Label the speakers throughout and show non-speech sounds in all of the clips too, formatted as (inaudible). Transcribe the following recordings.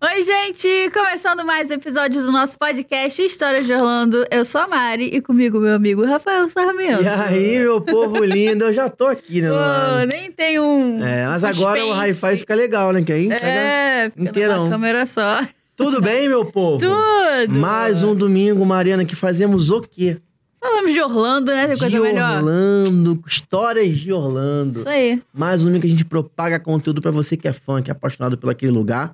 Speaker 1: Oi, gente! Começando mais um episódio do nosso podcast Histórias de Orlando. Eu sou a Mari e comigo meu amigo Rafael Sarmento.
Speaker 2: E aí, meu povo lindo, eu já tô aqui, né?
Speaker 1: Pô,
Speaker 2: mano?
Speaker 1: nem tem um.
Speaker 2: É, mas agora o hi-fi fica legal, né? Que aí pega
Speaker 1: É, fica
Speaker 2: inteirão.
Speaker 1: numa câmera só. (laughs)
Speaker 2: Tudo bem, meu povo?
Speaker 1: Tudo!
Speaker 2: Mais um domingo, Mariana, que fazemos o quê?
Speaker 1: Falamos de Orlando, né? Tem coisa
Speaker 2: de
Speaker 1: melhor.
Speaker 2: Orlando, histórias de Orlando.
Speaker 1: Isso aí,
Speaker 2: Mais um domingo que a gente propaga conteúdo pra você que é fã, que é apaixonado por aquele lugar.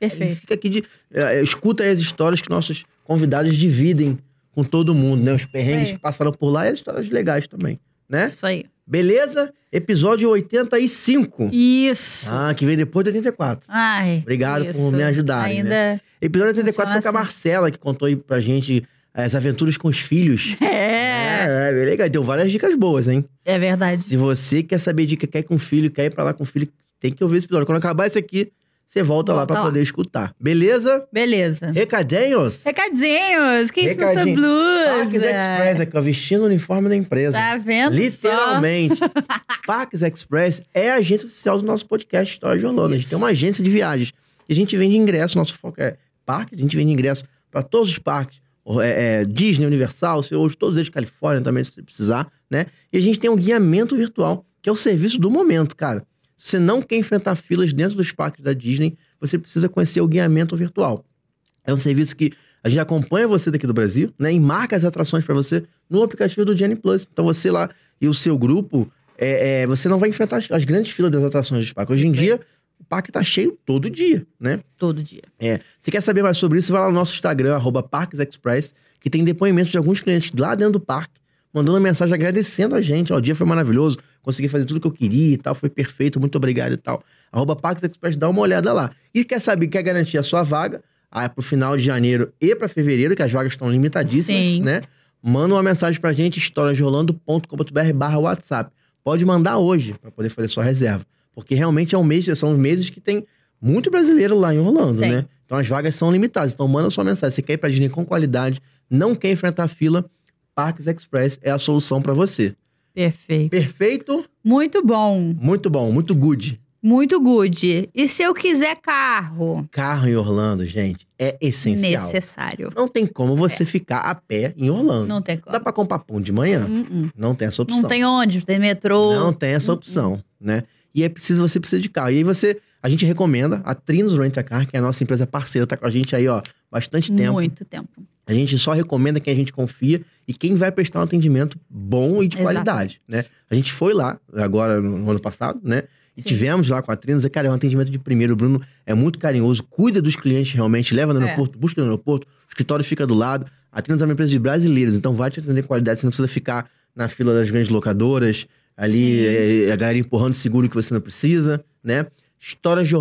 Speaker 2: E
Speaker 1: perfeito.
Speaker 2: fica aqui de. é, é, escuta aí as histórias que nossos convidados dividem com todo mundo, né? Os perrengues
Speaker 1: aí.
Speaker 2: que passaram por lá e as histórias legais também, né?
Speaker 1: Isso aí.
Speaker 2: Beleza? Episódio 85.
Speaker 1: Isso.
Speaker 2: Ah, que vem depois do 84.
Speaker 1: Ai.
Speaker 2: Ah. Obrigado
Speaker 1: isso.
Speaker 2: por me ajudarem,
Speaker 1: Ainda. (laughs)
Speaker 2: né? Episódio 84
Speaker 1: Funciona
Speaker 2: foi com a
Speaker 1: assim.
Speaker 2: Marcela, que contou aí pra gente eh, as aventuras com os filhos.
Speaker 1: É,
Speaker 2: É, é, bem legal. Deu várias dicas boas, hein?
Speaker 1: é verdade.
Speaker 2: Se você quer saber dica, quer ir com o filho, quer ir pra lá com o filho, tem que ouvir esse episódio. Quando acabar esse aqui, você volta, lá
Speaker 1: Volta
Speaker 2: pra
Speaker 1: lá.
Speaker 2: poder escutar. Beleza?
Speaker 1: Beleza.
Speaker 2: Recadinhos?
Speaker 1: Recadinhos, quem ensinou sua
Speaker 2: Recadinho.
Speaker 1: blusa?
Speaker 2: Parques Express, aqui, ó, vestindo o uniforme da empresa.
Speaker 1: É. Tá vendo? (laughs)
Speaker 2: Literalmente. Parques Express é a agência oficial do nosso podcast História de Orlando. A gente
Speaker 1: Isso.
Speaker 2: tem uma agência de viagens. E a gente vende ingresso, nosso foco é parque, a gente vende ingresso para todos os parques. Ou é- é Disney, Universal, se- hoje todos eles, Califórnia também, se você precisar, né? E a gente tem um guiamento virtual, que é o serviço do momento, cara. Se você não quer enfrentar filas dentro dos parques da Disney, você precisa conhecer o guiamento virtual. É um serviço que a gente acompanha você daqui do Brasil, né? E marca as atrações para você no aplicativo do Genie Plus. Então você lá e o seu grupo, é, é, você não vai enfrentar as, as grandes filas das atrações dos parques. Hoje em
Speaker 1: Isso aí.
Speaker 2: dia, o parque tá cheio todo dia, né?
Speaker 1: Todo dia.
Speaker 2: É. Você quer saber mais sobre isso? Vai lá no nosso Instagram, arroba Parques Express, que tem depoimentos de alguns clientes lá dentro do parque, mandando mensagem agradecendo a gente. Ó, o dia foi maravilhoso, consegui fazer tudo que eu queria e tal, foi perfeito, muito obrigado e tal. Arroba Parques Express, dá uma olhada lá. E quer saber, quer garantir a sua vaga ah, pro final de janeiro e para fevereiro, que as vagas estão limitadíssimas,
Speaker 1: Sim.
Speaker 2: né? Manda uma mensagem pra gente, historiasrolando.com.br barra WhatsApp. Pode mandar hoje para poder fazer sua reserva. Porque realmente é um mês, são meses que tem muito brasileiro lá em Orlando,
Speaker 1: Tem.
Speaker 2: né? Então as vagas são limitadas. Então manda sua mensagem. Você quer ir pra Disney com qualidade, não quer enfrentar fila, Parques Express é a solução pra você.
Speaker 1: Perfeito.
Speaker 2: Perfeito?
Speaker 1: Muito bom.
Speaker 2: Muito bom, muito good.
Speaker 1: Muito good. E se eu quiser carro?
Speaker 2: Carro em Orlando, gente, é essencial.
Speaker 1: Necessário.
Speaker 2: Não tem como você ficar a pé em Orlando.
Speaker 1: Não tem como.
Speaker 2: Dá pra comprar pão de manhã?
Speaker 1: Hum, hum.
Speaker 2: Não tem essa opção.
Speaker 1: Não tem onde, não tem metrô.
Speaker 2: Não tem essa
Speaker 1: Hum,
Speaker 2: opção, né? E é preciso, você precisa de carro. E aí você, a gente recomenda a Trinos Rent a Car, que é a nossa empresa parceira, tá com a gente aí, ó, bastante tempo.
Speaker 1: Muito tempo.
Speaker 2: A gente só recomenda quem a gente confia e quem vai prestar um atendimento bom e de
Speaker 1: Exato.
Speaker 2: qualidade, né? A gente foi lá agora no no ano passado, né? E
Speaker 1: Sim.
Speaker 2: tivemos lá com a Trinos, e, cara, é um atendimento de primeiro. O Bruno é muito carinhoso, cuida dos clientes realmente, leva no
Speaker 1: É.
Speaker 2: aeroporto, busca no aeroporto, o escritório fica do lado. A Trinos é uma empresa de brasileiros, então vai te atender com qualidade, você não precisa ficar na fila das grandes locadoras, ali
Speaker 1: Sim.
Speaker 2: eh, a galera empurrando seguro que você não precisa, né?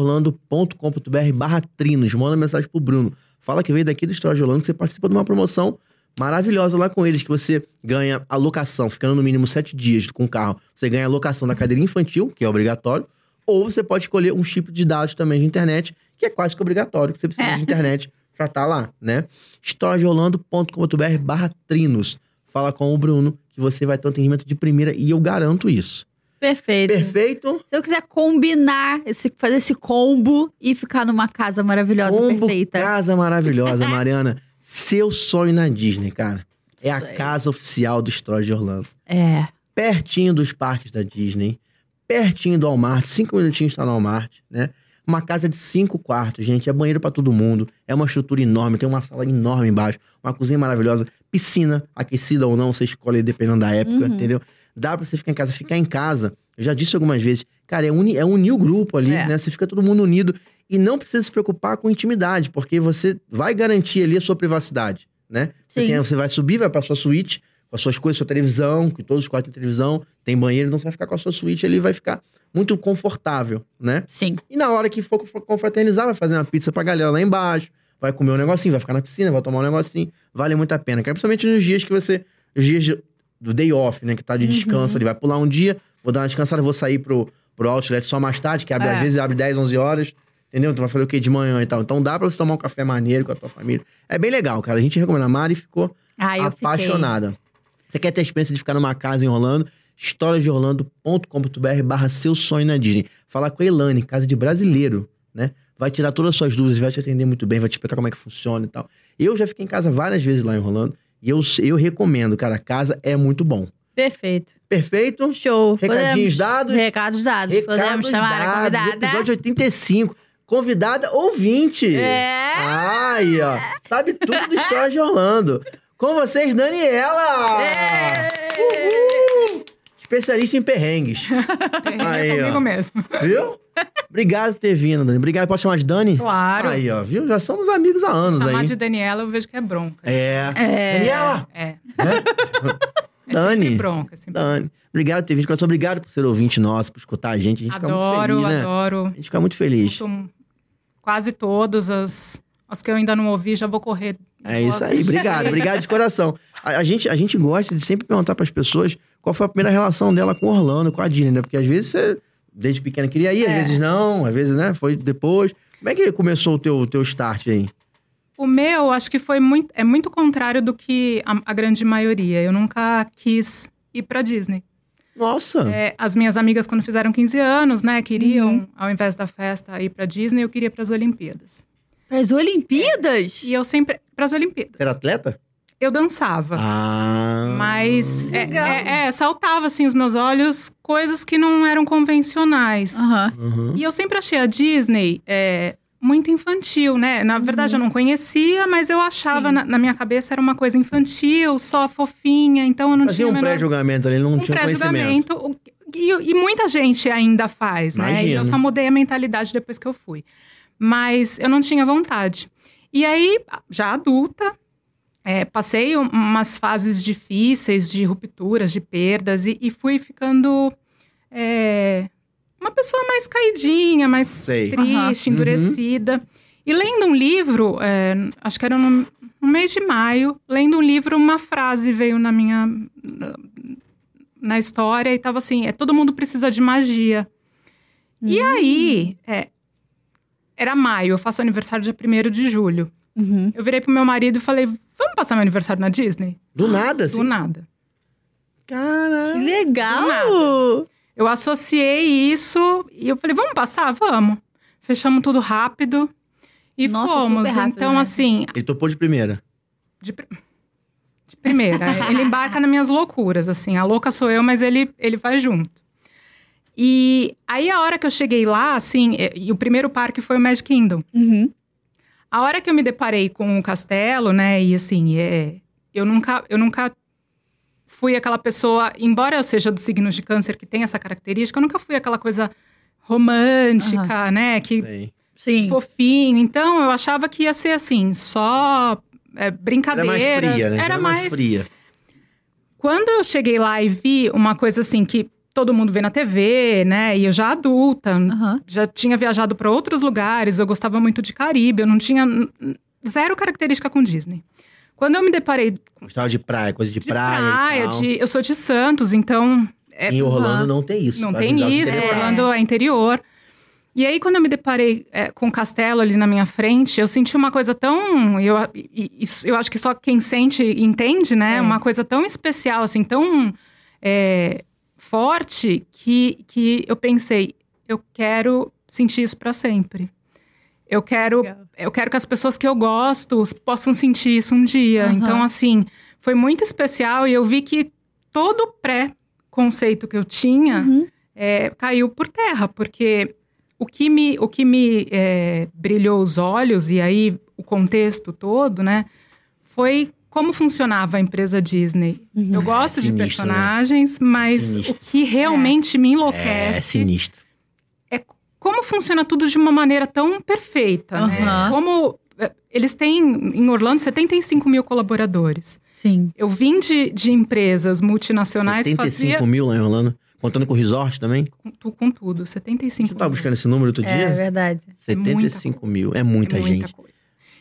Speaker 2: historiasdeorlando.com.br barra Trinos, manda mensagem pro Bruno. Fala que veio daqui do História de Orlando, você participa de uma promoção maravilhosa lá com eles, que você ganha a locação, ficando no mínimo sete dias com o carro. Você ganha a locação da cadeira infantil, que é obrigatório, ou você pode escolher um chip de dados também de internet, que é quase que obrigatório, que você precisa
Speaker 1: É.
Speaker 2: de internet pra estar lá, né? historiadeorlando.com.br barra Trinos. Fala com o Bruno que você vai ter um atendimento de primeira e eu garanto isso.
Speaker 1: Perfeito.
Speaker 2: Perfeito?
Speaker 1: Se eu quiser combinar, esse, fazer esse combo e ficar numa casa maravilhosa,
Speaker 2: Combo
Speaker 1: perfeita.
Speaker 2: Casa maravilhosa, Mariana. Seu sonho na Disney, cara. É
Speaker 1: Isso
Speaker 2: a
Speaker 1: aí.
Speaker 2: casa oficial do História de Orlando.
Speaker 1: É.
Speaker 2: pertinho dos parques da Disney, pertinho do tá Walmart, cinco minutinhos está no Walmart, né? Uma casa de cinco quartos, gente. É banheiro pra todo mundo. É uma estrutura enorme. Tem uma sala enorme embaixo. Uma cozinha maravilhosa. Piscina, aquecida ou não, você escolhe dependendo da época,
Speaker 1: Uhum.
Speaker 2: entendeu? Dá pra você ficar em casa. Ficar em casa, eu já disse algumas vezes, cara, é, uni, é unir o grupo ali,
Speaker 1: É.
Speaker 2: né? Você fica todo mundo unido. E não precisa se preocupar com intimidade, porque você vai garantir ali a sua privacidade, né? Você,
Speaker 1: Sim.
Speaker 2: tem- você vai subir, vai pra sua suíte, com as suas coisas, sua televisão, que todos os quartos têm televisão, tem banheiro, então você vai ficar com a sua suíte ali, vai ficar muito confortável, né?
Speaker 1: Sim.
Speaker 2: E na hora que for for confraternizar, vai fazer uma pizza pra galera lá embaixo, vai comer um negocinho, vai ficar na piscina, vai tomar um negocinho, vale muito a pena. Cara, principalmente nos dias que você. Os dias de- do day off, né? Que tá de
Speaker 1: Uhum.
Speaker 2: descanso ali. Vai pular um dia, vou dar uma descansada, vou sair pro, pro outlet só mais tarde, que abre,
Speaker 1: É.
Speaker 2: às vezes abre 10, 11 horas. Entendeu? Tu vai fazer o quê de manhã e tal. Então dá pra você tomar um café maneiro com a tua família. É bem legal, cara. A gente recomenda. A Mari ficou
Speaker 1: Ah, eu fiquei.
Speaker 2: apaixonada. Você quer ter a experiência de ficar numa casa em Orlando? historiasdeorlando.com.br barra seu sonho na Disney. Falar com a Elane, casa de brasileiro, né? Vai tirar todas as suas dúvidas, vai te atender muito bem, vai te explicar como é que funciona e tal. Eu já fiquei em casa várias vezes lá em Orlando e eu, eu recomendo, cara, a casa é muito bom.
Speaker 1: Perfeito.
Speaker 2: Perfeito?
Speaker 1: Show.
Speaker 2: Recadinhos
Speaker 1: Podemos-
Speaker 2: dados?
Speaker 1: Recados dados. Podemos
Speaker 2: Recados
Speaker 1: chamar a
Speaker 2: dados,
Speaker 1: convidada.
Speaker 2: Episódio 85. Convidada ouvinte.
Speaker 1: É.
Speaker 2: Ah. Ai, ó. Sabe tudo do História de Orlando. Com vocês, Daniela! Uhul! Especialista em perrengues. Aí,
Speaker 3: É, comigo
Speaker 2: ó.
Speaker 3: mesmo.
Speaker 2: Viu? Obrigado por ter vindo, Dani. Obrigado. Posso chamar de Dani?
Speaker 3: Claro.
Speaker 2: Aí, ó. Viu? Já somos amigos há anos
Speaker 3: Chamar
Speaker 2: aí.
Speaker 3: de Daniela, eu vejo que é bronca.
Speaker 2: É.
Speaker 1: É.
Speaker 2: Daniela!
Speaker 3: É.
Speaker 2: Né?
Speaker 3: É
Speaker 2: Dani.
Speaker 3: sempre bronca. é Sempre...
Speaker 2: Dani. Obrigado por ter vindo. coração. Obrigado por ser ouvinte nosso, por escutar a gente. A gente
Speaker 3: Adoro,
Speaker 2: fica muito feliz, né?
Speaker 3: adoro.
Speaker 2: A gente fica muito feliz.
Speaker 3: Escuto Quase todos as... as que eu ainda não ouvi, já vou correr.
Speaker 2: É
Speaker 3: Vou
Speaker 2: isso aí,
Speaker 3: assistir.
Speaker 2: obrigado, obrigado de coração. A, a gente, a gente gosta de sempre perguntar para as pessoas qual foi a primeira relação dela com Orlando, com a Disney, né? Porque às vezes você, desde pequena, queria ir, às
Speaker 1: É.
Speaker 2: vezes não, às vezes, né? Foi depois. Como é que começou o teu, teu start aí?
Speaker 3: O meu, acho que foi muito. É muito contrário do que a, a grande maioria. Eu nunca quis ir pra Disney.
Speaker 2: Nossa!
Speaker 3: É, as minhas amigas, quando fizeram 15 anos, né, queriam,
Speaker 1: Uhum.
Speaker 3: ao invés da festa, ir pra Disney, eu queria ir pras Olimpíadas.
Speaker 1: Pras Olimpíadas?
Speaker 3: E eu sempre. Pras Olimpíadas.
Speaker 2: Você era atleta?
Speaker 3: Eu dançava.
Speaker 2: Ah!
Speaker 3: Mas é,
Speaker 1: Legal.
Speaker 3: é- é, saltava assim os meus olhos coisas que não eram convencionais.
Speaker 1: Aham.
Speaker 2: Uhum.
Speaker 3: E eu sempre achei a Disney é, muito infantil, né? Na verdade, eu não conhecia, mas eu achava
Speaker 1: Uhum. Sim.
Speaker 3: na, na minha cabeça era uma coisa infantil, só fofinha. Então eu não
Speaker 2: Fazia
Speaker 3: tinha
Speaker 2: um
Speaker 3: o menor-
Speaker 2: pré-julgamento ali, não
Speaker 3: um
Speaker 2: tinha conhecimento.
Speaker 3: pré-julgamento. o que- E, e muita gente ainda faz, né? E
Speaker 2: Imagino.
Speaker 3: eu só mudei a mentalidade depois que eu fui. Mas eu não tinha vontade. E aí, já adulta, é, passei um- umas fases difíceis de rupturas, de perdas, e, e fui ficando é, uma pessoa mais caidinha, mais
Speaker 1: Uhum.
Speaker 2: Sei.
Speaker 3: triste,
Speaker 2: Aham.
Speaker 3: endurecida. E lendo um livro, é, acho que era no, no mês de maio, lendo um livro, uma frase veio na minha. na- na história e tava assim: é todo mundo precisa de magia.
Speaker 1: Hum.
Speaker 3: E aí, é, era maio, eu faço aniversário dia 1 de julho.
Speaker 1: Uhum.
Speaker 3: Eu virei pro meu marido e falei: vamos passar meu aniversário na Disney?
Speaker 2: Do nada, assim.
Speaker 3: Do nada.
Speaker 1: Que
Speaker 2: Caraca!
Speaker 1: legal!
Speaker 3: Do Eu associei isso e eu falei, vamos passar? Vamos. Fechamos tudo rápido e
Speaker 1: Nossa,
Speaker 3: fomos.
Speaker 1: super rápido,
Speaker 3: então,
Speaker 1: né?
Speaker 3: assim,
Speaker 2: Ele topou de primeira.
Speaker 3: de, pr- de primeira, é, ele embarca nas minhas loucuras, assim. A louca sou eu, mas ele, ele vai junto. E aí, a hora que eu cheguei lá, assim, e, e o primeiro parque foi o Magic Kingdom.
Speaker 1: Uhum.
Speaker 3: A hora que eu me deparei com o castelo, né, e assim, é, eu nunca, eu nunca fui aquela pessoa, embora eu seja do signo de câncer que tem essa característica, eu nunca fui aquela coisa romântica, né, que
Speaker 2: Sei.
Speaker 1: Sim.
Speaker 3: fofinho. Então, eu achava que ia ser assim, só é,
Speaker 2: Era
Speaker 3: brincadeiras.
Speaker 2: mais fria, né?
Speaker 3: Era mais-
Speaker 2: fria.
Speaker 3: Quando eu cheguei lá e vi uma coisa assim que todo mundo vê na TV, né, e eu já adulta,
Speaker 1: Aham.
Speaker 3: já tinha viajado para outros lugares, eu gostava muito de Caribe, eu não tinha n- n- zero característica com Disney. Quando eu me deparei de
Speaker 2: Gostava de praia, coisa de, praia.
Speaker 3: praia,
Speaker 2: e tal.
Speaker 3: de- eu sou de Santos, então é,
Speaker 2: Em Orlando não tem isso.
Speaker 3: não
Speaker 2: pra
Speaker 3: tem
Speaker 2: avisar os
Speaker 3: isso,
Speaker 2: interessados.
Speaker 3: Orlando é interior. E aí, quando eu me deparei é, com o castelo ali na minha frente, eu senti uma coisa tão. Eu, e- e- isso- eu acho que só quem sente entende, né?
Speaker 1: É.
Speaker 3: Uma coisa tão especial, assim, tão é, forte, que, que eu pensei, eu quero sentir isso para sempre. Eu quero,
Speaker 1: Legal.
Speaker 3: eu quero que as pessoas que eu gosto possam sentir isso um dia.
Speaker 1: Aham.
Speaker 3: Então, assim, foi muito especial e eu vi que todo o pré-conceito que eu tinha
Speaker 1: Uhum.
Speaker 3: é, caiu por terra, porque O que me, o que me é, brilhou os olhos, e aí o contexto todo, né? Foi como funcionava a empresa Disney. Eu gosto de
Speaker 2: sinistro, né?
Speaker 3: personagens, mas
Speaker 2: Sinistro.
Speaker 3: o que realmente me
Speaker 2: É
Speaker 3: enlouquece
Speaker 2: sinistro.
Speaker 3: como funciona tudo de uma maneira tão perfeita, né?
Speaker 1: Aham.
Speaker 3: Como eh, eles têm, em Orlando, 75 mil colaboradores.
Speaker 1: Sim.
Speaker 3: Eu vim de, de empresas multinacionais que
Speaker 2: 75
Speaker 3: fazia
Speaker 2: mil lá em Orlando. Contando com o resort também.
Speaker 3: com, tu- com tudo, 75
Speaker 2: Você tava buscando esse número outro
Speaker 1: É
Speaker 2: dia?
Speaker 1: verdade.
Speaker 3: é muita
Speaker 2: 75 mil. É muita,
Speaker 3: É
Speaker 2: gente.
Speaker 3: coisa.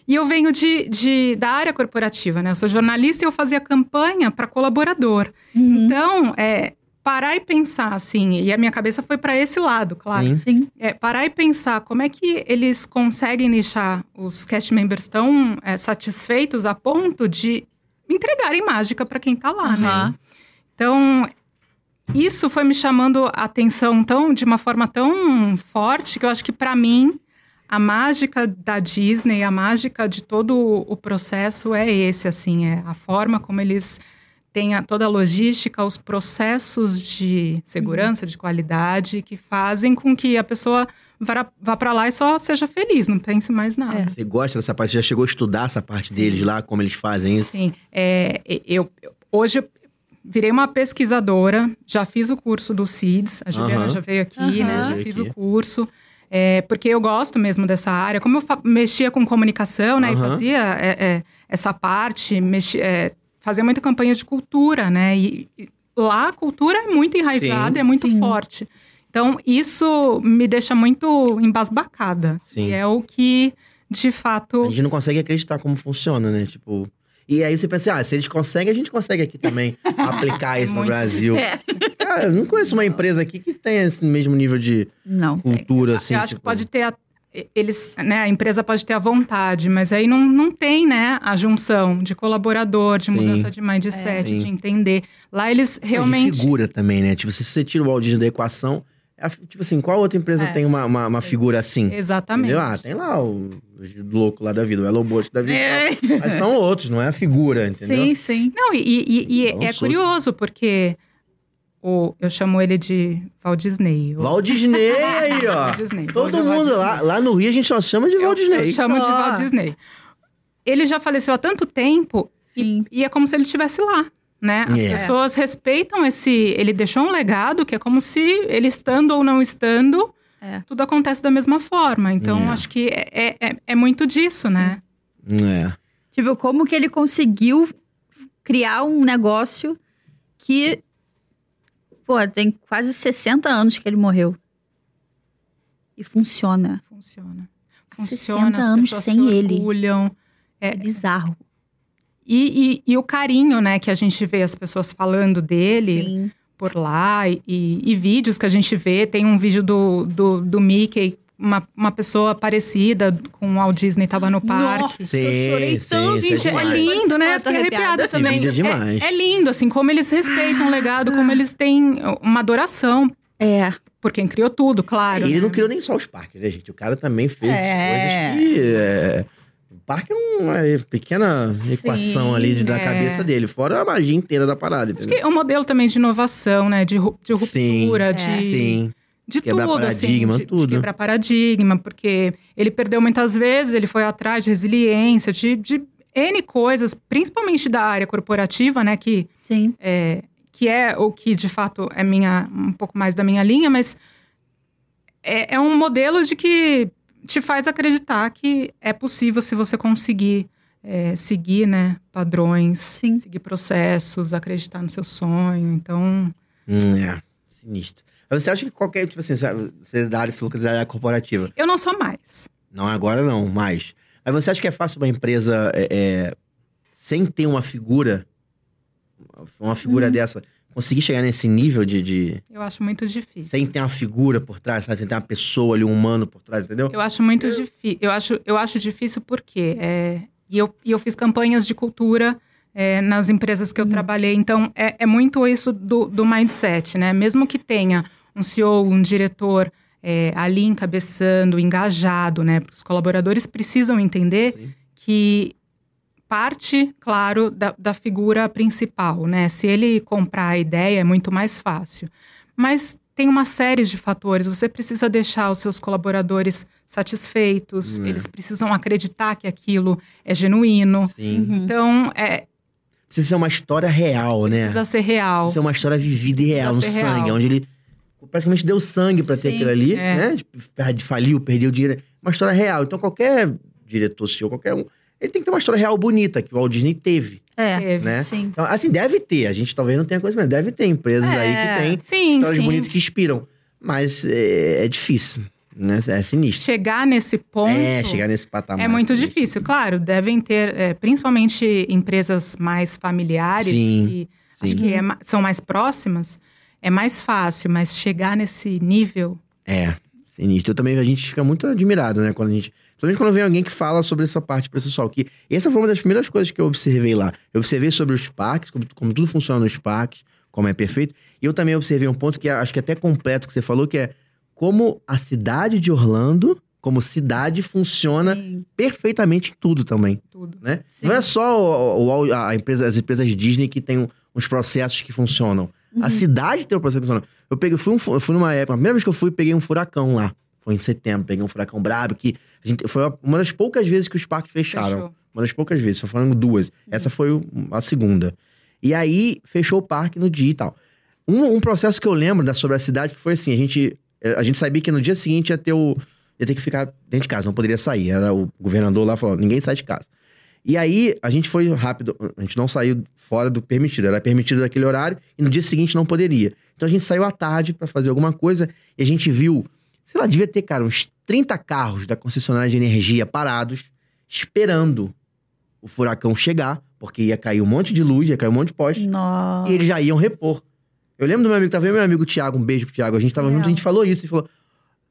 Speaker 3: E eu venho de, de- da área corporativa, né? Eu sou jornalista e eu fazia campanha para colaborador.
Speaker 1: Uhum.
Speaker 3: Então, é, parar e pensar, assim, e a minha cabeça foi para esse lado, claro.
Speaker 2: Sim.
Speaker 1: Sim.
Speaker 3: É, parar e pensar como é que eles conseguem deixar os cast members tão é, satisfeitos a ponto de entregarem mágica para quem tá lá, né?
Speaker 1: Aham.
Speaker 3: Então, isso foi me chamando a atenção tão, de uma forma tão forte que eu acho que para mim a mágica da Disney, a mágica de todo o processo é esse, assim, é a forma como eles têm a- toda a logística, os processos de segurança, de qualidade, que fazem com que a pessoa vá, vá para lá e só seja feliz, não pense mais nada.
Speaker 1: É.
Speaker 2: Você gosta dessa parte? Você já chegou a estudar essa parte
Speaker 3: Sim.
Speaker 2: deles lá, como eles fazem isso?
Speaker 3: Sim, é, e- eu, eu- hoje eu virei uma pesquisadora, já fiz o curso do CIDS, a Juliana
Speaker 2: Aham.
Speaker 3: já veio aqui, né?
Speaker 1: Aham.
Speaker 3: Já
Speaker 2: Veio
Speaker 3: fiz
Speaker 2: aqui.
Speaker 3: o curso. é, porque eu gosto mesmo dessa área. Como eu fa- mexia com comunicação, né? E
Speaker 2: Aham.
Speaker 3: fazia é, é, essa parte, mexi, é, fazia muita campanha de cultura, né? E, e lá a cultura é muito enraizada,
Speaker 2: Sim.
Speaker 3: é muito
Speaker 1: Sim.
Speaker 3: forte. Então, isso me deixa muito embasbacada.
Speaker 2: Sim.
Speaker 3: E é o que, de fato,
Speaker 2: A gente não consegue acreditar como funciona, né? Tipo. E aí você pensa, ah, se eles conseguem, a gente consegue aqui
Speaker 3: (laughs)
Speaker 2: também aplicar isso no
Speaker 3: Muito.
Speaker 2: Brasil.
Speaker 1: É.
Speaker 2: Cara, eu não conheço uma empresa aqui que tenha esse mesmo nível de
Speaker 1: Não. É.
Speaker 2: cultura, assim.
Speaker 3: É, eu acho
Speaker 2: tipo,
Speaker 3: que pode ter a, eles, né, a empresa pode ter a vontade, mas aí não, não tem, né, a junção de colaborador, de
Speaker 2: Sim. É.
Speaker 3: mudança de mindset,
Speaker 2: Sim.
Speaker 3: de entender. Lá eles
Speaker 2: É, de
Speaker 3: realmente
Speaker 2: figura também, né? Tipo, se você tira o Walt Disney da equação, é a- tipo assim, qual outra empresa
Speaker 1: É.
Speaker 2: tem uma, uma, uma figura assim?
Speaker 3: exatamente.
Speaker 2: Entendeu? Ah, tem lá o, o louco lá da vida, o Elon Musk da vida. e
Speaker 1: É.
Speaker 2: tal. Mas são outros, não é a figura, entendeu?
Speaker 1: Sim, sim.
Speaker 3: Não, e, e- e é- é
Speaker 2: Balançou.
Speaker 3: curioso porque o, eu chamo ele de Walt Disney. o-
Speaker 2: Walt Disney aí, ó.
Speaker 3: (laughs) Walt Disney, é
Speaker 2: Todo
Speaker 3: Walt
Speaker 2: mundo
Speaker 3: Disney.
Speaker 2: lá, lá no Rio a gente só chama de Walt
Speaker 3: Eu
Speaker 2: Disney. Ah.
Speaker 3: chamo de
Speaker 1: Só.
Speaker 3: Walt Disney. Ele já faleceu há tanto tempo
Speaker 1: Sim.
Speaker 3: E é como se ele estivesse lá, né? As
Speaker 2: É.
Speaker 3: pessoas respeitam esse... Ele deixou um legado que é como se ele estando ou não estando,
Speaker 1: É.
Speaker 3: tudo acontece da mesma forma. Então,
Speaker 2: É.
Speaker 3: acho que é, é- é- é muito disso,
Speaker 1: Sim.
Speaker 3: né?
Speaker 2: É.
Speaker 1: Tipo, como que ele conseguiu criar um negócio que. Pô, tem quase 60 anos que ele morreu. E funciona.
Speaker 3: Funciona.
Speaker 1: Há 60
Speaker 3: Funciona, as
Speaker 1: anos
Speaker 3: pessoas
Speaker 1: sem
Speaker 3: se
Speaker 1: ele.
Speaker 3: orgulham.
Speaker 1: É bizarro.
Speaker 3: E, e- e o carinho, né, que a gente vê as pessoas falando dele
Speaker 1: Sim.
Speaker 3: por lá. E, e vídeos que a gente vê. Tem um vídeo do, do, do Mickey... Uma, uma pessoa parecida com o Walt Disney estava no parque.
Speaker 1: Nossa,
Speaker 2: Sim,
Speaker 1: eu chorei
Speaker 2: sim,
Speaker 1: tanto.
Speaker 2: isso é
Speaker 3: Gente, é
Speaker 2: demais.
Speaker 3: lindo, né?
Speaker 1: Tô
Speaker 3: Fiquei arrepiada
Speaker 2: Esse
Speaker 3: também.
Speaker 2: vídeo é demais.
Speaker 3: É, é lindo, assim, como eles respeitam o legado, como eles têm uma adoração
Speaker 1: É.
Speaker 3: por quem criou tudo, claro.
Speaker 2: ele
Speaker 3: né?
Speaker 2: não criou nem só os parques, né, gente? O cara também fez
Speaker 1: É.
Speaker 2: coisas que. é, O parque é uma pequena equação
Speaker 1: Sim,
Speaker 2: ali de- da
Speaker 3: é.
Speaker 2: cabeça dele, fora a magia inteira da parada.
Speaker 3: Acho
Speaker 2: Entendeu?
Speaker 3: que é um modelo também de inovação, né? De, ru- de ruptura,
Speaker 1: Sim,
Speaker 3: de,
Speaker 2: Sim.
Speaker 3: de
Speaker 2: Quebrar
Speaker 3: tudo, assim.
Speaker 2: paradigma,
Speaker 3: De, de
Speaker 2: tudo.
Speaker 3: quebrar paradigma, porque ele perdeu muitas vezes, ele foi atrás de resiliência, de, de N coisas, principalmente da área corporativa, né? Que
Speaker 1: Sim.
Speaker 3: é, que é o que de fato é minha um pouco mais da minha linha, mas é, é um modelo de que te faz acreditar que é possível se você conseguir é, seguir né, padrões,
Speaker 1: Sim.
Speaker 3: seguir processos, acreditar no seu sonho. Então,
Speaker 2: Hum, é. Sinistro. Mas você acha que qualquer, tipo assim, sabe, você é da área, se Lucas é da área corporativa.
Speaker 3: eu não sou mais.
Speaker 2: Não é agora não, mas. Mas você acha que é fácil uma empresa é, é, sem ter uma figura, uma figura
Speaker 1: Uhum.
Speaker 2: dessa, conseguir chegar nesse nível de- de,
Speaker 3: Eu acho muito difícil.
Speaker 2: Sem ter uma figura por trás, sabe? Sem ter uma pessoa ali, um humano por trás, entendeu?
Speaker 3: Eu acho muito difícil. Eu acho, eu acho difícil porque é, e, eu, e eu fiz campanhas de cultura é, nas empresas que eu trabalhei. Então, é, é muito isso do, do mindset, né? Mesmo que tenha um CEO, um diretor é, ali encabeçando, engajado, né? Porque os colaboradores precisam entender
Speaker 2: Sim.
Speaker 3: que parte, claro, da, da figura principal, né? Se ele comprar a ideia, é muito mais fácil. Mas tem uma série de fatores. Você precisa deixar os seus colaboradores satisfeitos,
Speaker 2: É.
Speaker 3: eles precisam acreditar que aquilo é genuíno.
Speaker 2: Sim.
Speaker 3: Então, é,
Speaker 2: Precisa ser uma história real, né?
Speaker 3: precisa ser real.
Speaker 2: Precisa ser uma história vivida e real, um
Speaker 3: Precisa ser
Speaker 2: sangue,
Speaker 3: real.
Speaker 2: onde ele praticamente deu sangue pra ter
Speaker 1: Sim,
Speaker 2: aquilo ali,
Speaker 3: é.
Speaker 2: né? Perde- Faliu, perdeu dinheiro. Uma história real. Então, qualquer diretor, CEO, qualquer um, ele tem que ter uma história real bonita, que o Walt Disney teve.
Speaker 1: É,
Speaker 3: Teve.
Speaker 2: né?
Speaker 1: sim.
Speaker 2: Então, assim, deve ter. A gente talvez não tenha conhecimento. Deve ter empresas aí
Speaker 1: É.
Speaker 2: que têm
Speaker 3: Sim,
Speaker 2: histórias
Speaker 3: sim.
Speaker 2: bonitas que inspiram. Mas é, é difícil, né? É sinistro.
Speaker 3: Chegar nesse ponto
Speaker 2: É, chegar nesse patamar.
Speaker 3: é muito
Speaker 2: assim,
Speaker 3: difícil. Claro, devem ter, é, principalmente empresas mais familiares,
Speaker 2: Sim,
Speaker 3: que
Speaker 2: sim.
Speaker 3: acho que é ma- são mais próximas, é mais fácil, mas chegar nesse nível
Speaker 2: É, sinistro. Eu também, a gente fica muito admirado, né? Quando a gente. Principalmente quando vem alguém que fala sobre essa parte processual. Que essa foi uma das primeiras coisas que eu observei lá. Eu observei sobre os parques, como, como tudo funciona nos parques, como é perfeito. E eu também observei um ponto que acho que é até completo que você falou, que é como a cidade de Orlando, como cidade, funciona
Speaker 1: Sim,
Speaker 2: perfeitamente em tudo também
Speaker 3: tudo.
Speaker 2: né?
Speaker 1: Sim.
Speaker 2: Não é só o- o- a empresa- as empresas Disney que tem um- uns processos que funcionam.
Speaker 3: Uhum.
Speaker 2: A
Speaker 1: Uhum.
Speaker 2: cidade tem um processo que funciona. Eu peguei, fui, um fu- eu fui numa época, a primeira vez que eu fui, peguei um furacão lá. Foi em setembro, peguei um furacão brabo que a gente, foi uma- uma das poucas vezes que os parques fecharam.
Speaker 3: Fechou. Uhum.
Speaker 2: Uma das poucas vezes, só foram duas. Essa foi o- a segunda. E aí, fechou o parque no dia e tal. Um, um processo que eu lembro da, sobre a cidade que foi assim: a gente, eh, a gente sabia que no dia seguinte ia ter, o, ia ter que ficar dentro de casa, não poderia sair. Era o governador lá falando: ninguém sai de casa. E aí, a gente foi rápido, a gente não saiu fora do permitido, era permitido naquele horário e no dia seguinte não poderia. Então a gente saiu à tarde pra fazer alguma coisa e a gente viu, sei lá, devia ter, cara, uns 30 carros da concessionária de energia parados, esperando o furacão chegar, porque ia cair um monte de luz, ia cair um monte de poste,
Speaker 1: Nossa.
Speaker 2: e eles já iam repor. Eu lembro do meu amigo, que tava aí, meu amigo Thiago, um beijo pro Thiago, a gente tava junto, a gente falou isso, a gente falou,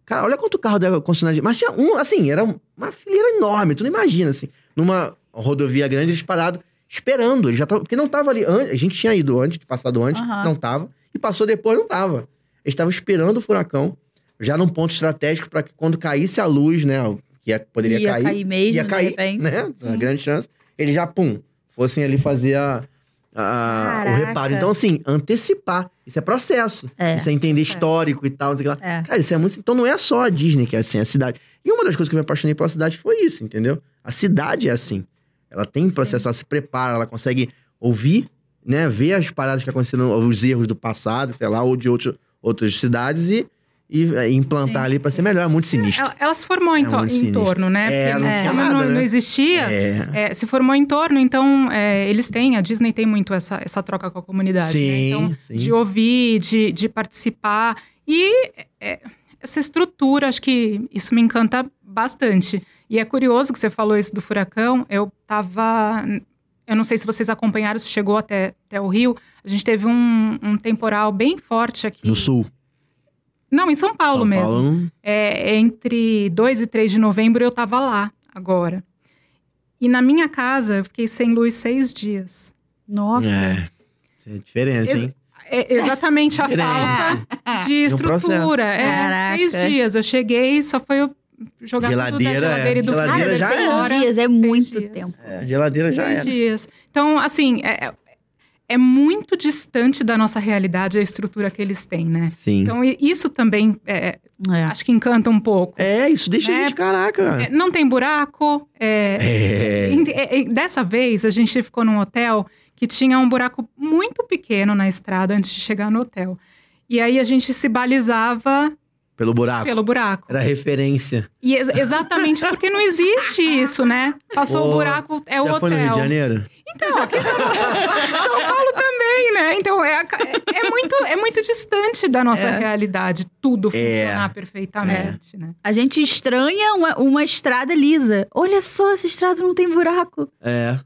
Speaker 2: cara, olha quanto carro da concessionária, de- mas tinha um, assim, era uma fileira enorme, tu não imagina, assim, numa rodovia grande, eles parados, esperando, eles já tavam, porque não tava ali, an- a gente tinha ido antes, passado antes,
Speaker 1: Aham.
Speaker 2: não tava, e passou depois, não tava. Eles estavam esperando o furacão, já num ponto estratégico para que quando caísse a luz, né, que ia- poderia
Speaker 1: Ia cair, mesmo,
Speaker 2: ia cair,
Speaker 1: de repente.
Speaker 2: né?
Speaker 1: Sim.
Speaker 2: grande chance. Eles já, pum, fossem ali fazer a, a- o
Speaker 1: Caraca.
Speaker 2: reparo. Então, assim, antecipar. Isso é processo.
Speaker 1: É.
Speaker 2: Isso é entender histórico e tal, não sei o que lá.
Speaker 1: É.
Speaker 2: Cara, isso é muito... Então, não é só a Disney que é assim, é a cidade. E uma das coisas que eu me apaixonei pela cidade foi isso, entendeu? A cidade é assim. Ela tem processo, ela se prepara, ela consegue ouvir, né? Ver as paradas que aconteceram, os erros do passado, sei lá, ou de outro, outras cidades e, e é, implantar
Speaker 1: Sim,
Speaker 2: ali pra ser melhor. É muito sinistro.
Speaker 3: Ela, ela se formou em,
Speaker 2: É
Speaker 3: to-
Speaker 2: muito
Speaker 3: em
Speaker 2: sinistro.
Speaker 3: torno, né?
Speaker 2: É,
Speaker 3: Porque
Speaker 2: não
Speaker 1: tinha
Speaker 3: como
Speaker 2: nada,
Speaker 3: não, não
Speaker 2: né?
Speaker 3: existia,
Speaker 2: É.
Speaker 3: É, se formou em torno, então é, eles têm, a Disney tem muito essa, essa troca com a comunidade. né?
Speaker 2: Sim,
Speaker 3: Então,
Speaker 2: sim.
Speaker 3: de ouvir, de, de participar. E é, essa estrutura, acho que isso me encanta bastante. E é curioso que você falou isso do furacão. Eu tava. Eu não sei se vocês acompanharam, se chegou até, até o Rio. A gente teve um, um temporal bem forte aqui.
Speaker 2: No sul.
Speaker 3: Não, em São Paulo
Speaker 2: São
Speaker 3: mesmo.
Speaker 2: Paulo um, não-
Speaker 3: É, entre 2 e 3 de novembro eu estava lá, agora. E na minha casa eu fiquei sem luz seis dias.
Speaker 1: Nossa.
Speaker 2: É. É diferente,
Speaker 3: Ex-
Speaker 2: hein? (laughs)
Speaker 3: É exatamente a
Speaker 2: Diferente.
Speaker 3: falta de
Speaker 2: É um processo.
Speaker 3: estrutura.
Speaker 1: Caraca.
Speaker 3: é, seis dias. Eu cheguei, só foi eu jogar tudo
Speaker 2: Geladeira,
Speaker 3: da
Speaker 2: é.
Speaker 3: geladeira e do
Speaker 2: Geladeira
Speaker 3: freezer
Speaker 2: já
Speaker 3: seis
Speaker 2: era.
Speaker 3: horas,
Speaker 1: Seis dias é
Speaker 3: seis
Speaker 1: muito
Speaker 3: dias.
Speaker 1: tempo.
Speaker 2: É, geladeira já
Speaker 3: Seis
Speaker 2: era.
Speaker 3: dias. Então, assim, é, é- é muito distante da nossa realidade a estrutura que eles têm, né?
Speaker 2: Sim.
Speaker 3: Então, e- isso também é,
Speaker 1: É.
Speaker 3: acho que encanta um pouco.
Speaker 2: é, isso deixa a
Speaker 3: Né?
Speaker 2: gente, caraca.
Speaker 3: É, não tem buraco, é,
Speaker 2: É.
Speaker 3: Ent- é, é, Dessa vez, a gente ficou num hotel que tinha um buraco muito pequeno na estrada antes de chegar no hotel. E aí a gente se balizava
Speaker 2: Pelo buraco.
Speaker 3: pelo buraco.
Speaker 2: Era referência.
Speaker 3: E ex- exatamente porque não existe isso, né? Passou
Speaker 2: Pô,
Speaker 3: o buraco, é o
Speaker 2: já
Speaker 3: hotel.
Speaker 2: foi no Rio de Janeiro?
Speaker 3: São Paulo também, né? Então é, a ca- é- é muito, é muito distante da nossa
Speaker 1: É.
Speaker 3: realidade tudo
Speaker 2: É.
Speaker 3: funcionar perfeitamente, né?
Speaker 1: A gente estranha uma, uma estrada lisa. Olha só, essa estrada não tem buraco.
Speaker 2: É.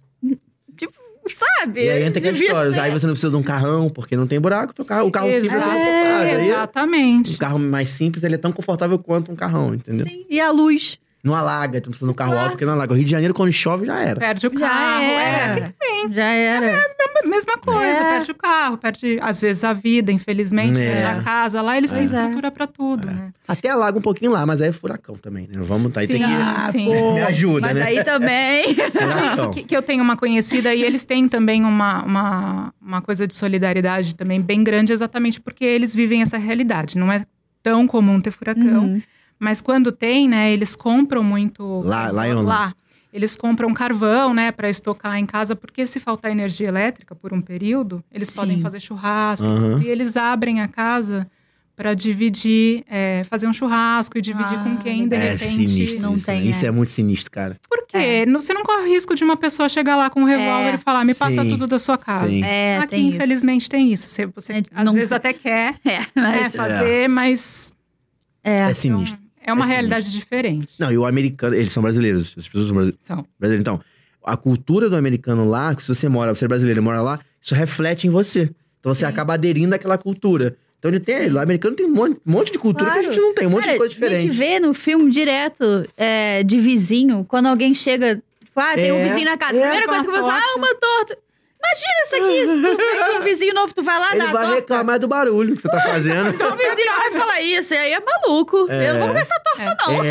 Speaker 1: Sabe?
Speaker 2: E aí entra aquela
Speaker 1: Devia
Speaker 2: história.
Speaker 1: ser.
Speaker 2: Aí você não precisa de um carrão, porque não tem buraco. teu carro- o carro simples é
Speaker 3: Exato.
Speaker 2: confortável. Aí,
Speaker 3: Exatamente.
Speaker 2: um carro mais simples, ele é tão confortável quanto um carrão, entendeu?
Speaker 1: Sim, e a luz.
Speaker 2: Não alaga, tu não precisa de um carro alto, porque não alaga. O Rio de Janeiro, quando chove, já era.
Speaker 3: Perde o
Speaker 1: Já
Speaker 3: carro, é.
Speaker 1: era.
Speaker 3: que também Sim,
Speaker 1: Ah, Já era.
Speaker 3: a mesma coisa.
Speaker 1: É.
Speaker 3: Perde o carro, perde, às vezes, a vida, infelizmente,
Speaker 2: É.
Speaker 3: perde a casa. Lá eles têm
Speaker 1: Pois é.
Speaker 3: estrutura pra tudo, né?
Speaker 2: Até alaga um pouquinho lá, mas aí é furacão também, né? Vamos tá aí, tem
Speaker 3: Sim. (laughs)
Speaker 2: que...
Speaker 3: Ah, sim.
Speaker 2: Me ajuda,
Speaker 1: mas
Speaker 2: né?
Speaker 1: aí
Speaker 2: (laughs)
Speaker 1: também.
Speaker 2: Furacão.
Speaker 3: Que, que eu tenho uma conhecida e eles têm também uma, uma, uma coisa de solidariedade também bem grande, exatamente porque eles vivem essa realidade. Não é tão comum ter
Speaker 2: Então,
Speaker 3: furacão,
Speaker 1: Uhum.
Speaker 3: mas quando tem, né, eles compram muito.
Speaker 2: Lá- lá em
Speaker 3: carvão-
Speaker 2: Orlando.
Speaker 3: Eles compram carvão, né, para estocar em casa, porque se faltar energia elétrica por um período, eles
Speaker 1: Sim.
Speaker 3: podem fazer churrasco
Speaker 2: Aham.
Speaker 3: e eles abrem a casa para dividir, é, fazer um churrasco e dividir
Speaker 1: Ah,
Speaker 3: com quem de
Speaker 1: legal.
Speaker 2: É
Speaker 3: repente
Speaker 2: sinistro
Speaker 1: não
Speaker 2: isso, né?
Speaker 1: tem,
Speaker 2: Isso
Speaker 1: é.
Speaker 2: é muito sinistro, cara.
Speaker 3: por quê? Não- Você não corre o risco de uma pessoa chegar lá com um revólver
Speaker 1: É.
Speaker 3: e falar, me passa
Speaker 2: Sim,
Speaker 3: tudo da sua casa.
Speaker 2: sim.
Speaker 1: É,
Speaker 3: Aqui,
Speaker 1: tem isso.
Speaker 3: infelizmente, tem isso. Você, você
Speaker 1: É,
Speaker 3: às
Speaker 1: não-
Speaker 3: vezes até
Speaker 1: (laughs)
Speaker 3: quer
Speaker 1: É,
Speaker 3: né,
Speaker 1: mas,
Speaker 3: fazer, mas
Speaker 1: é.
Speaker 2: É sinistro.
Speaker 3: é uma
Speaker 2: É
Speaker 3: realidade diferente.
Speaker 2: Não, e o americano, eles são brasileiros, as pessoas são brasi-
Speaker 3: São.
Speaker 2: brasileiras. Então, a cultura do americano lá, que se você mora, você é brasileiro e mora lá, isso reflete em você. Então você
Speaker 3: Sim.
Speaker 2: acaba aderindo àquela cultura. Então ele tem, o americano tem um monte, um monte de cultura que a
Speaker 1: Claro.
Speaker 2: gente não tem, um monte
Speaker 1: Cara,
Speaker 2: de coisa
Speaker 1: A gente
Speaker 2: diferente.
Speaker 1: vê no filme direto é, de vizinho, quando alguém chega. Tipo, ah, tem um
Speaker 2: É,
Speaker 1: vizinho na casa.
Speaker 2: é,
Speaker 1: a primeira
Speaker 3: com
Speaker 1: coisa que
Speaker 3: a
Speaker 1: você fala, ah, uma torta. Imagina isso
Speaker 2: (laughs)
Speaker 1: aqui. Tu vem com um vizinho novo, tu vai lá
Speaker 2: Ele
Speaker 1: na
Speaker 2: vai
Speaker 1: torta.
Speaker 2: reclamar do barulho que você
Speaker 1: (laughs)
Speaker 2: tá fazendo.
Speaker 1: O vizinho vai falar isso, e aí é maluco.
Speaker 2: É.
Speaker 1: Eu não vou comer essa torta,
Speaker 3: É.
Speaker 1: não.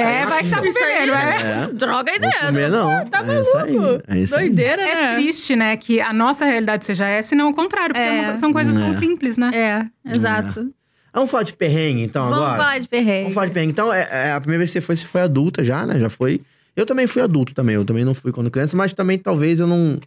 Speaker 2: É,
Speaker 3: É, vai que tá com
Speaker 1: Isso aí
Speaker 3: vermelho, é.
Speaker 2: É.
Speaker 1: Droga aí
Speaker 2: Vou
Speaker 1: dentro.
Speaker 2: comer, não.
Speaker 1: Tá
Speaker 2: É isso aí,
Speaker 1: maluco.
Speaker 2: é isso aí.
Speaker 1: Doideira,
Speaker 3: É
Speaker 1: né?
Speaker 3: triste, né, que a nossa realidade seja essa e não o contrário, porque
Speaker 1: É.
Speaker 3: é uma- são coisas
Speaker 2: É.
Speaker 3: tão simples, né?
Speaker 1: É, exato.
Speaker 2: Vamos falar de perrengue, então,
Speaker 1: Vamos
Speaker 2: agora?
Speaker 1: falar de perrengue.
Speaker 2: Vamos falar de perrengue. Então, é, é, a primeira vez que você foi, você foi adulta já, né? Já foi. Eu também fui adulto também. Eu também não fui quando criança, mas também talvez eu não.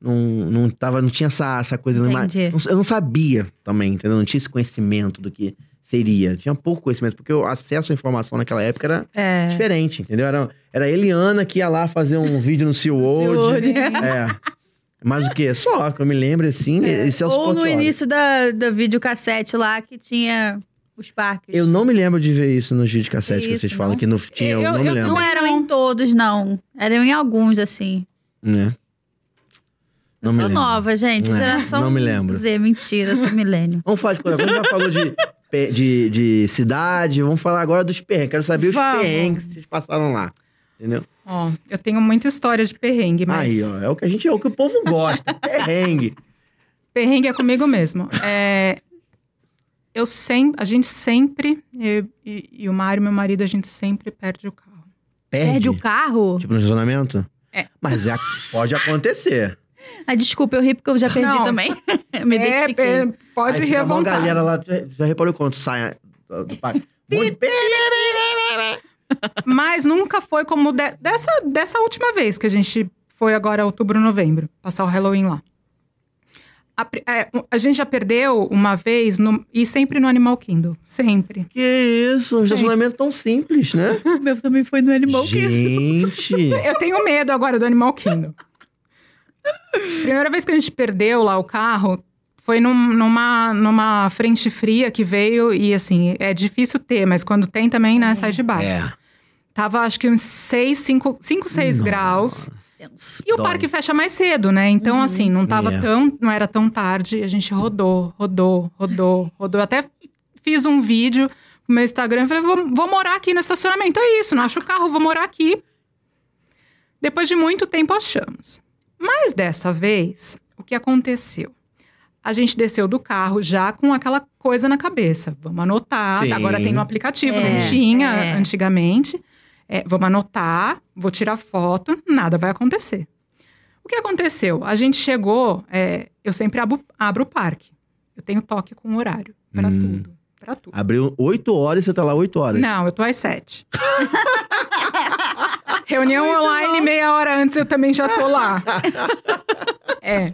Speaker 2: Não, não, tava, não tinha essa, essa coisa. né? Mas
Speaker 1: Entendi.
Speaker 2: não- eu não sabia também, entendeu? Não tinha esse conhecimento do que seria. Tinha pouco conhecimento, porque o acesso à informação naquela época era
Speaker 1: É.
Speaker 2: diferente, entendeu? Era, era a Eliana que ia lá fazer um
Speaker 1: (laughs)
Speaker 2: vídeo no SeaWorld.
Speaker 1: Hoje,
Speaker 2: é. Mas o quê? Só que eu me lembro, assim, e Celso
Speaker 1: É. Ou no
Speaker 2: Portiolli.
Speaker 1: início da, da videocassete lá, que tinha os parques.
Speaker 2: Eu não me lembro de ver isso nos vídeos de cassete que
Speaker 1: Isso,
Speaker 2: vocês falam,
Speaker 1: não?
Speaker 2: que não tinha, eu,
Speaker 3: Eu-
Speaker 2: não me
Speaker 3: eu
Speaker 2: lembro.
Speaker 1: Não eram em todos, não. Eram em alguns, assim.
Speaker 2: né?
Speaker 1: Eu
Speaker 2: Não me
Speaker 1: sou
Speaker 2: lembro.
Speaker 1: nova, gente.
Speaker 2: É,
Speaker 1: Geração
Speaker 2: não me lembro.
Speaker 1: Z, mentira, sou milênio.
Speaker 2: Vamos falar de coisa. Quando já falou
Speaker 3: (laughs)
Speaker 2: de, pe- de, de cidade, vamos falar agora dos perrengues. Quero saber os
Speaker 1: Vamos.
Speaker 2: perrengues que vocês passaram lá. Entendeu?
Speaker 3: Ó, eu tenho muita história de perrengue, mas
Speaker 2: Aí, ó, é o que a gente, é o que o povo
Speaker 3: (laughs)
Speaker 2: gosta. perrengue.
Speaker 3: perrengue é comigo (laughs) mesmo. É, eu sempre, a gente sempre, eu- e, e o Mário, meu marido, a gente sempre perde o carro.
Speaker 2: Perde,
Speaker 1: Perde o carro?
Speaker 2: Tipo no estacionamento?
Speaker 3: É.
Speaker 2: Mas é- pode acontecer.
Speaker 1: Ah, desculpa, eu ri porque eu já perdi
Speaker 3: Não.
Speaker 1: também. (laughs) Me identifiquei.
Speaker 3: É, é, pode
Speaker 2: Aí
Speaker 3: rir
Speaker 2: fica
Speaker 3: à
Speaker 2: a maior
Speaker 3: vontade.
Speaker 2: galera lá, já, já reparou quando sai do do parque? Um monte de perrengue.
Speaker 3: Mas nunca foi como de- dessa, dessa última vez que a gente foi agora, outubro, novembro, passar o Halloween lá. A, pri- é, um- a gente já perdeu uma vez, no- e sempre no Animal Kingdom. Sempre.
Speaker 2: Que isso? Um
Speaker 3: Sim.
Speaker 2: estacionamento tão simples, né?
Speaker 1: O meu também foi no Animal Kingdom.
Speaker 2: Gente.
Speaker 3: Eu tenho medo agora do Animal Kingdom. Primeira vez que a gente perdeu lá o carro foi num- numa, numa frente fria que veio, e assim, é difícil ter, mas quando tem também, né, sai de baixo.
Speaker 2: É.
Speaker 3: Tava acho que uns 6, 5, 6
Speaker 2: Nossa.
Speaker 3: graus.
Speaker 1: Tenso.
Speaker 3: E o
Speaker 2: Dói.
Speaker 3: parque fecha mais cedo, né? Então,
Speaker 1: Uhum.
Speaker 3: assim, não tava
Speaker 2: É.
Speaker 3: tão. Não era tão tarde. A gente rodou, rodou, rodou, rodou. Eu Até fiz um vídeo no meu Instagram e falei: vou, vou morar aqui no estacionamento. É isso, não acho o carro, vou morar aqui. Depois de muito tempo, achamos. Mas dessa vez, o que aconteceu? A gente desceu do carro já com aquela coisa na cabeça. Vamos anotar.
Speaker 2: Sim.
Speaker 3: Agora tem no aplicativo,
Speaker 1: É,
Speaker 3: não tinha
Speaker 1: é.
Speaker 3: antigamente. É, vamos anotar, vou tirar foto, nada vai acontecer. O que aconteceu? A gente chegou, é, eu sempre abro, abro o parque. Eu tenho toque com horário pra
Speaker 2: Hum.
Speaker 3: tudo, pra tudo.
Speaker 2: Abriu 8 horas e você tá lá 8 horas.
Speaker 3: Não, eu tô
Speaker 2: (laughs)
Speaker 3: às sete. Reunião online meia hora antes, eu também já tô
Speaker 2: (laughs)
Speaker 3: lá. é.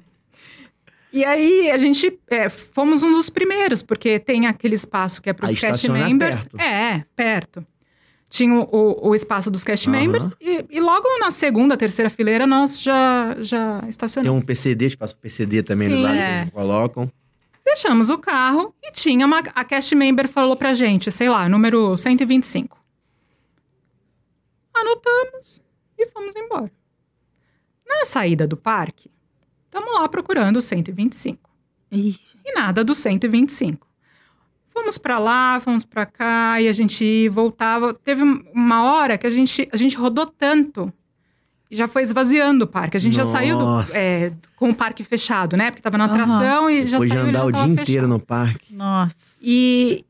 Speaker 3: E aí, a gente é, fomos um dos primeiros, porque tem aquele espaço que é para
Speaker 2: Aí
Speaker 3: os cast
Speaker 2: estaciona
Speaker 3: members.
Speaker 2: perto.
Speaker 3: É, perto. Tinha o- o, o espaço dos cast
Speaker 2: Aham.
Speaker 3: members. E, e logo na segunda, terceira fileira, nós já, já
Speaker 2: Tem
Speaker 3: estacionamos.
Speaker 2: um PCD, espaço PCD também
Speaker 3: Sim.
Speaker 2: do lado
Speaker 1: É.
Speaker 2: que colocam.
Speaker 3: Deixamos o carro e tinha uma. A cast member falou pra gente, sei lá, número 125. Anotamos e fomos embora. Na saída do parque, estamos lá procurando o 125.
Speaker 1: Ih,
Speaker 3: E nada do 125. Fomos pra lá, fomos pra um, cá, e a gente voltava. Teve uma hora que a gente, a gente rodou tanto já foi esvaziando o parque. A gente já saiu do-
Speaker 2: Nossa.
Speaker 3: é, com o parque fechado, né? Porque tava na
Speaker 1: Aham.
Speaker 3: atração e já
Speaker 2: Depois de
Speaker 3: saiu ele
Speaker 2: andar
Speaker 3: já
Speaker 2: o dia
Speaker 3: tava
Speaker 2: inteiro
Speaker 3: fechado.
Speaker 2: no parque.
Speaker 1: Nossa.
Speaker 3: E,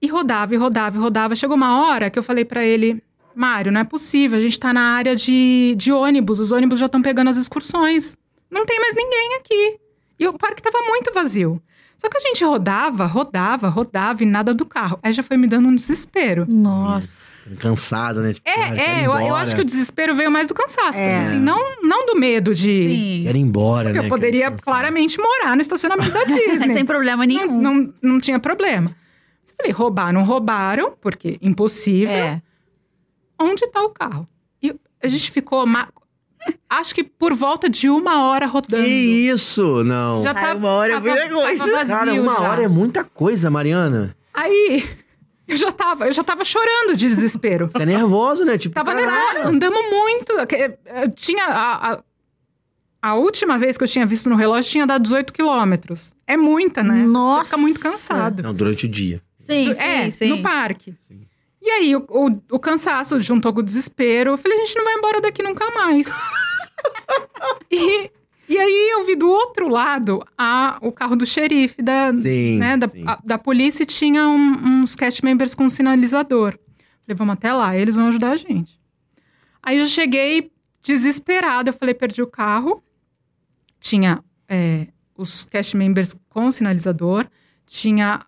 Speaker 3: e rodava, e rodava, e rodava. Chegou uma hora que eu falei pra ele, Mário, não é possível, a gente tá na área de, de ônibus, os ônibus já estão pegando as excursões. Não tem mais ninguém aqui. E o parque tava muito vazio. Só que a gente rodava, rodava, rodava e nada do carro. Aí já foi me dando um desespero.
Speaker 1: Nossa.
Speaker 2: Cansado, né? Tipo,
Speaker 3: É,
Speaker 2: "Ah, quero ir
Speaker 3: é, eu, eu
Speaker 2: embora,
Speaker 3: acho que o desespero veio mais do cansaço.
Speaker 1: É.
Speaker 3: Porque, assim, não, não do medo de.
Speaker 1: Sim.
Speaker 2: Quero ir embora,
Speaker 3: Porque
Speaker 2: né?
Speaker 3: eu poderia
Speaker 2: Quero descansar.
Speaker 3: claramente morar no
Speaker 1: (laughs)
Speaker 3: estacionamento da Disney.
Speaker 1: Sem problema
Speaker 3: não,
Speaker 1: nenhum.
Speaker 3: não, não tinha problema. Eu Falei, roubar, não roubaram, porque impossível.
Speaker 1: É.
Speaker 3: Onde está o carro? E a gente ficou, ma- acho que por volta de uma hora rodando.
Speaker 2: Que isso? Não.
Speaker 3: Já
Speaker 1: Ai,
Speaker 3: tá,
Speaker 1: uma hora é
Speaker 3: tava,
Speaker 1: muita coisa.
Speaker 3: tava vazio
Speaker 2: Cara, uma
Speaker 3: já.
Speaker 2: hora é muita coisa, Mariana.
Speaker 3: Aí, eu já tava, eu já tava chorando de desespero.
Speaker 2: Fica nervoso, né? Tipo,
Speaker 3: Tava
Speaker 2: caralho.
Speaker 3: nervosa, andamos muito. que- eh, Eu tinha. A, a, a última vez que eu tinha visto no relógio tinha dado 18 quilômetros. É muita, né? Você
Speaker 1: Nossa.
Speaker 3: fica muito cansado.
Speaker 2: Não, durante o dia.
Speaker 1: Sim,
Speaker 3: Do-
Speaker 1: sim,
Speaker 3: é,
Speaker 1: sim.
Speaker 3: no parque. E aí, o, o- o cansaço juntou com o desespero. Eu falei, a gente não vai embora daqui nunca
Speaker 2: (laughs)
Speaker 3: mais. e, e aí, eu vi do outro lado a, o carro do xerife da,
Speaker 2: Sim.
Speaker 3: né, da,
Speaker 2: sim.
Speaker 3: a- da polícia e tinha um- uns cast members com um sinalizador. Falei, vamos até lá, eles vão ajudar a gente. Aí eu cheguei desesperada, eu falei, perdi o carro. Tinha é, os cast members com sinalizador, tinha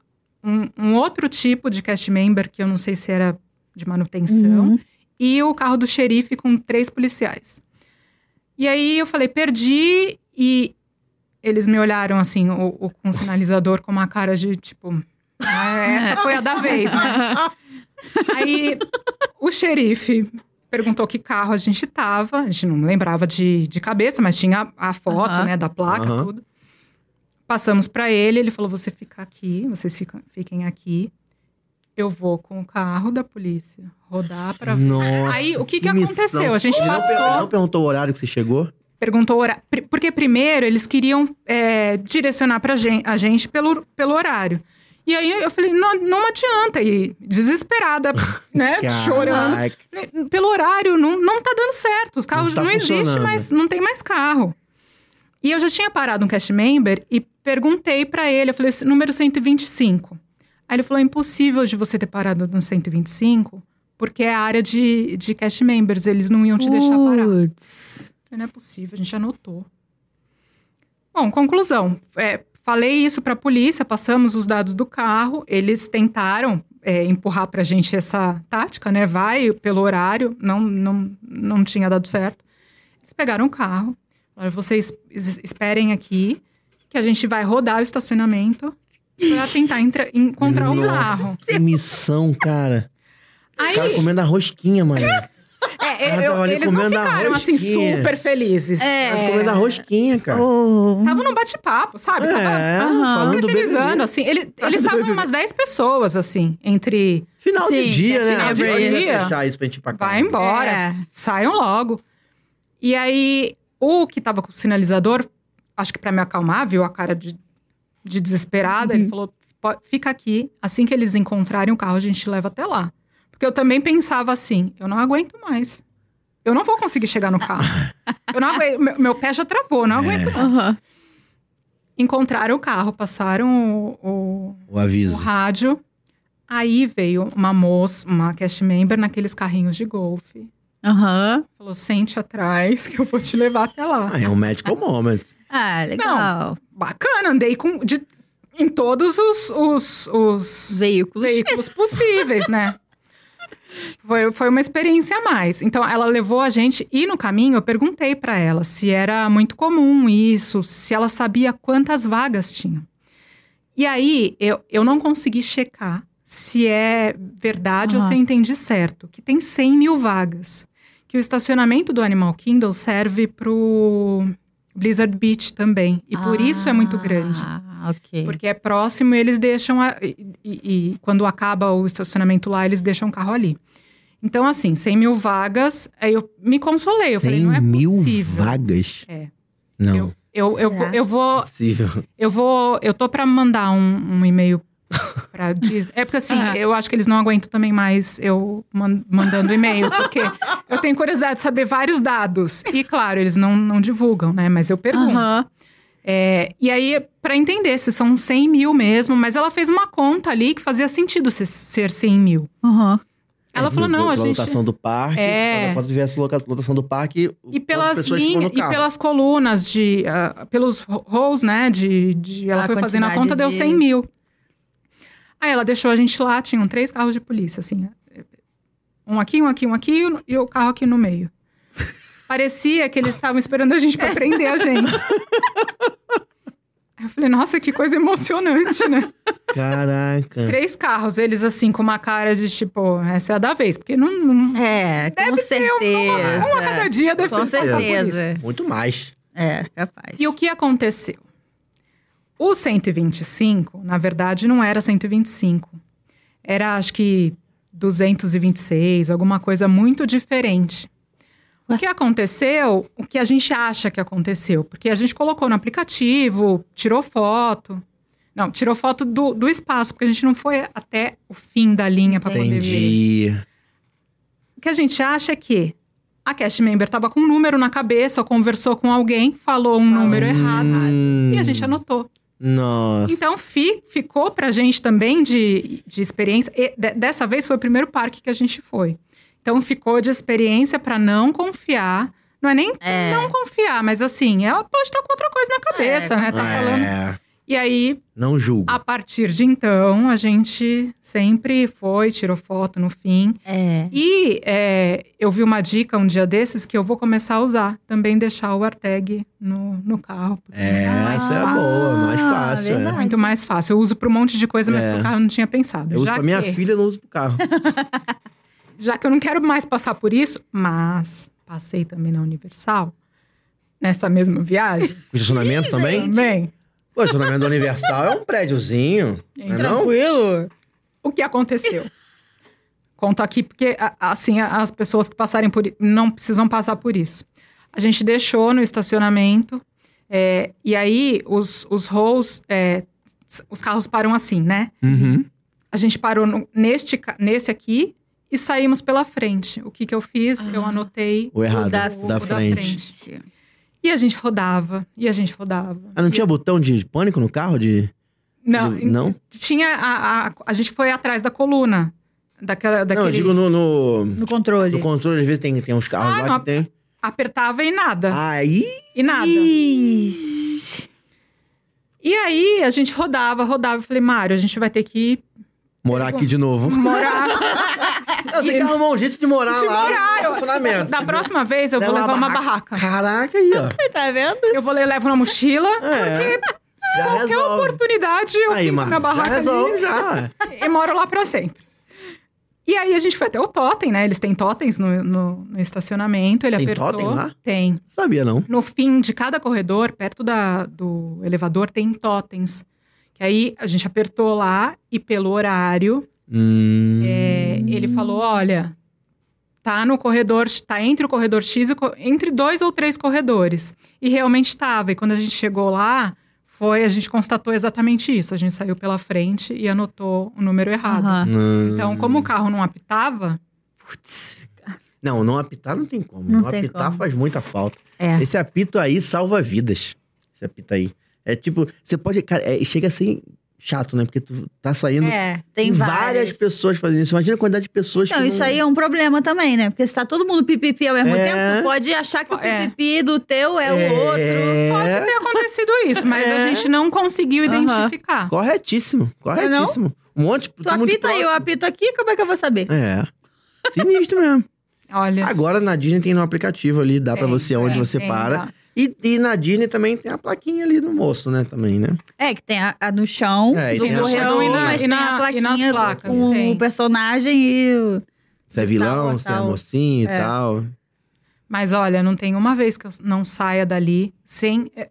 Speaker 3: um, um outro tipo de cast member, que eu não sei se era de manutenção
Speaker 1: Uhum.
Speaker 3: e o carro do xerife com três policiais. E aí eu falei, perdi, e eles me olharam assim, o, o- com o sinalizador com uma cara de tipo. "Ah, Essa foi a da vez, né? Aí o xerife perguntou que carro a gente tava. A gente não lembrava de, de cabeça, mas tinha a foto,
Speaker 1: Aham.
Speaker 3: né, da placa,
Speaker 2: Aham.
Speaker 3: tudo. Passamos para ele, ele falou: você fica aqui, vocês ficam, fiquem aqui. Eu vou com o carro da polícia rodar pra
Speaker 2: Uhum. Nossa,
Speaker 3: Aí, o que que
Speaker 2: missão.
Speaker 3: aconteceu? A gente
Speaker 2: Ele não per-
Speaker 3: passou-
Speaker 2: ele não perguntou o horário que você chegou?
Speaker 3: perguntou o hora- pri- Porque primeiro eles queriam é, direcionar pra gen- a gente pelo, pelo horário. E aí eu falei, não, não adianta. E desesperada, né? Chorando.
Speaker 2: Caraca.
Speaker 3: Falei, Né, Pelo horário, não, não tá dando certo. Os carros
Speaker 2: tá
Speaker 3: não, existem,
Speaker 2: funcionando.
Speaker 3: mas não tem mais carro. E eu já tinha parado um cast member e perguntei pra ele, eu falei, "Esse número 125. Aí ele falou, impossível de você ter parado no 125, porque é a área de, de cast members, eles não iam te deixar parar.
Speaker 1: Puts.
Speaker 3: Falei, não é possível, a gente anotou. Bom, conclusão. É, falei isso pra polícia, passamos os dados do carro, eles tentaram é, empurrar pra gente essa tática, né? Vai pelo horário, não, não, não tinha dado certo. Eles pegaram o carro, falaram, vocês es- esperem aqui, que a gente vai rodar o estacionamento pra tentar entra- encontrar o
Speaker 2: Nossa,
Speaker 3: carro.
Speaker 2: Que missão, cara. O cara
Speaker 3: Aí,
Speaker 2: comendo a rosquinha, Mariana.
Speaker 3: é,
Speaker 2: cara
Speaker 3: eu-
Speaker 2: tava ali
Speaker 3: eles não
Speaker 2: comendo a
Speaker 3: ficaram assim
Speaker 2: rosquinha.
Speaker 3: super felizes.
Speaker 1: É.
Speaker 2: O cara Tá comendo a rosquinha, cara.
Speaker 1: Oh.
Speaker 3: Estavam num bate-papo, sabe? Tava-
Speaker 2: É,
Speaker 1: aham.
Speaker 2: falando do
Speaker 3: Fraternizando,
Speaker 2: BBB.
Speaker 3: assim. Ele, eles
Speaker 2: do
Speaker 3: estavam
Speaker 2: BBB.
Speaker 3: umas 10 pessoas, assim, entre
Speaker 2: Final
Speaker 1: Sim,
Speaker 2: de dia, né?
Speaker 1: final
Speaker 3: de
Speaker 2: Agora ele vai
Speaker 3: dia.
Speaker 2: fechar isso pra gente ir pra casa.
Speaker 3: vai embora,
Speaker 1: É.
Speaker 3: s- saiam logo. E aí, o que tava com o sinalizador, acho que pra me acalmar, viu a cara de, de desesperada, ele falou: "Po- fica aqui, assim que eles encontrarem o carro, a gente leva até lá. Porque eu também pensava assim: eu não aguento mais. Eu não vou conseguir chegar no carro. eu não aguento, meu, meu pé já travou, não aguento
Speaker 1: É.
Speaker 3: mais.
Speaker 1: Aham.
Speaker 3: Encontraram o carro, passaram o- o,
Speaker 2: O
Speaker 3: o
Speaker 2: aviso.
Speaker 3: rádio. Aí veio uma moça, uma cast member, naqueles carrinhos de golfe.
Speaker 1: Aham.
Speaker 3: Falou, sente atrás que eu vou te levar até lá.
Speaker 2: Ah, é um medical moment.
Speaker 1: Ah, legal.
Speaker 3: Bacana, andei com, de- em todos os, os, os
Speaker 1: Veículos.
Speaker 3: veículos possíveis, né? Foi, foi uma experiência a mais. Então, ela levou a gente e no caminho eu perguntei pra ela se era muito comum isso, se ela sabia quantas vagas tinha. E aí, eu, eu não consegui checar se é verdade ou
Speaker 1: Aham.
Speaker 3: se eu entendi certo, que tem 100 mil vagas. Que o estacionamento do Animal Kingdom serve pro Blizzard Beach também. E por isso é muito grande.
Speaker 1: Ah, ok.
Speaker 3: Porque é próximo e eles deixam. a- e, e- e quando acaba o estacionamento lá, eles deixam o carro ali. Então, assim, 100 mil vagas, aí eu me consolei. Eu falei, não é
Speaker 2: mil
Speaker 3: possível.
Speaker 2: vagas?
Speaker 3: É.
Speaker 2: Não, é
Speaker 3: Eu- Eu, eu, vou-
Speaker 1: Será?
Speaker 3: eu vou.
Speaker 2: possível.
Speaker 3: Eu vou. Eu tô pra mandar um, um e-mail (laughs) pra Disney. É porque assim,
Speaker 1: Ah.
Speaker 3: eu acho que eles não aguentam também mais eu man- mandando e-mail,
Speaker 1: (laughs)
Speaker 3: porque eu tenho curiosidade de saber vários dados. E claro, eles não, não divulgam, né? Mas eu pergunto.
Speaker 1: Aham.
Speaker 3: É, e aí, pra entender se são 100 mil mesmo, mas ela fez uma conta ali que fazia sentido ser, ser 100 mil.
Speaker 1: Aham.
Speaker 3: Ela falou, não, a gente.
Speaker 2: lotação do parque.
Speaker 3: É.
Speaker 2: Se quando tivesse loca- lotação do parque,
Speaker 3: E
Speaker 2: quantas
Speaker 3: pelas
Speaker 2: pessoas ficam no
Speaker 3: linhas, e
Speaker 2: carro?
Speaker 3: pelas colunas de. ah, pelos ro- rows, né? De, de- ela
Speaker 1: A
Speaker 3: foi fazendo a
Speaker 1: quantidade
Speaker 3: conta, deu
Speaker 1: de-
Speaker 3: 100 mil. Aí ela deixou a gente lá, tinham três carros de polícia, assim. Um aqui, um aqui, um aqui e o carro aqui no meio. Parecia que eles estavam esperando a gente pra prender a
Speaker 2: (laughs)
Speaker 3: gente. Aí Eu falei, nossa, que coisa emocionante, né?
Speaker 2: Caraca.
Speaker 3: Três carros, eles assim, com uma cara de tipo, essa é a da vez, porque não. não
Speaker 1: É, com certeza.
Speaker 3: uma cada dia deve
Speaker 1: com
Speaker 3: passar por isso.
Speaker 1: certeza.
Speaker 2: Muito mais.
Speaker 1: É, capaz.
Speaker 3: E o que aconteceu? O 125, na verdade, não era 125. Era, acho que, 226, alguma coisa muito diferente. O que aconteceu, o que a gente acha que aconteceu? Porque a gente colocou no aplicativo, tirou foto. Não, tirou foto do, do espaço, porque a gente não foi até o fim da linha para poder ver.
Speaker 2: Entendi.
Speaker 3: O que a gente acha é que a cast member estava com um número na cabeça, ou conversou com alguém, falou um
Speaker 1: Falou.
Speaker 3: número errado.
Speaker 2: Hum,
Speaker 3: E a gente anotou.
Speaker 2: Nossa.
Speaker 3: Então fi- ficou pra gente também de, de experiência. E de- dessa vez foi o primeiro parque que a gente foi. Então ficou de experiência pra não confiar. Não é nem
Speaker 1: É.
Speaker 3: não confiar, mas assim, ela pode estar com outra coisa na cabeça,
Speaker 1: É,
Speaker 3: né? Tá
Speaker 2: é,
Speaker 3: falando. E aí
Speaker 2: Não julgo.
Speaker 3: a partir de então, a gente sempre foi, tirou foto no fim.
Speaker 1: É.
Speaker 3: E é, eu vi uma dica um dia desses que eu vou começar a usar. Também deixar o AirTag no, no carro. porque
Speaker 2: É, essa é
Speaker 3: fácil.
Speaker 2: boa, mais
Speaker 1: Ah,
Speaker 2: fácil. é.
Speaker 1: verdade.
Speaker 3: Muito mais fácil. Eu uso para um monte de coisa, mas
Speaker 2: É.
Speaker 3: pro carro eu não tinha pensado.
Speaker 2: Eu uso
Speaker 3: já,
Speaker 2: pra minha
Speaker 3: que,
Speaker 2: filha, não uso pro
Speaker 3: (laughs)
Speaker 2: carro.
Speaker 3: já que eu não quero mais passar por isso, mas passei também na Universal, nessa
Speaker 2: (laughs)
Speaker 3: mesma viagem.
Speaker 2: O estacionamento também?
Speaker 3: também.
Speaker 2: Pô, o estacionamento do Universal é um prédiozinho. Não é não?
Speaker 1: Tranquilo?
Speaker 3: Então, o que aconteceu. Conto aqui porque, a- assim, a- as pessoas que passarem por i- não precisam passar por isso. A gente deixou no estacionamento, é, e aí os, os rolls, é, s- os carros param assim, né?
Speaker 2: Uhum.
Speaker 3: A gente parou no- neste, ca- nesse aqui e saímos pela frente. O que que eu fiz? Eu
Speaker 1: Ah.
Speaker 3: anotei
Speaker 2: O errado.
Speaker 1: O da-
Speaker 2: Da,
Speaker 3: o, o
Speaker 2: frente.
Speaker 3: da frente. E a gente rodava, e a gente rodava.
Speaker 2: Ah, não tinha botão de pânico no carro? De...
Speaker 3: Não, então,
Speaker 2: de- não?
Speaker 3: tinha a, a, a gente foi atrás da coluna, daquela, daquele...
Speaker 2: Não, eu digo no, no,
Speaker 1: No controle.
Speaker 2: no controle, às vezes tem, tem uns carros
Speaker 3: Ah,
Speaker 2: lá
Speaker 3: não.
Speaker 2: que tem.
Speaker 3: Apertava e nada.
Speaker 2: Ah. Aí.
Speaker 3: E nada.
Speaker 1: Ixi.
Speaker 3: E aí a gente rodava, rodava. Eu falei, Mário, a gente vai ter que
Speaker 2: Morar aqui de
Speaker 3: (laughs)
Speaker 2: novo. (laughs)
Speaker 3: morar.
Speaker 2: Não, você quer arrumar um jeito de morar
Speaker 3: De
Speaker 2: Tá lá.
Speaker 3: morar, eu-
Speaker 2: no estacionamento.
Speaker 3: da próxima vez eu vou
Speaker 2: Leva
Speaker 3: levar uma barraca.
Speaker 2: Caraca, aí, ó.
Speaker 1: Tá vendo?
Speaker 3: Eu vou le- levo
Speaker 2: (laughs)
Speaker 3: uma mochila.
Speaker 2: É. Já
Speaker 3: Qualquer
Speaker 2: resolve.
Speaker 3: oportunidade, eu
Speaker 2: Aí,
Speaker 3: fico
Speaker 2: mano.
Speaker 3: na
Speaker 2: Já
Speaker 3: barraca
Speaker 2: resolve,
Speaker 3: ali
Speaker 2: já.
Speaker 3: e moro lá pra sempre. E aí a gente foi até o totem, né? Eles têm totens no, no- no estacionamento. Ele
Speaker 2: Tem
Speaker 3: apertou.
Speaker 2: totem lá?
Speaker 3: Tem.
Speaker 2: Sabia, não.
Speaker 3: No fim de cada corredor, perto da- do elevador, tem totens. Que aí a gente apertou lá e pelo horário
Speaker 2: Hum.
Speaker 3: É, ele falou: olha, tá no corredor, tá entre o corredor X e o co- entre dois ou três corredores. E realmente estava. E quando a gente chegou lá, foi a gente constatou exatamente isso. A gente saiu pela frente e anotou o número errado.
Speaker 1: Aham.
Speaker 2: Hum.
Speaker 3: Então, como o carro não apitava,
Speaker 1: Putz.
Speaker 2: Não, não apitar não tem como.
Speaker 1: Não
Speaker 2: Não,
Speaker 1: tem
Speaker 2: apitar
Speaker 1: como.
Speaker 2: faz muita falta.
Speaker 1: É.
Speaker 2: Esse apito aí salva vidas. Esse apito aí. É tipo, você pode. Cara, é, chega a ser chato, né? Porque tu tá saindo.
Speaker 1: É, tem
Speaker 2: várias
Speaker 1: várias.
Speaker 2: pessoas fazendo isso. Imagina a quantidade de pessoas
Speaker 1: Não,
Speaker 2: que.
Speaker 1: isso aí é um problema também, né? Porque se tá todo mundo pipipi ao mesmo
Speaker 2: É.
Speaker 1: tempo, tu pode achar que o
Speaker 3: É.
Speaker 1: pipipi do teu é, o outro.
Speaker 3: pode ter acontecido isso, mas a
Speaker 2: É.
Speaker 3: gente não conseguiu
Speaker 1: Aham.
Speaker 3: identificar.
Speaker 2: Corretíssimo. Corretíssimo. Um monte.
Speaker 1: é Tu apita aí, eu apito
Speaker 2: apito.
Speaker 1: aqui, como é que eu vou saber?
Speaker 2: É.
Speaker 1: (laughs)
Speaker 2: Sinistro mesmo.
Speaker 3: Olha.
Speaker 2: Agora na Disney tem um aplicativo ali, dá pra
Speaker 3: tem,
Speaker 2: você onde
Speaker 3: é,
Speaker 2: você
Speaker 3: tem,
Speaker 2: para.
Speaker 3: dá.
Speaker 2: E, e na Disney também tem a plaquinha ali no mosto, né? Também, né?
Speaker 1: É, que tem a, a no chão,
Speaker 2: É, e
Speaker 1: do
Speaker 2: tem a-
Speaker 1: corredor,
Speaker 2: e na-
Speaker 1: mas
Speaker 3: e na-
Speaker 1: tem a
Speaker 3: e nas
Speaker 1: plaquinha
Speaker 3: placas,
Speaker 1: com
Speaker 3: tem.
Speaker 1: o personagem e... o-
Speaker 2: Você é
Speaker 1: Tal,
Speaker 2: vilão, você é
Speaker 1: tal.
Speaker 2: mocinho e
Speaker 1: É.
Speaker 2: tal.
Speaker 3: Mas olha, não tem uma vez que eu não saia dali sem. é,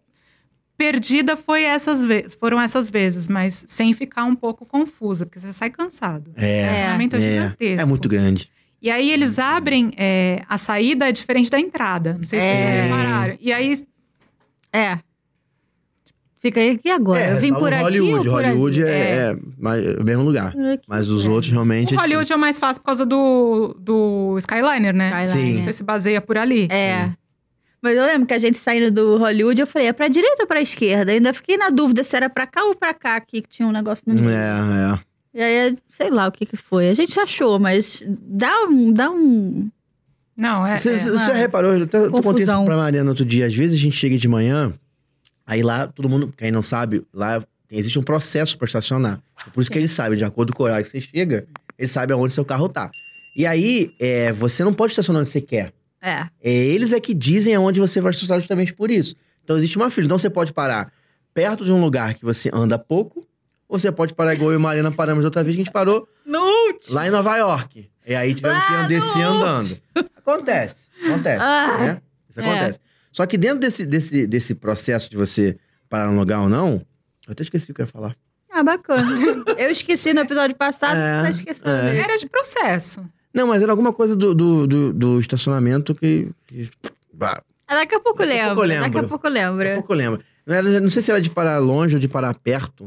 Speaker 3: Perdida foi essas vezes, foram essas vezes, mas sem ficar um pouco confusa, porque você sai cansado.
Speaker 2: É.
Speaker 3: O estacionamento é,
Speaker 2: É.
Speaker 3: gigantesco.
Speaker 2: É muito Uhum. grande.
Speaker 3: E aí eles abrem é, a saída é
Speaker 2: É.
Speaker 3: diferente da entrada. Não sei se
Speaker 1: É.
Speaker 3: vocês repararam. E aí
Speaker 1: É. Fica aí e agora?
Speaker 2: É,
Speaker 1: eu vim
Speaker 2: salvo
Speaker 1: por aqui
Speaker 2: Hollywood.
Speaker 1: ou por
Speaker 2: Hollywood
Speaker 1: ali?
Speaker 2: é, é, mais- é o mesmo lugar.
Speaker 1: Por aqui,
Speaker 2: Mas os
Speaker 1: é.
Speaker 2: outros realmente.
Speaker 3: O
Speaker 2: é
Speaker 3: Hollywood é o mais fácil por causa do, do Skyliner, né?
Speaker 1: Skyliner.
Speaker 2: Sim.
Speaker 3: Você se baseia por ali.
Speaker 1: É. Mas eu lembro que a gente saindo do Hollywood, eu falei, é pra direita ou pra esquerda? Eu ainda fiquei na dúvida se era pra cá ou pra cá aqui, que tinha um negócio no
Speaker 2: difícil.
Speaker 1: meio.
Speaker 2: É, é.
Speaker 1: E aí, sei lá o que que foi. A gente achou, mas dá um... Dá um...
Speaker 3: Não, é.
Speaker 2: Você
Speaker 3: é.
Speaker 2: você
Speaker 1: mano.
Speaker 2: já reparou? Eu até- eu contei isso
Speaker 1: Confusão.
Speaker 2: pra Mariana outro dia. Às vezes a gente chega de manhã, aí lá todo mundo, quem não sabe, lá existe um processo pra estacionar. É Por isso que eles sabem, de acordo com o horário que você chega, eles sabem aonde seu carro tá. E aí, é, você não pode estacionar onde você quer.
Speaker 1: É.
Speaker 2: É, eles é que dizem aonde você vai estacionar justamente por isso. Então existe uma fila. Então você pode parar perto de um lugar que você anda pouco, ou você pode parar igual eu e Mariana paramos da outra vez que a gente parou
Speaker 1: No último!
Speaker 2: lá em Nova York. E aí tivemos que
Speaker 1: Lá
Speaker 2: andar descer
Speaker 1: no-
Speaker 2: andando. Acontece, acontece,
Speaker 1: Ah.
Speaker 2: né? Isso
Speaker 1: É.
Speaker 2: acontece. Só que dentro desse, desse, desse processo de você parar no lugar ou não, eu até esqueci o que eu ia falar.
Speaker 1: Ah,
Speaker 2: (laughs)
Speaker 1: bacana. eu esqueci no episódio passado,
Speaker 2: É,
Speaker 1: tá esquecendo
Speaker 2: é.
Speaker 1: dele.
Speaker 3: Era de processo.
Speaker 2: Não, mas era alguma coisa do, do, do, do estacionamento que... que- bah,
Speaker 1: Ah, Daqui a pouco
Speaker 2: Daqui a
Speaker 1: lembro.
Speaker 2: pouco eu
Speaker 1: Daqui a
Speaker 2: lembro.
Speaker 1: pouco eu lembro.
Speaker 2: Daqui a pouco eu lembro. Não, era- não sei se era de parar longe ou de parar perto.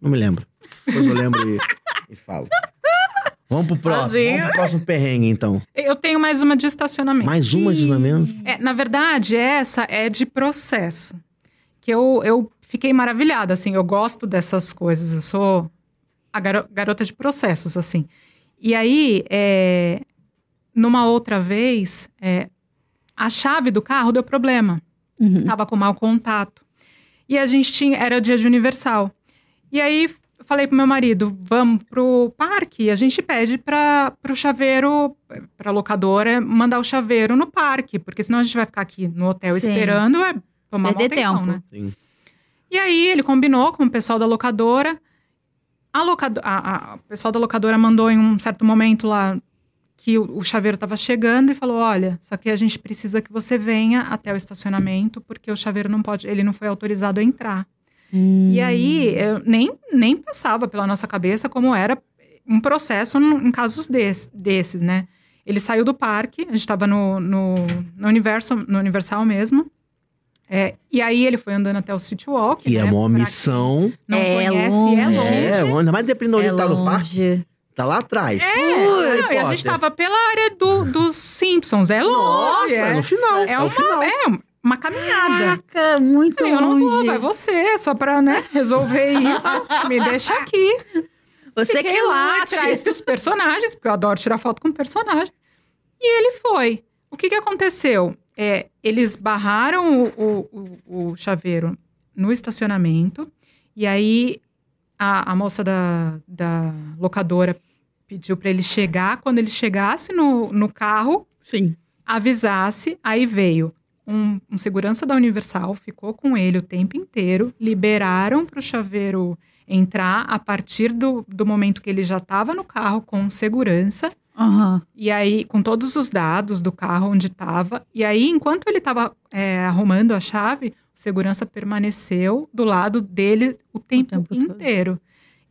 Speaker 2: Não me lembro. Depois eu lembro e, e falo. Vamos pro próximo. Vamos pro próximo perrengue, então.
Speaker 3: Eu tenho mais uma de estacionamento.
Speaker 2: Mais uma de estacionamento.
Speaker 3: É, na verdade, essa é de processo. Que eu, eu fiquei maravilhada, assim. Eu gosto dessas coisas. Eu sou a garo- garota de processos, assim. E aí, é, numa outra vez, é, a chave do carro deu problema.
Speaker 1: Uhum.
Speaker 3: Tava com mau contato. E a gente tinha... Era dia de universal. E aí, f- eu falei pro meu marido, vamos pro parque. E a gente pede para pro chaveiro, pra locadora, mandar o chaveiro no parque. Porque senão a gente vai ficar aqui no hotel
Speaker 1: Sim.
Speaker 3: esperando, é tomar
Speaker 1: Perder
Speaker 3: mó tempão,
Speaker 1: tempo.
Speaker 3: né?
Speaker 2: Sim.
Speaker 3: E aí, ele combinou com o pessoal da locadora. A locado- a- a- o pessoal da locadora mandou em um certo momento lá que o, o chaveiro estava chegando e falou: Olha, só que a gente precisa que você venha até o estacionamento, porque o chaveiro não pode, ele não foi autorizado a entrar.
Speaker 1: Hum.
Speaker 3: E aí, eu nem, nem passava pela nossa cabeça como era um processo num- em casos desse- desses, né? Ele saiu do parque, a gente estava no, no, no, Universal, no Universal mesmo. É, e aí ele foi andando até o City Walk.
Speaker 2: Que é
Speaker 3: né?
Speaker 2: uma
Speaker 3: Pra
Speaker 2: missão.
Speaker 3: quem Não
Speaker 1: É
Speaker 3: conhece, é
Speaker 1: longe.
Speaker 3: longe.
Speaker 2: É, ainda mais dependendo onde
Speaker 1: É
Speaker 2: ele tá no parque,
Speaker 1: longe.
Speaker 2: tá lá atrás. É,
Speaker 3: Não, e a gente tava pela área do, dos Simpsons. É longe.
Speaker 2: Nossa,
Speaker 3: é.
Speaker 2: no final.
Speaker 3: É
Speaker 2: tá
Speaker 3: uma,
Speaker 2: no final.
Speaker 3: é uma caminhada.
Speaker 1: Caraca, muito
Speaker 3: Falei, eu não vou,
Speaker 1: longe.
Speaker 3: vai você, só pra né, resolver isso. Me deixa aqui.
Speaker 1: Você
Speaker 3: Fiquei
Speaker 1: que
Speaker 3: lá
Speaker 1: lute.
Speaker 3: atrás dos personagens, porque eu adoro tirar foto com personagem. E ele foi. O que, que aconteceu? É, eles barraram o, o- o- o chaveiro no estacionamento. E aí, a, a moça da, da locadora pediu para ele chegar. Quando ele chegasse no, no carro,
Speaker 1: Sim.
Speaker 3: avisasse. Aí veio um, um segurança da Universal, ficou com ele o tempo inteiro, liberaram para o chaveiro entrar a partir do, do momento que ele já estava no carro com segurança.
Speaker 1: Aham.
Speaker 3: E aí, com todos os dados do carro onde estava. E aí, enquanto ele estava arrumando a chave, o segurança permaneceu do lado dele o tempo,
Speaker 1: tempo todo.
Speaker 3: inteiro.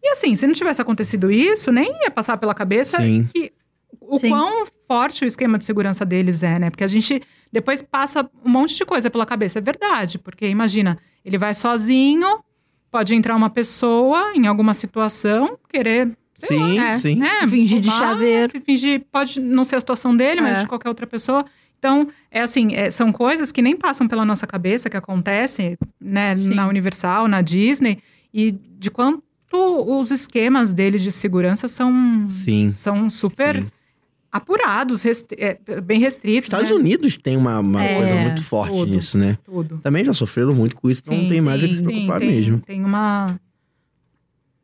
Speaker 3: E assim, se não tivesse acontecido isso, nem ia passar pela cabeça
Speaker 2: Sim.
Speaker 3: que o
Speaker 1: Sim.
Speaker 3: quão forte o esquema de segurança deles é, né? Porque a gente depois passa um monte de coisa pela cabeça. É verdade, porque imagina, ele vai sozinho, pode entrar uma pessoa em alguma situação, querer
Speaker 2: Sim,
Speaker 1: É.
Speaker 2: sim.
Speaker 3: né?
Speaker 1: Se fingir de
Speaker 3: roubar,
Speaker 1: chaveiro.
Speaker 3: Se fingir, pode não ser a situação dele, mas
Speaker 1: É.
Speaker 3: de qualquer outra pessoa. Então, é assim, é, são coisas que nem passam pela nossa cabeça, que acontecem, né,
Speaker 1: Sim.
Speaker 3: na Universal, na Disney, e de quanto os esquemas deles de segurança são,
Speaker 2: Sim.
Speaker 3: são super apurados, restri- é, bem restritos,
Speaker 2: Estados
Speaker 3: né?
Speaker 2: Unidos tem uma, uma
Speaker 1: É,
Speaker 2: coisa muito forte
Speaker 3: tudo.
Speaker 2: nisso, né?
Speaker 3: Tudo.
Speaker 2: Também já sofreram muito com isso, então
Speaker 3: Sim,
Speaker 2: não tem mais
Speaker 1: sim,
Speaker 2: eles se
Speaker 3: Sim,
Speaker 2: preocupar
Speaker 3: tem,
Speaker 2: mesmo.
Speaker 3: tem uma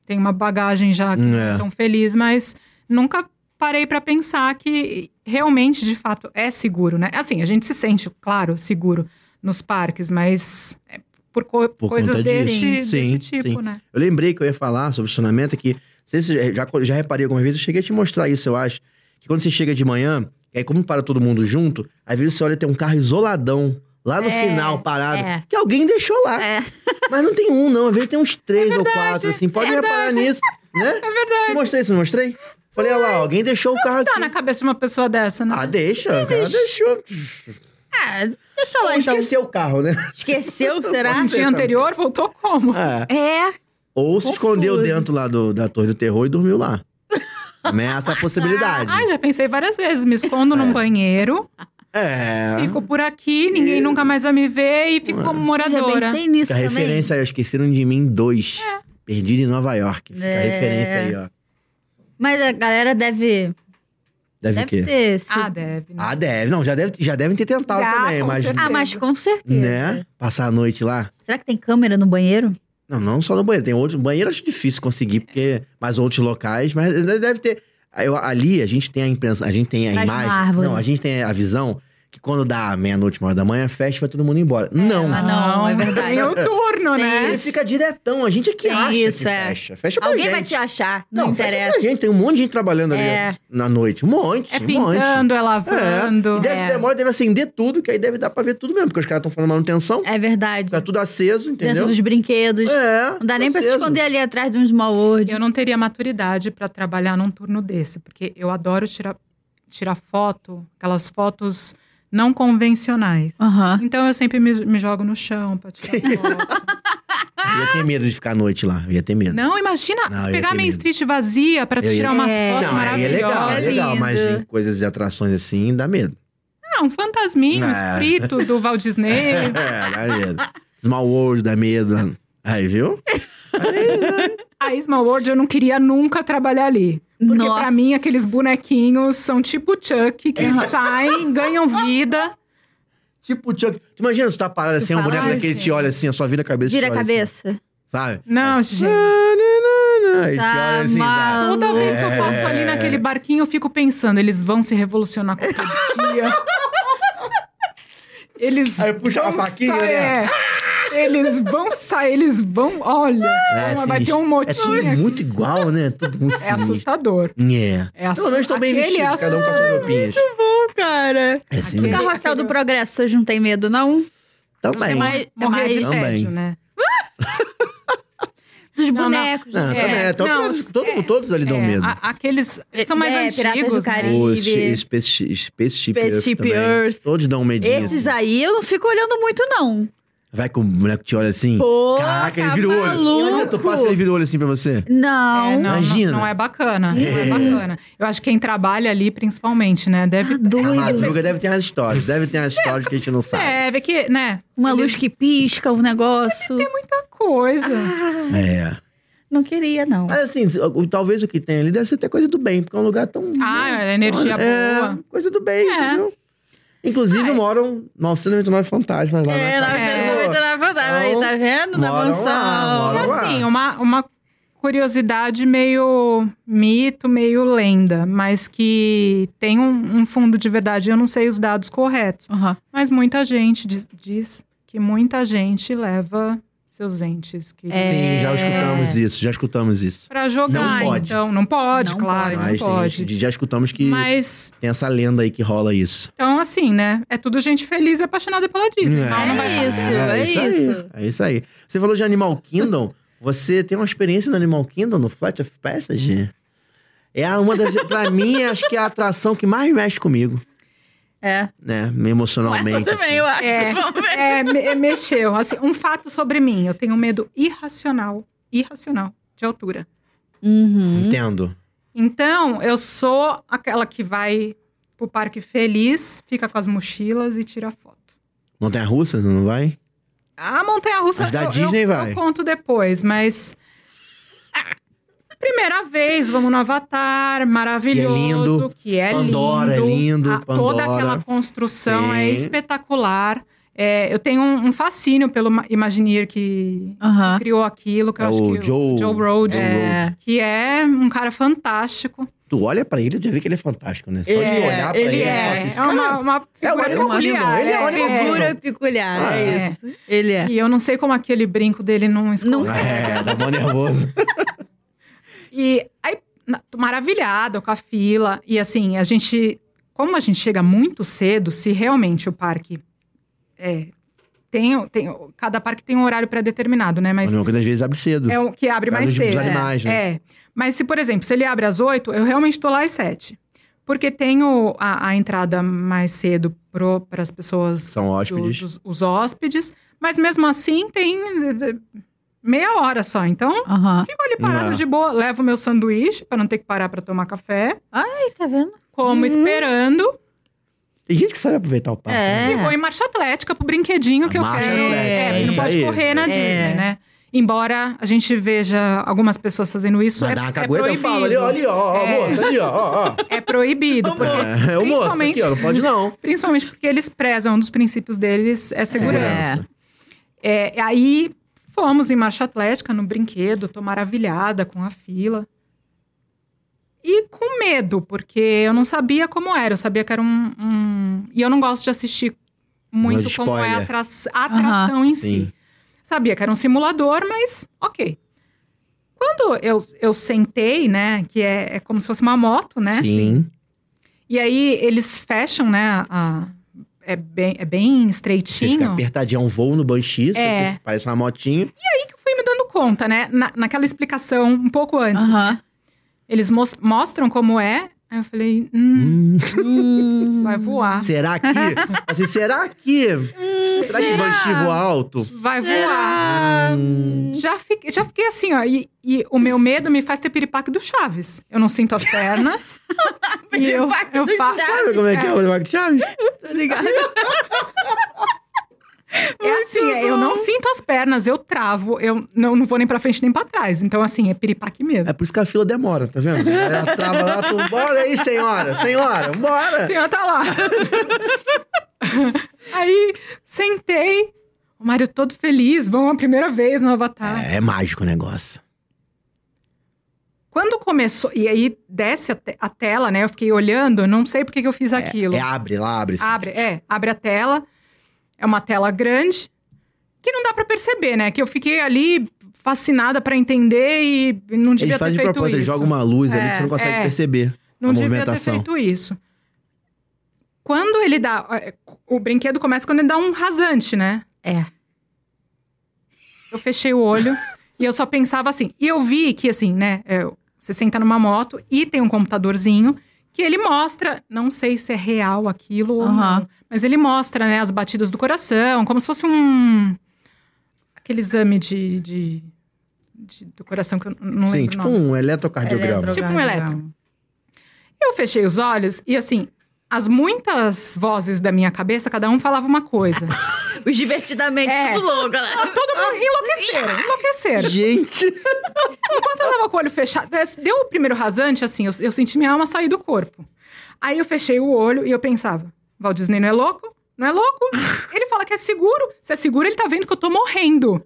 Speaker 3: tem uma bagagem já que não é
Speaker 2: É.
Speaker 3: tão feliz, mas nunca parei pra pensar que realmente, de fato, é seguro, né? Assim, a gente se sente, claro, seguro nos parques, mas é por, co-
Speaker 2: Por
Speaker 3: coisas
Speaker 2: conta disso.
Speaker 3: desse,
Speaker 2: Sim,
Speaker 3: desse
Speaker 2: sim,
Speaker 3: tipo,
Speaker 2: sim.
Speaker 3: né?
Speaker 2: Eu lembrei que eu ia falar sobre estacionamento que não sei se você já, já reparei algumas vezes, eu cheguei a te mostrar isso, eu acho. Que quando você chega de manhã, aí como para todo mundo junto, às vezes você olha tem um carro isoladão lá no
Speaker 1: É,
Speaker 2: final, parado,
Speaker 1: é.
Speaker 2: que alguém deixou lá.
Speaker 1: É.
Speaker 2: (laughs) Mas não tem um, não. Às vezes tem uns três ou quatro, assim. Pode
Speaker 1: é
Speaker 2: reparar nisso, né? É verdade. Te mostrei, isso, não mostrei? Falei, olha lá, alguém deixou o carro
Speaker 3: Tá
Speaker 2: aqui.
Speaker 3: na cabeça de uma pessoa dessa, né?
Speaker 2: Ah, deixa. o cara deixou.
Speaker 3: É,
Speaker 1: Ah, deixa lá
Speaker 2: Ou
Speaker 1: então.
Speaker 2: esqueceu o carro, né?
Speaker 3: (laughs)
Speaker 1: Esqueceu, será?
Speaker 3: no Um dia anterior, voltou como?
Speaker 2: É.
Speaker 1: É.
Speaker 2: Ou se
Speaker 1: Confuso.
Speaker 2: escondeu dentro lá do, da Torre do Terror e
Speaker 1: (laughs)
Speaker 2: dormiu lá. Também é essa a possibilidade.
Speaker 3: Ai, já pensei várias vezes. Me escondo num banheiro,
Speaker 2: É.
Speaker 3: fico por aqui, ninguém nunca mais vai me ver e fico como
Speaker 1: Eu já
Speaker 3: moradora.
Speaker 1: pensei nisso
Speaker 2: Fica a
Speaker 1: também.
Speaker 2: referência aí, ó, esqueceram de mim dois. Perdido em Nova York. Fica a
Speaker 1: É.
Speaker 2: referência aí, ó.
Speaker 1: Mas a galera deve,
Speaker 2: Deve, o
Speaker 1: deve
Speaker 2: quê?
Speaker 1: ter. né? se-
Speaker 3: Ah, deve, né?
Speaker 2: Ah, deve. Não, já, deve, já devem ter tentado
Speaker 3: Já,
Speaker 2: também,
Speaker 3: com
Speaker 2: mas.
Speaker 3: certeza.
Speaker 1: ah, mas com certeza.
Speaker 2: Né? Passar a noite lá.
Speaker 1: Será que tem câmera no banheiro?
Speaker 2: Não, não só no banheiro. Tem outros. Banheiro acho difícil conseguir, porque. Mas outros locais. Mas deve ter. Eu- ali a gente tem a imprensa, a gente tem a
Speaker 1: Traz uma
Speaker 2: imagem.
Speaker 1: árvore.
Speaker 2: Não, a gente tem a visão que quando dá meia-noite, uma hora da manhã, fecha e vai todo mundo embora. É, não.
Speaker 1: mas não, é
Speaker 2: Ah,
Speaker 1: verdade.
Speaker 3: Tem o turno,
Speaker 1: Tem
Speaker 3: né?
Speaker 2: Ele
Speaker 1: isso.
Speaker 2: fica diretão. A gente é que
Speaker 1: Tem
Speaker 2: acha
Speaker 1: isso,
Speaker 2: que
Speaker 1: é.
Speaker 2: fecha. Fecha pra
Speaker 1: Alguém
Speaker 2: gente.
Speaker 1: vai te achar, não,
Speaker 2: Não,
Speaker 1: interessa.
Speaker 2: Fecha pra gente. Tem um monte de gente trabalhando
Speaker 1: É.
Speaker 2: ali na noite. Um monte,
Speaker 3: É
Speaker 2: um monte.
Speaker 3: pintando, é
Speaker 2: É.
Speaker 3: lavando.
Speaker 2: E deve,
Speaker 1: É.
Speaker 2: demora, deve acender tudo, que aí deve dar pra ver tudo mesmo, porque os caras estão fazendo manutenção,
Speaker 1: É verdade.
Speaker 2: tá tudo aceso,
Speaker 1: Dentro
Speaker 2: entendeu?
Speaker 1: dos brinquedos.
Speaker 2: É,
Speaker 1: Não dá nem pra se
Speaker 2: aceso.
Speaker 1: esconder ali atrás de um small world.
Speaker 3: Eu não teria maturidade pra trabalhar num turno desse, porque eu adoro tirar, tirar foto, aquelas fotos não convencionais.
Speaker 1: Aham.
Speaker 3: Então eu sempre me, me jogo no chão pra tirar foto.
Speaker 2: Eu ia ter medo de ficar à noite lá, eu ia ter medo.
Speaker 3: não, imagina
Speaker 2: Não,
Speaker 3: se
Speaker 2: eu ia
Speaker 3: pegar
Speaker 2: ter
Speaker 3: Main
Speaker 2: medo.
Speaker 3: Street vazia pra
Speaker 2: Eu ia-
Speaker 3: tirar umas
Speaker 1: É.
Speaker 3: fotos
Speaker 2: Não, aí é legal, é
Speaker 3: maravilhosas.
Speaker 2: legal,
Speaker 1: lindo.
Speaker 2: mas em coisas e atrações assim, dá medo.
Speaker 3: Ah, um fantasminho, um
Speaker 2: É.
Speaker 3: espírito do Walt Disney.
Speaker 2: (laughs) É, dá medo. Small World dá medo. Aí, viu?
Speaker 3: A Small World eu não queria nunca trabalhar ali. Porque pra
Speaker 1: Nossa.
Speaker 3: mim aqueles bonequinhos são tipo Chuck, que saem, ganham vida.
Speaker 2: Tipo o Chuck. Tu imagina, tu tá parado assim, é um
Speaker 1: fala,
Speaker 2: boneco
Speaker 3: "Ai,
Speaker 2: daquele
Speaker 3: gente."
Speaker 2: te olha assim, a sua vira a cabeça. e
Speaker 1: Gira
Speaker 2: te
Speaker 1: a
Speaker 2: olha assim,
Speaker 1: cabeça.
Speaker 2: sabe?
Speaker 3: Não, gente.
Speaker 2: Nananana, e te olha
Speaker 1: Tá
Speaker 2: assim, dá.
Speaker 1: maluco.
Speaker 3: Toda vez que eu
Speaker 2: É.
Speaker 3: passo ali naquele barquinho, eu fico pensando, eles vão se revolucionar com o
Speaker 2: (laughs)
Speaker 3: dia. Eles
Speaker 2: Aí puxa a
Speaker 3: vão
Speaker 2: faquinha,
Speaker 3: sair,
Speaker 2: né?
Speaker 3: é. Eles vão sair, eles vão. Olha,
Speaker 2: É,
Speaker 3: vai
Speaker 2: sinistro.
Speaker 3: ter um
Speaker 2: É
Speaker 3: motim.
Speaker 2: tudo muito igual, né? Tudo muito
Speaker 3: (laughs) É
Speaker 2: sinistro.
Speaker 3: assustador.
Speaker 2: É.
Speaker 3: É
Speaker 2: Pelo menos
Speaker 3: assustador.
Speaker 2: estão bem
Speaker 3: Aquele é
Speaker 2: vestidos, cada um com as suas roupinhas.
Speaker 1: Cara.
Speaker 2: É
Speaker 3: Aquele-
Speaker 1: O
Speaker 2: sinistro.
Speaker 1: carrossel do progresso, vocês não têm medo, não? É
Speaker 2: Também.
Speaker 1: mais, é
Speaker 3: Morrer de
Speaker 1: mais
Speaker 2: Também.
Speaker 3: tédio, né?
Speaker 1: dos
Speaker 3: Não, não.
Speaker 1: bonecos.
Speaker 2: Não,
Speaker 1: dos
Speaker 2: também é. Então,
Speaker 3: Não,
Speaker 2: todos- todo, todos ali dão
Speaker 3: É,
Speaker 2: um medo.
Speaker 3: a- aqueles são mais
Speaker 1: É, Piratas do
Speaker 3: antigos, né?
Speaker 1: Caribe.
Speaker 2: Os chi- Space, Space Ship
Speaker 1: Space
Speaker 2: Earth
Speaker 1: Ship
Speaker 2: também.
Speaker 1: Earth.
Speaker 2: Todos dão um medinho.
Speaker 1: Esses
Speaker 2: assim.
Speaker 1: aí eu não fico olhando muito, não.
Speaker 2: Vai com o boneco te olha assim.
Speaker 1: Pô,
Speaker 2: Caraca, ele
Speaker 1: tá
Speaker 2: vira o olho.
Speaker 1: maluco.
Speaker 2: Imagina, tu passa, ele vira o olho assim pra você.
Speaker 1: Não.
Speaker 3: É, não, não-
Speaker 2: Imagina.
Speaker 3: Não, é bacana. Não é bacana. Eu acho que quem trabalha ali, principalmente, né? Deve.
Speaker 2: A
Speaker 1: Doido.
Speaker 2: madruga deve ter as histórias. Deve ter as histórias que a gente
Speaker 3: (laughs) É.
Speaker 2: não sabe.
Speaker 3: Deve que, né?
Speaker 1: Uma luz que pisca, um negócio.
Speaker 3: Muita coisa.
Speaker 2: É.
Speaker 1: Não queria, não.
Speaker 2: Mas assim, o- talvez o que tem ali deve ser até coisa do bem, porque é um lugar tão.
Speaker 3: Ah, é energia
Speaker 2: É,
Speaker 3: boa.
Speaker 2: Coisa do bem,
Speaker 3: É.
Speaker 2: entendeu? Inclusive, moram 999 fantasmas lá né,
Speaker 1: É,
Speaker 2: na casa.
Speaker 1: não, não,
Speaker 2: Então,
Speaker 1: tá vendo? Na
Speaker 2: moram lá,
Speaker 1: mansão.
Speaker 3: E
Speaker 2: moram lá.
Speaker 3: assim, uma, uma curiosidade meio mito, meio lenda, mas que tem um, um fundo de verdade. Eu não sei os dados corretos,
Speaker 1: Aham.
Speaker 3: mas muita gente diz, diz que muita gente leva seus entes queridos
Speaker 1: É.
Speaker 2: Sim, já escutamos isso, já escutamos isso.
Speaker 3: pra jogar.
Speaker 2: Não pode.
Speaker 3: Então, não pode,
Speaker 1: Não
Speaker 3: claro,
Speaker 2: Mas
Speaker 3: não
Speaker 2: tem
Speaker 3: pode.
Speaker 2: gente- já escutamos que
Speaker 3: Mas
Speaker 2: tem essa lenda aí que rola isso.
Speaker 3: Então, assim, né? É tudo gente feliz e apaixonada pela Disney.
Speaker 2: É.
Speaker 3: Mal não vai
Speaker 1: É isso, é
Speaker 2: aí,
Speaker 1: isso.
Speaker 2: é isso aí. Você falou de Animal
Speaker 3: (laughs)
Speaker 2: Kingdom. Você tem uma experiência no Animal Kingdom, no Flight of Passage? É a- uma das. pra (laughs) mim, acho que é a atração que mais mexe comigo,
Speaker 1: É.
Speaker 2: né? Emocionalmente. assim.
Speaker 1: eu acho.
Speaker 3: É.
Speaker 1: Vamos ver.
Speaker 3: É, me- é, mexeu. Assim, um fato sobre mim. Eu tenho medo irracional, irracional, de altura.
Speaker 1: Uhum.
Speaker 2: Entendo.
Speaker 3: Então, eu sou aquela que vai pro parque feliz, fica com as mochilas e tira foto.
Speaker 2: Montanha russa, não vai?
Speaker 3: A Montanha Russa
Speaker 2: Mas da
Speaker 3: eu,
Speaker 2: Disney
Speaker 3: eu-
Speaker 2: vai.
Speaker 3: eu conto depois, mas. Ah, Primeira vez, vamos no Avatar,
Speaker 2: Que é
Speaker 3: maravilhoso,
Speaker 2: lindo.
Speaker 3: que é
Speaker 2: Pandora é
Speaker 3: lindo.
Speaker 2: lindo,
Speaker 3: A- toda
Speaker 2: Pandora.
Speaker 3: aquela construção é
Speaker 2: Sim.
Speaker 3: espetacular. É, eu tenho um, um fascínio pelo Ma- Imagineer que
Speaker 1: Aham.
Speaker 3: criou aquilo, que eu
Speaker 2: Ah. É
Speaker 3: acho
Speaker 2: o
Speaker 3: que
Speaker 2: Joe-
Speaker 3: o Joe Road,
Speaker 2: Joe É.
Speaker 3: que é um cara fantástico.
Speaker 2: Tu olha pra ele, tu já vê que ele é fantástico, né? Só
Speaker 1: Ele
Speaker 2: de
Speaker 1: é,
Speaker 2: olhar pra ele,
Speaker 1: ele
Speaker 2: ele
Speaker 1: é.
Speaker 2: fala assim, esse
Speaker 3: é
Speaker 2: cara
Speaker 3: uma, uma figura
Speaker 2: Oliver Morgan,
Speaker 3: peculiar.
Speaker 2: ele é
Speaker 3: é,
Speaker 2: Oliver Morgan.
Speaker 1: Figura peculiar,
Speaker 2: Ah,
Speaker 1: é
Speaker 2: é.
Speaker 1: isso. Ele é.
Speaker 3: E eu não sei como aquele brinco dele não esconde.
Speaker 1: Não
Speaker 2: É, dá mó nervoso.
Speaker 3: E aí, na- tô maravilhada com a fila. E assim, a gente. Como a gente chega muito cedo, se realmente o parque. É, tem, o- tem, o- cada parque tem um horário pré-determinado, né? (laughs) Mas
Speaker 2: Mas... Não, que às vezes abre cedo.
Speaker 3: é o que abre
Speaker 2: Por causa
Speaker 3: mais
Speaker 2: dos- dos
Speaker 3: cedo.
Speaker 2: animais, né?
Speaker 3: É. Mas se, por exemplo, se ele abre às 8, eu realmente tô lá às 7. Porque tem o- a, a entrada mais cedo para as pessoas
Speaker 2: São
Speaker 3: do-
Speaker 2: hóspedes.
Speaker 3: dos- os hóspedes, mas mesmo assim tem eh, meia hora só. Então,
Speaker 1: Aham.
Speaker 3: fico ali parado
Speaker 2: É.
Speaker 3: de boa, levo meu sanduíche para não ter que parar para tomar café,
Speaker 1: Aí, tá vendo?
Speaker 3: como esperando,
Speaker 2: Tem gente que sabe aproveitar o parque.
Speaker 1: É.
Speaker 2: né?
Speaker 3: e vou em marcha atlética pro brinquedinho que eu
Speaker 2: Marcha
Speaker 3: quero.
Speaker 2: atlética,
Speaker 3: É,
Speaker 2: é
Speaker 3: porque não
Speaker 2: isso
Speaker 3: pode
Speaker 2: aí.
Speaker 3: correr na
Speaker 2: É.
Speaker 3: Disney, né? Embora a gente veja algumas pessoas fazendo isso,
Speaker 2: Mas
Speaker 3: é,
Speaker 2: dá uma
Speaker 3: é
Speaker 2: cagueta, eu
Speaker 3: proibido.
Speaker 2: falo ali, ó, ali, ó, ó,
Speaker 3: É.
Speaker 2: moça, ali, ó,
Speaker 3: (laughs)
Speaker 2: ó, ó.
Speaker 3: É proibido, porque
Speaker 2: É, o moço, aqui,
Speaker 3: principalmente,
Speaker 2: ó, não pode não.
Speaker 3: principalmente porque eles prezam, um dos princípios deles é segurança.
Speaker 2: Segurança.
Speaker 3: É, aí fomos em marcha atlética no brinquedo, tô maravilhada com a fila. E com medo, porque eu não sabia como era, eu sabia que era um. um- E eu não gosto de assistir muito
Speaker 2: Mas
Speaker 3: como é a,
Speaker 2: spoiler.
Speaker 3: atra- a atração em
Speaker 2: Sim.
Speaker 3: si. Sabia que era um simulador, mas ok. Quando eu, eu sentei, né, que é, é como se fosse uma moto, né?
Speaker 2: Sim.
Speaker 3: E aí eles fecham, né? a- é, bem, é bem
Speaker 2: Você fica
Speaker 3: estreitinho.
Speaker 2: apertadinho, é um voo no banchista,
Speaker 3: É.
Speaker 2: que parece uma motinha.
Speaker 3: fui me dando conta, né? na- naquela explicação um pouco antes.
Speaker 1: Aham.
Speaker 3: Eles mos- mostram como é. Aí eu falei, hum,
Speaker 2: Hum,
Speaker 3: (laughs) vai voar.
Speaker 2: será
Speaker 3: (laughs)
Speaker 2: que? assim, será que?
Speaker 3: Hum,
Speaker 2: será, que o banshee voa alto?
Speaker 3: Vai voar.
Speaker 1: Hum.
Speaker 3: Já, fiquei, já fiquei assim, ó. E, e o meu medo me faz ter piripaque do Chaves. Eu não sinto
Speaker 1: (laughs)
Speaker 3: as pernas. e eu,
Speaker 1: Piripaque
Speaker 3: eu
Speaker 1: do
Speaker 3: faço.
Speaker 2: Sabe como é que é o Olivac Chaves?
Speaker 1: Tô ligado.
Speaker 3: É assim, é, eu não sinto as pernas, eu travo, eu não, não vou nem pra frente nem pra trás. Então, assim, é piripaque mesmo.
Speaker 2: É por isso que a fila demora, tá vendo? Ela trava lá, tu, bora aí, senhora, senhora,
Speaker 3: A
Speaker 2: bora!
Speaker 3: senhora tá lá. (laughs) Aí, sentei. O Mário todo feliz, vamos a primeira vez no Avatar.
Speaker 2: É, é mágico o negócio.
Speaker 3: Quando começou, e aí desce a, te- a tela, né? Eu fiquei olhando, não sei porque que eu fiz aquilo.
Speaker 2: É, abre, lá abre. assim.
Speaker 3: Abre, é, abre a tela. É uma tela grande que não dá pra perceber, né? Que eu fiquei ali fascinada pra entender e não
Speaker 2: Eles
Speaker 3: devia ter
Speaker 2: fazem de
Speaker 3: feito
Speaker 2: propósito, eles
Speaker 3: isso.
Speaker 2: jogam uma luz ali que você não consegue
Speaker 3: é.
Speaker 2: perceber.
Speaker 3: Não
Speaker 2: a
Speaker 3: devia ter
Speaker 2: movimentação.
Speaker 3: feito isso. Quando ele dá. é, O brinquedo começa quando ele dá um rasante, né?
Speaker 1: É.
Speaker 3: Eu fechei o
Speaker 2: (laughs)
Speaker 3: olho e eu só pensava assim. E eu vi que, assim, né? é, você senta numa moto e tem um computadorzinho que ele mostra. Não sei se é real aquilo ou
Speaker 1: Aham.
Speaker 3: não, mas ele mostra, né? As batidas do coração, como se fosse um. Aquele exame de. de- de- do coração que eu não
Speaker 2: Sim,
Speaker 3: lembro
Speaker 2: tipo
Speaker 3: o nome.
Speaker 2: um eletrocardiograma.
Speaker 3: Tipo um elétron. Eu fechei os olhos e assim, as muitas vozes da minha cabeça, cada um falava uma coisa.
Speaker 1: Os divertidamente,
Speaker 3: É.
Speaker 1: tudo louco, galera.
Speaker 3: Todo mundo enlouqueceram, enlouqueceram. (laughs)
Speaker 2: Gente!
Speaker 3: Enquanto eu tava com o olho fechado, parece- deu o primeiro rasante, assim, eu, eu senti minha alma sair do corpo. Aí eu fechei o olho e eu pensava, Walt Disney não é louco? Não
Speaker 2: (laughs)
Speaker 3: é louco? Ele fala que é seguro. Se é seguro, ele tá vendo que eu tô
Speaker 2: (laughs)
Speaker 3: morrendo.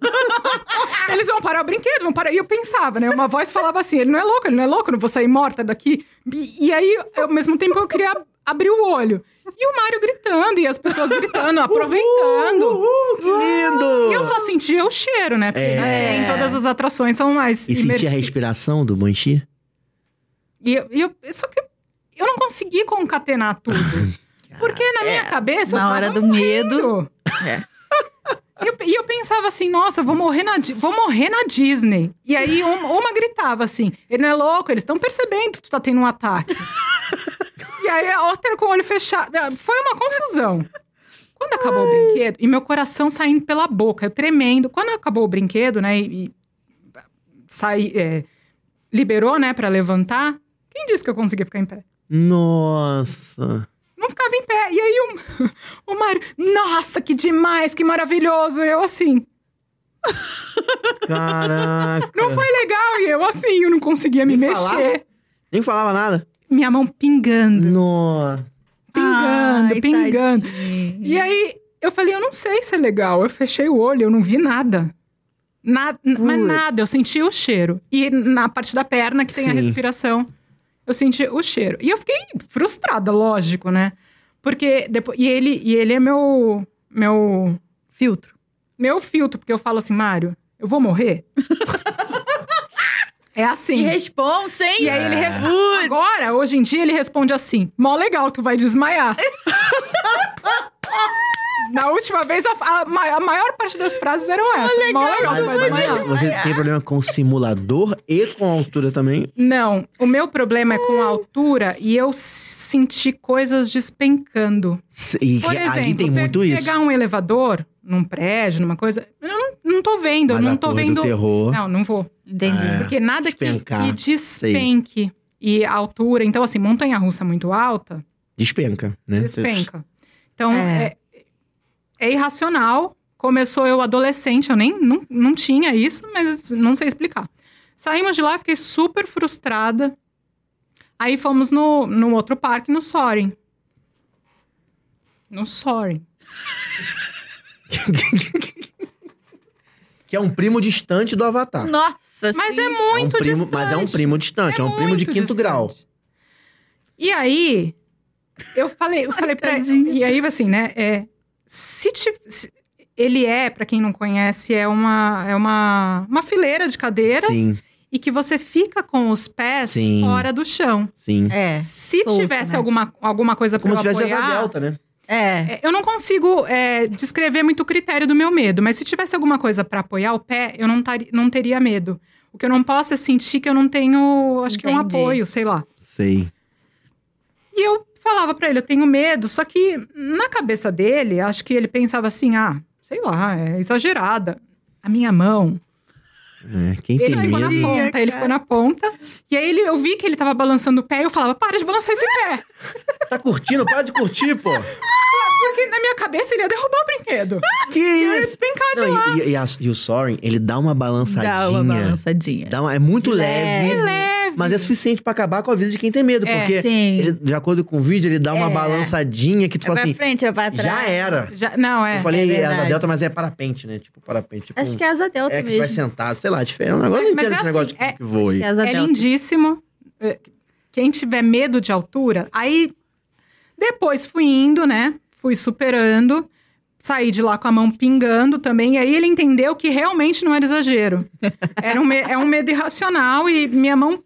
Speaker 3: Eles vão parar o brinquedo, vão parar. E eu pensava, né? Uma voz falava assim: ele não é louco, ele não é louco, eu não vou sair morta daqui. E, e aí, eu- ao mesmo tempo, eu queria ab- abrir o olho. E o Mário gritando, e as pessoas gritando, aproveitando.
Speaker 2: Uhul, que lindo!
Speaker 3: E eu só sentia o cheiro, né? Porque
Speaker 2: É.
Speaker 3: eles têm todas as atrações são mais
Speaker 2: E sentir a
Speaker 3: imersivas.
Speaker 2: respiração do Banshee?
Speaker 3: E eu, e eu- só que eu não consegui
Speaker 1: (laughs)
Speaker 3: concatenar tudo. Porque na minha cabeça eu
Speaker 1: É, Na
Speaker 3: tava
Speaker 1: hora do medo. é.
Speaker 3: morrendo. E (laughs) eu- e eu pensava assim, nossa, eu vou morrer na, Di- vou morrer na Disney. E aí um- uma gritava assim, ele não é louco, eles estão percebendo que tu tá tendo
Speaker 1: (laughs)
Speaker 3: um ataque. e aí a outra com o olho fechado. eh, Foi uma confusão. Quando acabou o brinquedo, e meu coração saindo pela boca, eu tremendo. Quando acabou o brinquedo, né, e, e saí, é, liberou, né, pra levantar, quem disse que eu conseguia ficar em pé?
Speaker 2: Nossa!
Speaker 3: não ficava em pé. E aí o, (laughs) o Mário, nossa, que demais, que maravilhoso. Eu assim,
Speaker 2: Caraca.
Speaker 3: não foi legal. E eu assim, eu não conseguia me
Speaker 2: Nem
Speaker 3: mexer.
Speaker 2: falava? Nem falava nada.
Speaker 3: Minha mão pingando,
Speaker 2: Nossa.
Speaker 3: pingando,
Speaker 1: Ai,
Speaker 3: pingando.
Speaker 1: tadinho.
Speaker 3: E aí eu falei, eu não sei se é legal. Eu fechei o olho, eu não vi nada. Nada, mas
Speaker 1: Putz.
Speaker 3: nada, eu senti o cheiro. E na parte da perna que tem a
Speaker 2: Sim.
Speaker 3: respiração, eu senti o cheiro. E eu fiquei frustrada, lógico, né? Porque depois e ele e ele é meu meu
Speaker 1: Filtro.
Speaker 3: meu filtro, porque eu falo assim, Mário, eu vou morrer? é
Speaker 1: Que
Speaker 3: assim.
Speaker 1: responsa, hein?
Speaker 3: E aí ele
Speaker 2: Ah,
Speaker 3: re-
Speaker 1: Putz.
Speaker 3: Agora, hoje em dia, ele responde assim: mó legal, tu vai (laughs) desmaiar. Na última vez, a, a ma- a maior parte das frases eram essas. mó legal, tu vai
Speaker 2: Mas
Speaker 3: desmaiar.
Speaker 2: você tem problema com simulador e com altura também?
Speaker 3: Não, o meu problema é com a altura e eu s- senti coisas despencando.
Speaker 2: E
Speaker 3: Por exemplo,
Speaker 2: ali tem
Speaker 3: pe-
Speaker 2: muito isso.
Speaker 3: pegar um elevador num prédio, numa coisa, eu não, não tô vendo,
Speaker 2: Mas
Speaker 3: eu
Speaker 2: a
Speaker 3: não tô
Speaker 2: torre
Speaker 3: vendo.
Speaker 2: do terror.
Speaker 3: Não, não vou.
Speaker 1: Entendi.
Speaker 2: É.
Speaker 3: Porque nada que,
Speaker 2: despencar,
Speaker 3: que despenque e a altura. Então, assim, montanha-russa muito alta,
Speaker 2: Despenca, né?
Speaker 3: despenca. Então,
Speaker 1: É.
Speaker 3: é. é irracional. Começou eu adolescente, eu nem não, não tinha isso, mas não sei explicar. Saímos de lá, fiquei super frustrada. Aí fomos no, no outro parque, no Soren. No Soren.
Speaker 2: Que é um primo distante do Avatar.
Speaker 1: Nossa,
Speaker 3: Mas
Speaker 1: sim.
Speaker 3: é
Speaker 2: É um
Speaker 3: muito
Speaker 2: primo,
Speaker 3: distante.
Speaker 2: Mas é um primo distante, é, um primo de
Speaker 3: muito
Speaker 2: quinto
Speaker 3: distante.
Speaker 2: grau.
Speaker 3: E aí, eu
Speaker 2: (laughs)
Speaker 3: falei, eu falei pra
Speaker 1: tadinho.
Speaker 3: E aí, assim, né? É, se, ti- se- ele é, pra quem não conhece, é uma, é uma, uma fileira de cadeiras
Speaker 2: Sim,
Speaker 3: e que você fica com os pés
Speaker 2: Sim.
Speaker 3: fora do chão.
Speaker 2: sim.
Speaker 1: É.
Speaker 3: se
Speaker 1: solto,
Speaker 3: tivesse
Speaker 1: né?
Speaker 3: alguma, alguma coisa pra
Speaker 2: Como
Speaker 3: eu
Speaker 2: se tivesse
Speaker 3: apoiar,
Speaker 2: asa delta, né?
Speaker 1: É.
Speaker 3: é, Eu não consigo é, descrever muito o critério do meu medo, mas se tivesse alguma coisa pra apoiar o pé, eu não, tari- não teria medo. O que eu não posso é sentir que eu não tenho, acho que um
Speaker 1: Entendi.
Speaker 3: apoio, sei lá.
Speaker 2: Sei.
Speaker 3: E eu falava pra ele, eu tenho medo, só que na cabeça dele, acho que ele pensava assim, ah, sei lá, é exagerada. A minha mão.
Speaker 2: É, quem
Speaker 3: Ele
Speaker 2: tem
Speaker 3: ficou na
Speaker 2: medo.
Speaker 3: ponta, ele ficou na ponta. E aí ele, eu vi que ele tava balançando o pé e eu falava, para de balançar esse pé.
Speaker 2: Tá curtindo? Para de curtir, pô.
Speaker 3: Porque na minha cabeça ele ia derrubar o brinquedo.
Speaker 2: Que
Speaker 3: Eu ia
Speaker 2: isso?
Speaker 3: despencar de
Speaker 2: Não,
Speaker 3: lá.
Speaker 2: e, e- e a- e o Soren, ele dá uma balançadinha.
Speaker 1: Dá uma balançadinha.
Speaker 2: Dá uma- é muito leve,
Speaker 1: leve.
Speaker 3: Leve.
Speaker 2: mas é suficiente pra acabar com a vida de quem tem medo.
Speaker 3: É,
Speaker 2: porque,
Speaker 1: Sim.
Speaker 2: ele, de acordo com o vídeo, ele dá uma
Speaker 1: É.
Speaker 2: balançadinha que tu
Speaker 1: É
Speaker 2: fala
Speaker 1: pra
Speaker 2: assim,
Speaker 1: frente, é pra trás.
Speaker 2: já era.
Speaker 3: Já- não, é.
Speaker 2: Eu falei
Speaker 1: é
Speaker 2: é asa
Speaker 1: verdade.
Speaker 2: delta, mas é parapente, né? Tipo, parapente. Tipo,
Speaker 1: Acho que é asa delta
Speaker 2: é que tu
Speaker 1: mesmo.
Speaker 2: vai sentado, sei lá. Diferente. Eu não
Speaker 3: Mas
Speaker 2: entendo
Speaker 3: é
Speaker 2: esse negócio
Speaker 3: assim, é-
Speaker 2: de que voa aí.
Speaker 1: É asa
Speaker 3: é
Speaker 1: delta.
Speaker 3: lindíssimo. É, Quem tiver medo de altura, aí depois fui indo, né? Fui superando. Saí de lá com a mão pingando também. E aí ele entendeu que realmente não era (laughs) exagero. Era um, me- é um medo irracional e minha mão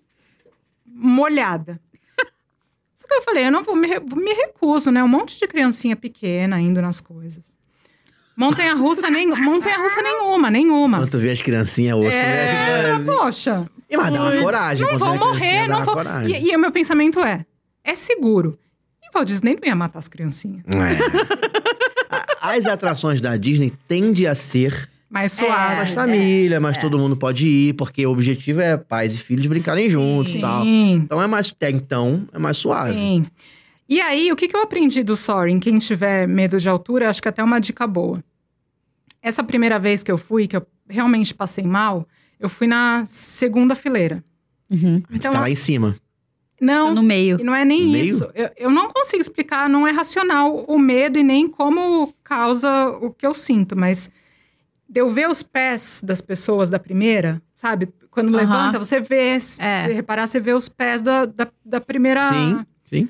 Speaker 3: molhada. Só que eu falei, eu não vou me, re- me recuso, né? Um monte de criancinha pequena indo nas coisas. Montanha russa, nem, montanha russa nenhuma, nenhuma.
Speaker 2: Quando tu vê as criancinhas, osso,
Speaker 3: (laughs) É,
Speaker 2: né?
Speaker 3: poxa.
Speaker 2: E, mas dá uma
Speaker 1: Putz,
Speaker 2: coragem.
Speaker 3: Não
Speaker 2: quando tu vê
Speaker 3: vou
Speaker 2: a criancinha, dá
Speaker 3: morrer, não
Speaker 2: uma
Speaker 3: vou.
Speaker 2: coragem.
Speaker 3: E, e o meu pensamento é: é seguro. E Walt Disney não ia matar as criancinhas.
Speaker 2: A-
Speaker 3: (laughs)
Speaker 2: As atrações da Disney tendem a ser
Speaker 3: Mas suave.
Speaker 2: mais
Speaker 1: é,
Speaker 2: família, mas tá todo mundo pode ir, porque o objetivo é pais e filhos brincarem juntos e tal.
Speaker 3: Sim,
Speaker 2: Então é mais. Até então, é mais suave.
Speaker 3: sim. E aí, o que, que eu aprendi do Soaring? Quem tiver medo de altura, acho que até é uma dica boa. Essa primeira vez que eu fui, que eu realmente passei mal, eu fui na segunda fileira.
Speaker 1: Uhum.
Speaker 2: A gente
Speaker 3: Então,
Speaker 2: tá lá em cima.
Speaker 3: Não,
Speaker 1: Tá No meio.
Speaker 3: E não é nem
Speaker 2: No meio?
Speaker 3: isso. Eu, eu não consigo explicar, não é racional o medo e nem como causa o que eu sinto, mas de eu ver os pés das pessoas da primeira, sabe? Quando
Speaker 1: Aham.
Speaker 3: levanta, você vê, se
Speaker 1: É.
Speaker 3: você reparar, você vê os pés da, da, da primeira.
Speaker 2: Sim, sim.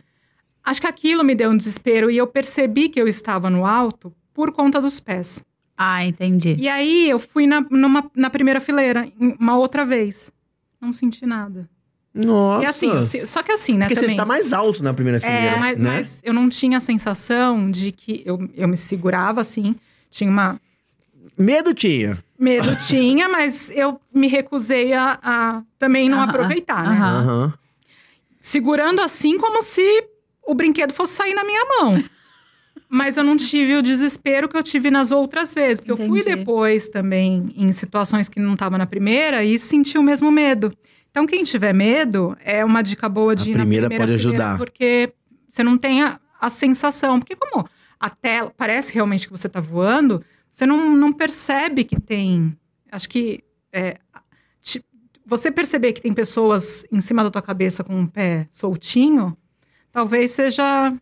Speaker 3: Acho que aquilo me deu um desespero e eu percebi que eu estava no alto por conta dos pés.
Speaker 1: Ah, entendi.
Speaker 3: E aí eu fui na, numa- na primeira fileira, em- uma outra vez. Não senti nada.
Speaker 2: Nossa.
Speaker 3: E assim, eu se- só que assim, né?
Speaker 2: porque
Speaker 3: também.
Speaker 2: você tá mais alto na primeira fileira,
Speaker 3: É, mas,
Speaker 2: né?
Speaker 3: mas eu não tinha a sensação de que eu, eu me segurava assim. Tinha uma.
Speaker 2: Medo tinha.
Speaker 1: (laughs)
Speaker 3: Medo tinha, mas eu me recusei a, a também não
Speaker 1: Aham,
Speaker 3: aproveitar, né?
Speaker 1: aham. Ah.
Speaker 2: Aham.
Speaker 3: Segurando assim como se o brinquedo fosse sair na minha mão. Mas eu não tive o desespero que eu tive nas outras vezes. Porque eu fui
Speaker 1: Entendi.
Speaker 3: depois também em situações que não estava na primeira e senti o mesmo medo. Então, quem tiver medo, é uma dica boa de ir na
Speaker 2: primeira
Speaker 3: primeira
Speaker 2: pode
Speaker 3: fileira,
Speaker 2: ajudar.
Speaker 3: Porque você não tem a, a sensação. Porque como a tela parece realmente que você está voando, você não, não percebe que tem. Acho que é, ti- você perceber que tem pessoas em cima da tua cabeça com o pé soltinho, talvez seja.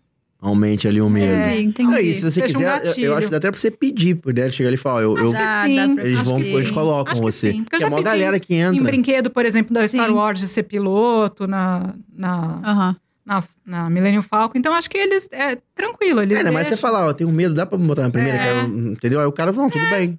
Speaker 2: Aumente ali o medo.
Speaker 1: Entendi, entendi.
Speaker 2: Aí, se você
Speaker 3: Seja um
Speaker 2: quiser, eu- eu,
Speaker 3: gatilho.
Speaker 2: acho que dá até pra você pedir pro Délio chegar ali e falar, eu, eu-
Speaker 3: que
Speaker 1: Ah,
Speaker 3: sim.
Speaker 1: dá pra-
Speaker 2: eles
Speaker 3: acho
Speaker 2: vão,
Speaker 3: que sim.
Speaker 2: eles colocam
Speaker 3: Acho que
Speaker 2: você.
Speaker 3: sim, porque eu
Speaker 2: Porque é
Speaker 3: já
Speaker 2: uma
Speaker 3: pedi
Speaker 2: galera que
Speaker 3: Em
Speaker 2: entra.
Speaker 3: brinquedo, por exemplo, da Star
Speaker 1: Sim. Ah,
Speaker 3: Wars de ser piloto, na, na,
Speaker 1: Aham.
Speaker 3: na, na Millennium Falcon. Então, acho que eles. É tranquilo, eles.
Speaker 2: Ainda mais né, você
Speaker 3: deixam.
Speaker 2: falar, ó, eu tenho medo, dá pra botar na primeira,
Speaker 3: É.
Speaker 2: cara, eu- entendeu? Aí o cara, não, tudo bem.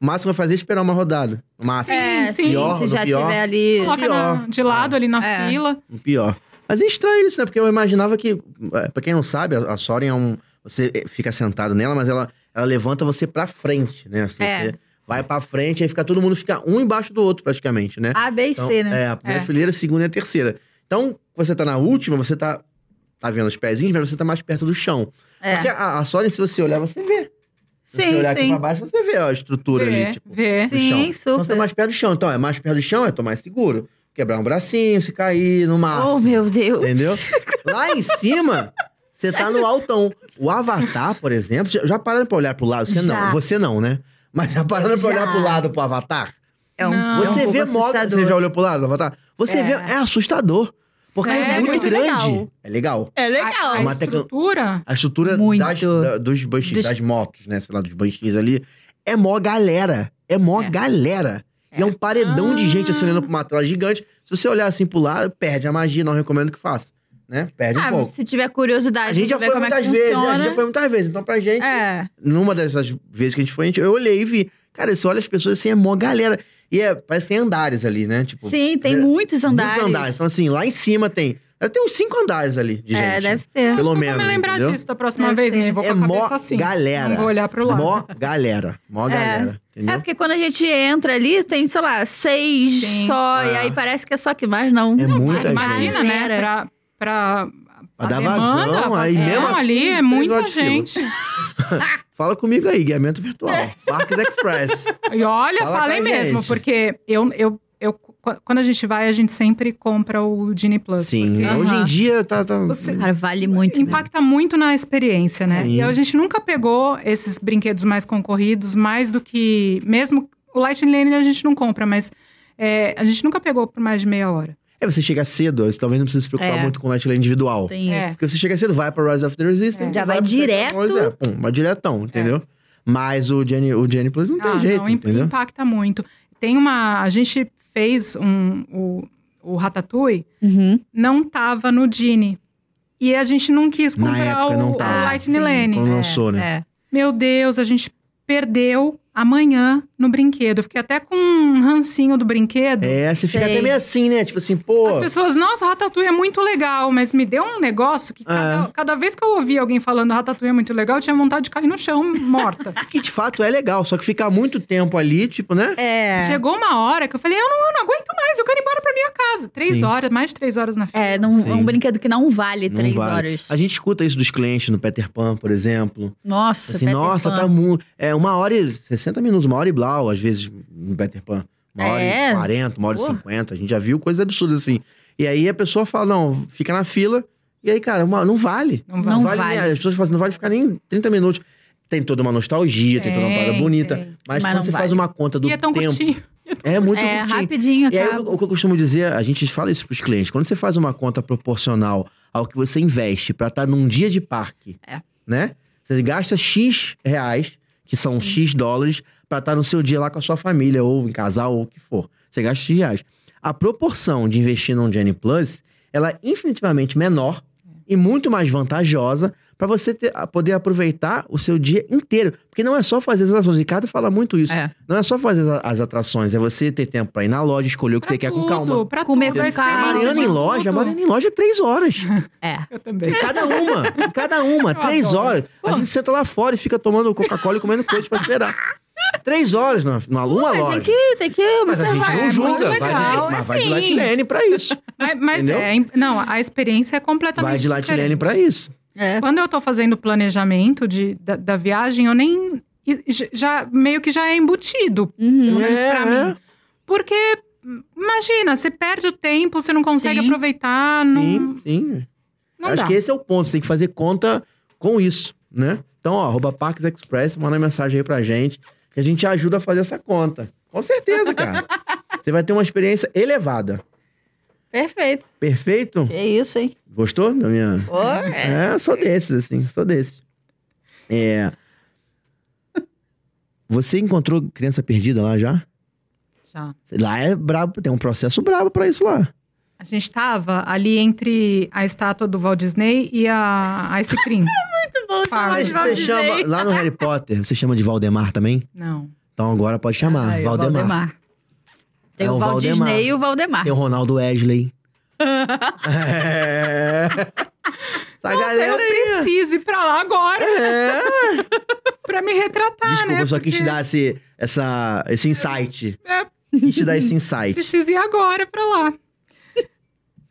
Speaker 2: O máximo vai fazer é esperar uma rodada. O máximo.
Speaker 1: É,
Speaker 3: Sim,
Speaker 1: sim,
Speaker 3: sim.
Speaker 2: Pior,
Speaker 1: se
Speaker 2: no
Speaker 1: já
Speaker 2: pior.
Speaker 1: tiver ali.
Speaker 3: Coloca na-
Speaker 2: Pior.
Speaker 3: de lado ali na
Speaker 1: É.
Speaker 3: fila. né,
Speaker 2: O pior. Mas é estranho isso, né? Porque eu imaginava que, eh, pra quem não sabe, a a Soren é um. Você eh, fica sentado nela, mas ela, ela levanta você pra frente, né? Assim,
Speaker 1: É.
Speaker 2: Você vai pra frente, aí fica todo mundo fica um embaixo do outro, praticamente, né?
Speaker 1: A, B e
Speaker 2: Então,
Speaker 1: C, né?
Speaker 2: É, a primeira
Speaker 3: É.
Speaker 2: fileira, a segunda e a terceira. Então, você tá na última, você tá, tá vendo os pezinhos, mas você tá mais perto do chão.
Speaker 1: É.
Speaker 2: Porque a, a Soren, se você olhar, você vê. Se você
Speaker 1: Sim,
Speaker 2: olhar aqui
Speaker 1: sim.
Speaker 2: pra baixo, você vê ó, a estrutura
Speaker 3: vê,
Speaker 2: ali, tipo,
Speaker 3: vê.
Speaker 2: do chão.
Speaker 1: Sim,
Speaker 2: Então, você tá
Speaker 1: super.
Speaker 2: mais perto do chão. Então, é mais perto do chão, é tô mais seguro. Quebrar um bracinho, se cair no máximo.
Speaker 1: Oh, meu Deus.
Speaker 2: Entendeu? Lá em cima, você tá no altão. O Avatar, por exemplo, já, já pararam pra olhar pro lado?
Speaker 1: Já.
Speaker 2: Você não, você não, né? Mas já pararam pra olhar
Speaker 1: Já.
Speaker 2: pro lado pro Avatar?
Speaker 1: É um,
Speaker 3: Não.
Speaker 1: é um
Speaker 2: você
Speaker 1: pouco
Speaker 2: vê moto,
Speaker 1: assustador.
Speaker 2: você já olhou pro lado do Avatar? Você
Speaker 1: É.
Speaker 2: vê, é assustador. Porque
Speaker 3: Mas
Speaker 2: é,
Speaker 3: é
Speaker 2: muito,
Speaker 3: muito
Speaker 2: grande.
Speaker 1: legal.
Speaker 2: É legal.
Speaker 1: É
Speaker 3: A,
Speaker 1: legal.
Speaker 3: a
Speaker 2: Uma tecno-
Speaker 3: estrutura.
Speaker 2: A estrutura
Speaker 1: Muito.
Speaker 2: das- da- dos banchinhos,
Speaker 1: Dos-
Speaker 2: das motos, né? Sei lá, dos banchinhos ali. É mó galera. É mó
Speaker 1: É. Ah.
Speaker 2: galera. E é um paredão de gente assim olhando pra uma tela gigante. Se você olhar assim pro lado, perde a magia. Não recomendo que faça. Né? Perde um
Speaker 1: Ah,
Speaker 2: pouco.
Speaker 1: se tiver curiosidade,
Speaker 2: A gente já
Speaker 1: ver
Speaker 2: foi
Speaker 1: como é
Speaker 2: muitas
Speaker 1: que
Speaker 2: vezes, né? a
Speaker 1: funciona.
Speaker 2: gente já foi muitas vezes. Então, pra gente,
Speaker 1: É.
Speaker 2: numa dessas vezes que a gente foi, a gente- eu olhei e vi. Cara, você olha as pessoas assim, é mó galera. E é, parece que tem andares ali, né? Tipo,
Speaker 1: Sim, tem
Speaker 2: é,
Speaker 1: muitos andares.
Speaker 2: muitos andares. Então, assim, lá em cima tem. Deve ter uns cinco andares ali de gente.
Speaker 1: É, deve ter.
Speaker 2: Pelo
Speaker 3: Vou
Speaker 2: menos.
Speaker 3: me lembrar
Speaker 2: entendeu?
Speaker 3: disso da próxima
Speaker 1: É,
Speaker 3: vez,
Speaker 1: sim.
Speaker 3: né? Vou
Speaker 2: É
Speaker 3: com a
Speaker 2: mó
Speaker 3: cabeça assim.
Speaker 2: galera.
Speaker 3: Não vou olhar pro lado.
Speaker 2: Mó galera. Mó
Speaker 1: É.
Speaker 2: galera.
Speaker 1: É,
Speaker 2: Entendeu?
Speaker 1: porque quando a gente entra ali, tem, sei lá, seis
Speaker 3: Sim.
Speaker 1: só, e
Speaker 2: É.
Speaker 1: aí parece que é só que mais não.
Speaker 2: É muita gente.
Speaker 3: Imagina, né?
Speaker 1: Galera.
Speaker 3: Pra, pra,
Speaker 2: Pra
Speaker 3: a
Speaker 2: dar
Speaker 3: demanda,
Speaker 2: vazão,
Speaker 3: a
Speaker 2: aí
Speaker 3: vazão
Speaker 2: mesmo assim,
Speaker 3: ali é
Speaker 2: três
Speaker 3: muita
Speaker 2: horas de fila.
Speaker 3: gente.
Speaker 2: Fala comigo aí, guiamento virtual. Parques
Speaker 3: (laughs)
Speaker 2: Express.
Speaker 3: (laughs) E olha,
Speaker 2: Fala
Speaker 3: falei
Speaker 2: com a
Speaker 3: mesmo,
Speaker 2: gente.
Speaker 3: porque eu, eu, eu, qu- quando a gente vai, a gente sempre compra o Disney Plus.
Speaker 2: Sim.
Speaker 3: porque
Speaker 2: Hoje em
Speaker 1: Aham.
Speaker 2: dia tá. tá-
Speaker 3: Você-
Speaker 1: Cara, vale muito. né?
Speaker 3: Impacta muito na experiência, né?
Speaker 2: Sim.
Speaker 3: E a gente nunca pegou esses brinquedos mais concorridos, mais do que. Mesmo o Lightning Lane a gente não compra, mas é, a gente nunca pegou por mais de meia hora.
Speaker 2: É, você chega cedo, você talvez não precisa se preocupar
Speaker 1: É.
Speaker 2: muito com o Lightline individual.
Speaker 1: né? Tem
Speaker 3: É.
Speaker 1: isso.
Speaker 2: Porque você chega cedo, vai pra Rise of the Resistance.
Speaker 3: É.
Speaker 2: Já
Speaker 1: vai direto.
Speaker 2: Pois é, pum, vai diretão, entendeu? Mas o Jenny, o Jenny Plus não tem
Speaker 3: Ah,
Speaker 2: jeito,
Speaker 3: não, imp-
Speaker 2: entendeu?
Speaker 3: impacta muito. Tem uma. A gente fez um, o, o Ratatouille,
Speaker 1: Uhum.
Speaker 3: não tava no Dini. E a gente não quis
Speaker 2: Na
Speaker 3: comprar
Speaker 2: época,
Speaker 3: o,
Speaker 2: não
Speaker 3: o
Speaker 2: tava.
Speaker 3: Lightning
Speaker 1: Ah, sim.
Speaker 3: Lane.
Speaker 2: Quando lançou, né?
Speaker 1: É.
Speaker 3: Meu Deus, a gente perdeu amanhã no brinquedo. Eu Fiquei até com um rancinho do brinquedo.
Speaker 2: É, você fica
Speaker 1: Sei.
Speaker 2: até meio assim, né? Tipo assim, pô.
Speaker 3: As pessoas, nossa, Ratatouille é muito legal, mas me deu um negócio que
Speaker 2: É.
Speaker 3: cada, cada vez que eu ouvia alguém falando Ratatouille é muito legal, eu tinha vontade de cair no chão
Speaker 2: (laughs)
Speaker 3: morta.
Speaker 2: Que de fato é legal, só que ficar muito tempo ali, tipo, né?
Speaker 1: É.
Speaker 3: Chegou uma hora que eu falei, eu não, eu não aguento mais, eu quero ir embora pra minha casa. Três
Speaker 2: Sim.
Speaker 3: horas, mais de três horas na fila.
Speaker 1: É, não- é
Speaker 2: Sim.
Speaker 1: um brinquedo que não vale
Speaker 2: Não
Speaker 1: três
Speaker 2: vale.
Speaker 1: horas.
Speaker 2: A gente escuta isso dos clientes no Peter Pan, por exemplo.
Speaker 1: Nossa,
Speaker 2: assim,
Speaker 1: Peter
Speaker 2: nossa,
Speaker 1: Pan.
Speaker 2: tá muito. É uma hora e 60 minutos, uma hora e blau, às vezes, no Peter Pan. Uma hora
Speaker 1: É?
Speaker 2: e 40, uma hora e
Speaker 1: Pô.
Speaker 2: 50. A gente já viu coisas absurdas assim. E aí a pessoa fala, não, fica na fila. E aí, cara, uma- não vale.
Speaker 3: Não vale.
Speaker 1: Não
Speaker 2: vale,
Speaker 1: vale.
Speaker 2: nem- As pessoas falam assim, não vale ficar nem 30 minutos. Tem toda uma nostalgia, tem, toda uma parada
Speaker 3: Tem,
Speaker 2: bonita.
Speaker 3: tem.
Speaker 2: Mas,
Speaker 1: Mas
Speaker 2: quando
Speaker 1: não
Speaker 2: você faz
Speaker 1: vale.
Speaker 2: uma conta do
Speaker 3: e é tão
Speaker 2: tempo.
Speaker 3: curtinho.
Speaker 2: É muito
Speaker 1: É,
Speaker 2: curtinho.
Speaker 1: rapidinho,
Speaker 2: E aí,
Speaker 1: acaba.
Speaker 2: o, o que eu costumo dizer, a gente fala isso pros clientes, quando você faz uma conta proporcional ao que você investe pra estar num dia de parque,
Speaker 1: É.
Speaker 2: né? Você gasta X reais, que são X dólares, pra estar no seu dia lá com a sua família, ou em casal, ou o que for. Você gasta X reais. A proporção de investir num Genie Plus, ela é infinitivamente menor
Speaker 3: É.
Speaker 2: e muito mais vantajosa pra você ter- poder aproveitar o seu dia inteiro. Porque não é só fazer as ações. Ricardo fala muito isso.
Speaker 1: É.
Speaker 2: Não é só fazer as- as atrações, é você ter tempo pra ir na loja, escolher o que
Speaker 3: Pra
Speaker 2: você quer com
Speaker 3: tudo,
Speaker 2: calma.
Speaker 3: Pra
Speaker 1: Comer
Speaker 3: tudo,
Speaker 1: com
Speaker 3: a
Speaker 1: calma.
Speaker 3: experiência
Speaker 2: Mariana
Speaker 3: de
Speaker 2: em loja,
Speaker 3: tudo.
Speaker 2: Mariana em loja é três
Speaker 3: (laughs)
Speaker 2: horas.
Speaker 1: É.
Speaker 3: Eu também.
Speaker 2: Cada uma, cada uma,
Speaker 3: Eu
Speaker 2: três
Speaker 3: adoro.
Speaker 2: horas. A gente senta lá fora e fica tomando Coca-Cola e comendo coisa pra esperar. Três horas numa, numa uma
Speaker 1: Mas tem
Speaker 2: loja.
Speaker 1: que, tem que
Speaker 2: Mas
Speaker 1: observar.
Speaker 2: a gente não
Speaker 3: é muito
Speaker 2: julga, vai de,
Speaker 3: legal,
Speaker 2: mas
Speaker 3: é
Speaker 2: vai de
Speaker 3: sim.
Speaker 2: Latilene pra isso.
Speaker 3: Mas, mas
Speaker 2: Entendeu?
Speaker 3: é, im- não, a experiência é completamente
Speaker 2: Vai de Latilene
Speaker 3: diferente.
Speaker 2: pra isso.
Speaker 1: É.
Speaker 3: Quando eu tô fazendo o planejamento de, da, da viagem, eu nem. e- j- Já, meio que já é embutido,
Speaker 1: Uhum.
Speaker 3: pelo menos
Speaker 2: É,
Speaker 3: pra
Speaker 2: é.
Speaker 3: mim. Porque, m- imagina, você perde o tempo, você não consegue
Speaker 1: Sim.
Speaker 3: aproveitar, não,
Speaker 2: Sim, sim.
Speaker 3: não
Speaker 2: Acho
Speaker 3: dá.
Speaker 2: que esse é o ponto. Você tem que fazer conta com isso, né? Então, ó, arroba Parques Express, manda mensagem aí pra gente, que a gente ajuda a fazer essa conta. Com certeza,
Speaker 3: (laughs)
Speaker 2: cara. Você vai ter uma experiência elevada.
Speaker 1: Perfeito.
Speaker 2: Perfeito?
Speaker 3: É.
Speaker 1: Que isso, hein?
Speaker 2: Gostou da minha...
Speaker 1: Ô, é.
Speaker 2: É, eu sou desses, assim, sou desses. É. Você encontrou criança perdida lá já?
Speaker 3: Já.
Speaker 2: Lá é brabo, tem um processo brabo pra isso lá.
Speaker 3: A gente estava ali entre a estátua do Walt Disney e a Ice (laughs) Cream.
Speaker 1: Muito bom,
Speaker 3: Ah,
Speaker 1: chamar
Speaker 2: Você,
Speaker 1: de
Speaker 3: mas
Speaker 2: você
Speaker 1: Walt
Speaker 2: chama,
Speaker 1: Disney.
Speaker 2: lá no Harry Potter, você chama de Valdemar também?
Speaker 3: Não.
Speaker 2: Então agora pode chamar,
Speaker 3: é
Speaker 1: Aí, o
Speaker 2: Valdemar.
Speaker 1: Tem
Speaker 2: É
Speaker 1: o
Speaker 2: o
Speaker 1: Walt
Speaker 2: Valdemar.
Speaker 1: Disney e o Valdemar.
Speaker 2: Tem o Ronaldo
Speaker 3: (laughs)
Speaker 2: Wesley. é. Essa
Speaker 3: Nossa, eu
Speaker 2: galera é. aí.
Speaker 3: preciso ir pra lá agora. (laughs) pra me retratar,
Speaker 2: Desculpa,
Speaker 3: né?
Speaker 2: eu só quis te
Speaker 3: Porque
Speaker 2: dar esse, essa, esse insight.
Speaker 3: É.
Speaker 2: Quis te dar esse insight.
Speaker 3: Preciso ir agora pra lá.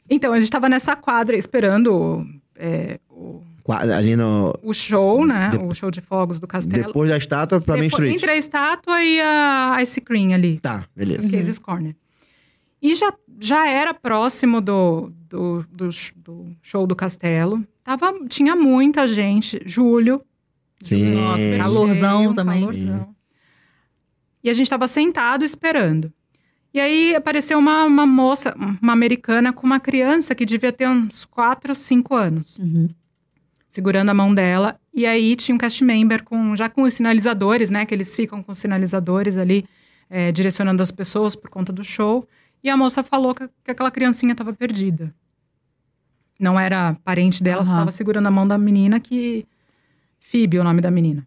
Speaker 3: então, a gente tava nessa quadra esperando é, o,
Speaker 2: Qua- Ali no.
Speaker 3: o show, né?
Speaker 2: De-
Speaker 3: O show de fogos do castelo.
Speaker 2: Depois da estátua pra Main
Speaker 3: Depois-
Speaker 2: Street.
Speaker 3: entre a estátua e a Ice Cream ali.
Speaker 2: Tá, beleza.
Speaker 3: Uhum. Cases Corner. E já, já era próximo do, do, do sh- do show do Castelo. Tava, tinha muita gente. Julho.
Speaker 2: Sim.
Speaker 3: Nossa, bem
Speaker 1: Calorzão
Speaker 3: cheio,
Speaker 1: também.
Speaker 3: calorzão. E a gente tava sentado esperando. E aí apareceu uma, uma moça, uma americana, com uma criança que devia ter uns 4, 5 anos,
Speaker 1: Uhum.
Speaker 3: segurando a mão dela. E aí tinha um cast member com, já com os sinalizadores, né? Que eles ficam com os sinalizadores ali, eh, direcionando as pessoas por conta do show. E a moça falou que, que aquela criancinha estava perdida. Não era parente dela, só
Speaker 1: Aham.
Speaker 3: estava segurando a mão da menina que. Phoebe, é o nome da menina.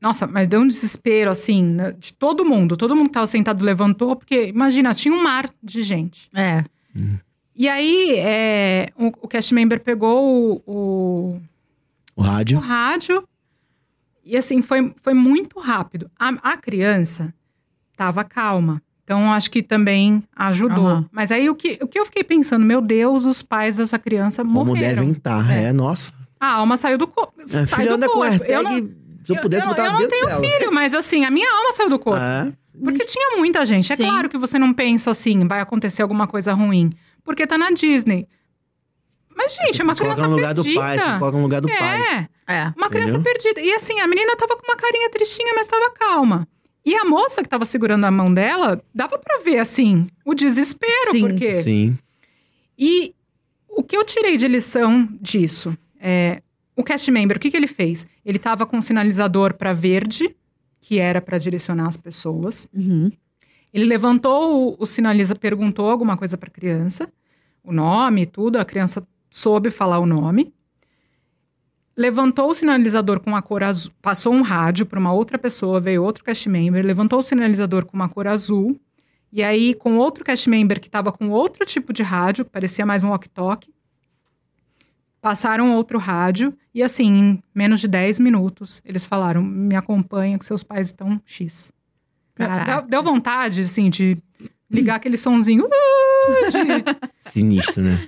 Speaker 3: Nossa, mas deu um desespero, assim, né, de todo mundo. Todo mundo que tava sentado levantou, porque, imagina, tinha um mar de gente.
Speaker 1: É.
Speaker 3: E aí, é, o, o cast member pegou o,
Speaker 2: O
Speaker 3: o, o
Speaker 2: rádio.
Speaker 3: rádio. E, assim, foi, foi muito rápido. A, a criança tava calma. Então, acho que também ajudou.
Speaker 1: Aham.
Speaker 3: Mas aí, o que, o que eu fiquei pensando? Meu Deus, os pais dessa criança
Speaker 2: Como
Speaker 3: morreram.
Speaker 2: devem estar. É, nossa.
Speaker 3: A alma saiu do corpo.
Speaker 2: A filha anda com
Speaker 3: Eu não,
Speaker 2: hashtag. se eu
Speaker 3: eu-
Speaker 2: pudesse
Speaker 3: eu não-
Speaker 2: botar
Speaker 3: eu não
Speaker 2: dentro dela.
Speaker 3: filho, mas assim, a minha alma saiu do corpo.
Speaker 2: É.
Speaker 3: Porque tinha muita gente. É
Speaker 1: Sim.
Speaker 3: claro que você não pensa assim, vai acontecer alguma coisa ruim. Porque tá na Disney. Mas, gente, é uma
Speaker 2: Você coloca
Speaker 3: criança
Speaker 2: no lugar do
Speaker 3: perdida.
Speaker 2: pai, você coloca no lugar do pai.
Speaker 3: é,
Speaker 1: É.
Speaker 3: uma criança
Speaker 2: Entendeu?
Speaker 3: perdida. E assim, a menina tava com uma carinha tristinha, mas tava calma. E a moça que tava segurando a mão dela, dava pra ver, assim, o desespero.
Speaker 1: Sim.
Speaker 3: Porque
Speaker 2: Sim.
Speaker 3: e o que eu tirei de lição disso? É, o cast member, o que, que ele fez? Ele estava com um sinalizador para verde, que era para direcionar as pessoas.
Speaker 1: Uhum.
Speaker 3: Ele levantou o, o sinaliza, perguntou alguma coisa para a criança, o nome e tudo, a criança soube falar o nome. Levantou o sinalizador com a cor azul, passou um rádio para uma outra pessoa, veio outro cast member, levantou o sinalizador com uma cor azul e aí, com outro cast member que estava com outro tipo de rádio, que parecia mais um walk-talk, passaram outro rádio. E assim, em menos de 10 minutos, eles falaram: me acompanha que seus pais estão X.
Speaker 1: Caraca.
Speaker 3: Deu, deu vontade, assim, de ligar aquele sonzinho. "Uh", de-
Speaker 2: Sinistro,
Speaker 3: (laughs)
Speaker 2: né?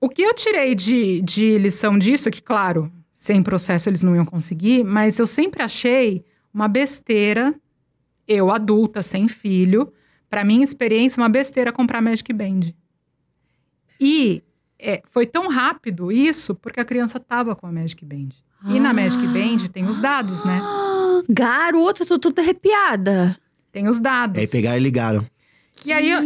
Speaker 3: O que eu tirei de, de lição disso é que, claro, sem processo eles não iam conseguir, mas eu sempre achei uma besteira, eu adulta, sem filho, para minha experiência, uma besteira comprar Magic Band. E é, foi tão rápido isso porque a criança tava com a Magic Band. E na Magic Band tem os dados, né?
Speaker 1: Ah, (gasps) Garoto, tô toda arrepiada.
Speaker 3: Tem os dados.
Speaker 2: E aí pegaram e ligaram.
Speaker 3: E aí eu,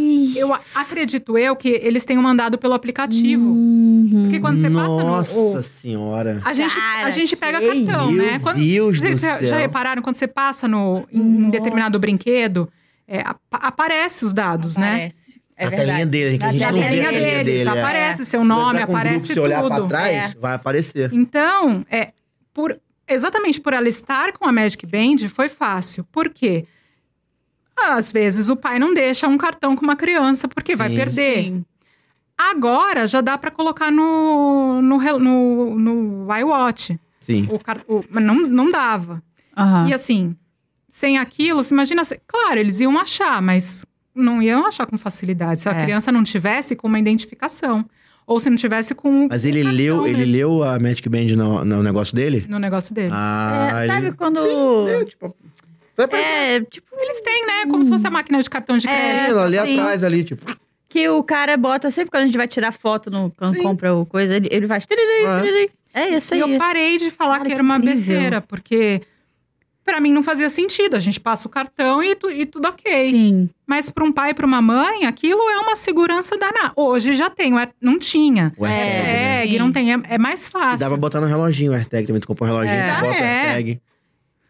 Speaker 3: eu a- acredito eu que eles tenham mandado pelo aplicativo.
Speaker 1: Uhum.
Speaker 3: Porque quando você passa no. o-
Speaker 2: Nossa senhora.
Speaker 3: a gente,
Speaker 1: Cara,
Speaker 3: a gente pega
Speaker 1: que
Speaker 3: cartão,
Speaker 2: isso.
Speaker 3: né?
Speaker 2: Meu
Speaker 3: Quando,
Speaker 2: Deus
Speaker 3: vocês
Speaker 2: do
Speaker 3: já, já
Speaker 2: céu.
Speaker 3: repararam quando você passa no, em em determinado brinquedo, é, ap- aparece os dados, né?
Speaker 4: Parece. É
Speaker 2: a
Speaker 4: verdade.
Speaker 2: telinha dele, que a gente
Speaker 4: Na
Speaker 2: não vê
Speaker 3: telinha
Speaker 2: a telinha
Speaker 3: deles,
Speaker 2: dele. é.
Speaker 3: aparece seu
Speaker 2: Se
Speaker 3: nome,
Speaker 2: entrar com um
Speaker 3: aparece
Speaker 2: grupo, se
Speaker 3: tudo. É.
Speaker 2: olhar pra trás, vai aparecer.
Speaker 3: Então, é, por, exatamente por ela estar com a Magic Band foi fácil. Por quê? Às vezes o pai não deixa um cartão com uma criança porque vai
Speaker 2: Sim.
Speaker 3: perder. Agora já dá pra colocar no, no, rel- no, no iWatch.
Speaker 2: Sim.
Speaker 3: O car- o- mas não, não dava.
Speaker 1: Aham.
Speaker 3: E assim, sem aquilo, você imagina. se- Claro, eles iam achar, mas não iam achar com facilidade. Se a
Speaker 1: É.
Speaker 3: criança não tivesse com uma identificação. Ou se não tivesse com.
Speaker 2: Mas ele
Speaker 3: com um
Speaker 2: leu,
Speaker 3: cartão
Speaker 2: ele
Speaker 3: mesmo
Speaker 2: leu a Magic Band no, no negócio dele?
Speaker 3: no negócio dele.
Speaker 2: Ah,
Speaker 4: É, sabe
Speaker 2: ele-
Speaker 4: quando.
Speaker 2: É, tipo, vai pra
Speaker 4: É, tipo,
Speaker 3: Eles têm, né? Como se fosse
Speaker 1: Hum.
Speaker 3: a máquina de cartão de
Speaker 1: É,
Speaker 3: crédito. Assim,
Speaker 2: ela ali
Speaker 4: sim.
Speaker 2: atrás, ali, tipo.
Speaker 4: que o cara bota sempre quando a gente vai tirar foto no quando compra o coisa, ele, ele faz. Tiririm,
Speaker 2: Ah.
Speaker 4: tiririm.
Speaker 1: É isso
Speaker 3: E
Speaker 1: aí.
Speaker 3: eu parei de falar
Speaker 1: Cara,
Speaker 3: que
Speaker 1: que
Speaker 3: era uma
Speaker 1: incrível.
Speaker 3: besteira, porque pra mim não fazia sentido. A gente passa o cartão e, tu- e tudo ok.
Speaker 1: Sim.
Speaker 3: Mas pra um pai e pra uma mãe, aquilo é uma segurança danada. Hoje já tem, o air- não tinha.
Speaker 2: O
Speaker 1: É,
Speaker 2: AirTag, né?
Speaker 3: É,
Speaker 1: sim.
Speaker 3: e não tem, é, é mais
Speaker 2: E dá pra
Speaker 3: fácil.
Speaker 2: botar no reloginho o AirTag também. Tu compra um reloginho,
Speaker 1: É.
Speaker 2: tu bota o
Speaker 3: Ah, é.
Speaker 2: AirTag.